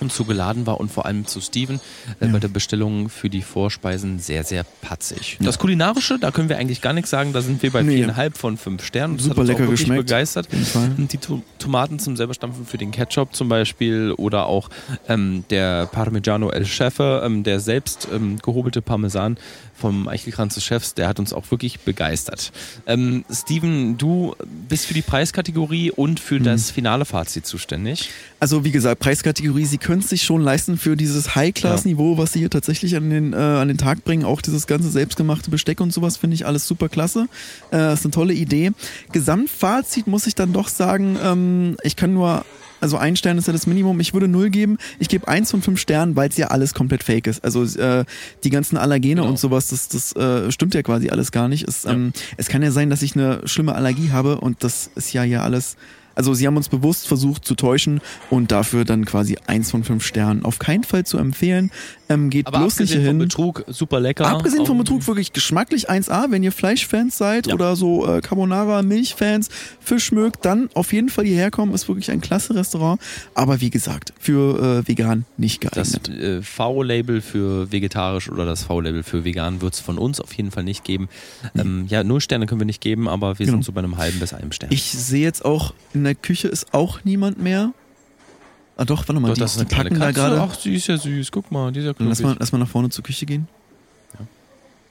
[SPEAKER 3] und zu geladen war und vor allem zu Steven äh, bei der Bestellung für die Vorspeisen sehr, sehr patzig. Das Kulinarische, da können wir eigentlich gar nichts sagen, da sind wir bei
[SPEAKER 4] Nee.
[SPEAKER 3] viereinhalb von fünf Sternen. Das
[SPEAKER 4] Super
[SPEAKER 3] hat uns
[SPEAKER 4] lecker
[SPEAKER 3] auch wirklich
[SPEAKER 4] geschmeckt.
[SPEAKER 3] begeistert.
[SPEAKER 4] jeden Fall.
[SPEAKER 3] Und die to Tomaten zum selber stampfen für den Ketchup zum Beispiel oder auch ähm, der Parmigiano El Chefe, ähm, der selbst ähm, gehobelte Parmesan vom Eichelkranz des Chefs, der hat uns auch wirklich begeistert. Ähm, Steven, du bist für die Preiskategorie und für
[SPEAKER 4] Mhm.
[SPEAKER 3] das finale Fazit zuständig.
[SPEAKER 4] Also wie gesagt, Preiskategorie, sie können es sich schon leisten für dieses High-Class-Niveau, was sie hier tatsächlich an den, äh, an den Tag bringen. Auch dieses ganze selbstgemachte Besteck und sowas finde ich alles super klasse. Äh, ist eine tolle Idee. Gesamtfazit muss ich dann doch sagen, ähm, ich kann nur, also ein Stern ist ja das Minimum. Ich würde null geben. Ich gebe eins von fünf Sternen, weil es ja alles komplett fake ist. Also äh, die ganzen Allergene und sowas, das, das äh, stimmt ja quasi alles gar nicht. Es, ähm, es kann ja sein, dass ich eine schlimme Allergie habe und das ist ja ja alles Also sie haben uns bewusst versucht zu täuschen und dafür dann quasi eins von fünf Sternen. Auf keinen Fall zu empfehlen. Ähm, geht
[SPEAKER 3] Aber
[SPEAKER 4] bloß nicht
[SPEAKER 3] abgesehen vom
[SPEAKER 4] hin.
[SPEAKER 3] Betrug, super lecker.
[SPEAKER 4] Abgesehen vom
[SPEAKER 3] Auch-
[SPEAKER 4] Betrug wirklich geschmacklich 1A, wenn ihr Fleischfans seid
[SPEAKER 3] Ja.
[SPEAKER 4] oder so äh, Carbonara, Milchfans, Fisch mögt, dann auf jeden Fall hierher kommen. Ist wirklich ein klasse Restaurant. Aber wie gesagt, für äh, vegan nicht
[SPEAKER 3] Das
[SPEAKER 4] geeignet.
[SPEAKER 3] äh, V-Label für vegetarisch oder das V-Label für vegan wird es von uns auf jeden Fall nicht geben. Ähm, ja, null Sterne können wir nicht geben, aber wir
[SPEAKER 4] Genau.
[SPEAKER 3] sind so bei einem halben bis einem Stern.
[SPEAKER 4] ich sehe jetzt auch, in der Küche ist auch niemand mehr. Ah doch, warte mal, die, die packen da gerade.
[SPEAKER 3] Ach, sie ist ja süß. Guck mal, dieser
[SPEAKER 4] Dann Lass mal,
[SPEAKER 3] Knopf.
[SPEAKER 4] lass mal nach vorne zur Küche gehen.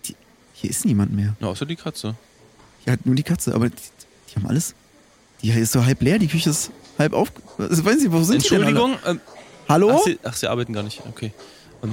[SPEAKER 4] Die, hier ist niemand mehr.
[SPEAKER 3] Na, außer die Katze.
[SPEAKER 4] Ja, nur die Katze, aber die, die haben alles. Die ist so halb leer, die Küche ist halb auf. Ich weiß nicht, wo sind die denn alle?
[SPEAKER 3] Entschuldigung. ähm,
[SPEAKER 4] Hallo?
[SPEAKER 3] ach, sie, ach, sie arbeiten gar nicht. Okay. Ähm,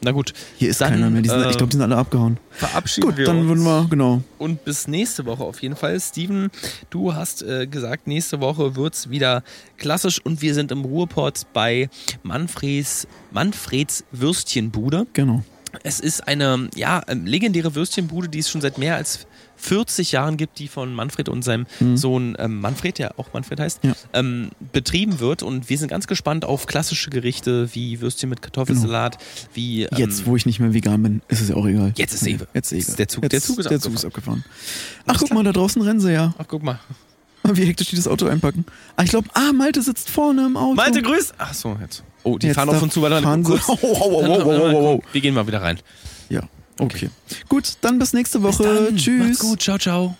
[SPEAKER 3] na gut.
[SPEAKER 4] Hier ist
[SPEAKER 3] Dann,
[SPEAKER 4] keiner mehr. Die sind,
[SPEAKER 3] äh,
[SPEAKER 4] ich glaube, die sind alle abgehauen.
[SPEAKER 3] Verabschieden
[SPEAKER 4] Gut,
[SPEAKER 3] wir
[SPEAKER 4] dann
[SPEAKER 3] uns.
[SPEAKER 4] würden wir, genau.
[SPEAKER 3] Und bis nächste Woche auf jeden Fall. Steven, du hast äh, gesagt, nächste Woche wird es wieder klassisch und wir sind im Ruhrpott bei Manfreds, Manfreds Würstchenbude.
[SPEAKER 4] Genau.
[SPEAKER 3] Es ist eine ja, ähm, legendäre Würstchenbude, die es schon seit mehr als 40 Jahren gibt, die von Manfred und seinem Sohn ähm, Manfred, der auch Manfred heißt,
[SPEAKER 4] Mhm. Ja.
[SPEAKER 3] ähm, betrieben wird. Und wir sind ganz gespannt auf klassische Gerichte wie Würstchen mit Kartoffelsalat, wie. Ähm,
[SPEAKER 4] Genau. Jetzt, wo ich nicht mehr vegan bin, ist es ja auch egal.
[SPEAKER 3] Jetzt ist Ewe.
[SPEAKER 4] Jetzt ist egal.
[SPEAKER 3] Der Zug-
[SPEAKER 4] Jetzt,
[SPEAKER 3] der Zug ist
[SPEAKER 4] der Zug ist abgefahren. Ach, guck mal, da draußen rennen sie ja.
[SPEAKER 3] Ach, guck mal.
[SPEAKER 4] Wie hektisch die das Auto einpacken. Ah, ich glaube, ah, Malte sitzt vorne im Auto.
[SPEAKER 3] Malte, grüß! Ach so, jetzt. Oh, die
[SPEAKER 4] Jetzt
[SPEAKER 3] fahren auf
[SPEAKER 4] darf-
[SPEAKER 3] uns zu, weil
[SPEAKER 4] fahren sie.
[SPEAKER 3] Kurz-
[SPEAKER 4] Wow, wow, wow,
[SPEAKER 3] Warte mal,
[SPEAKER 4] wow,
[SPEAKER 3] warte mal,
[SPEAKER 4] wow, wow.
[SPEAKER 3] Wir gehen mal wieder rein.
[SPEAKER 4] Ja, okay. Gut, dann bis nächste Woche.
[SPEAKER 3] Dann,
[SPEAKER 4] Tschüss.
[SPEAKER 3] Macht's gut. Ciao, ciao.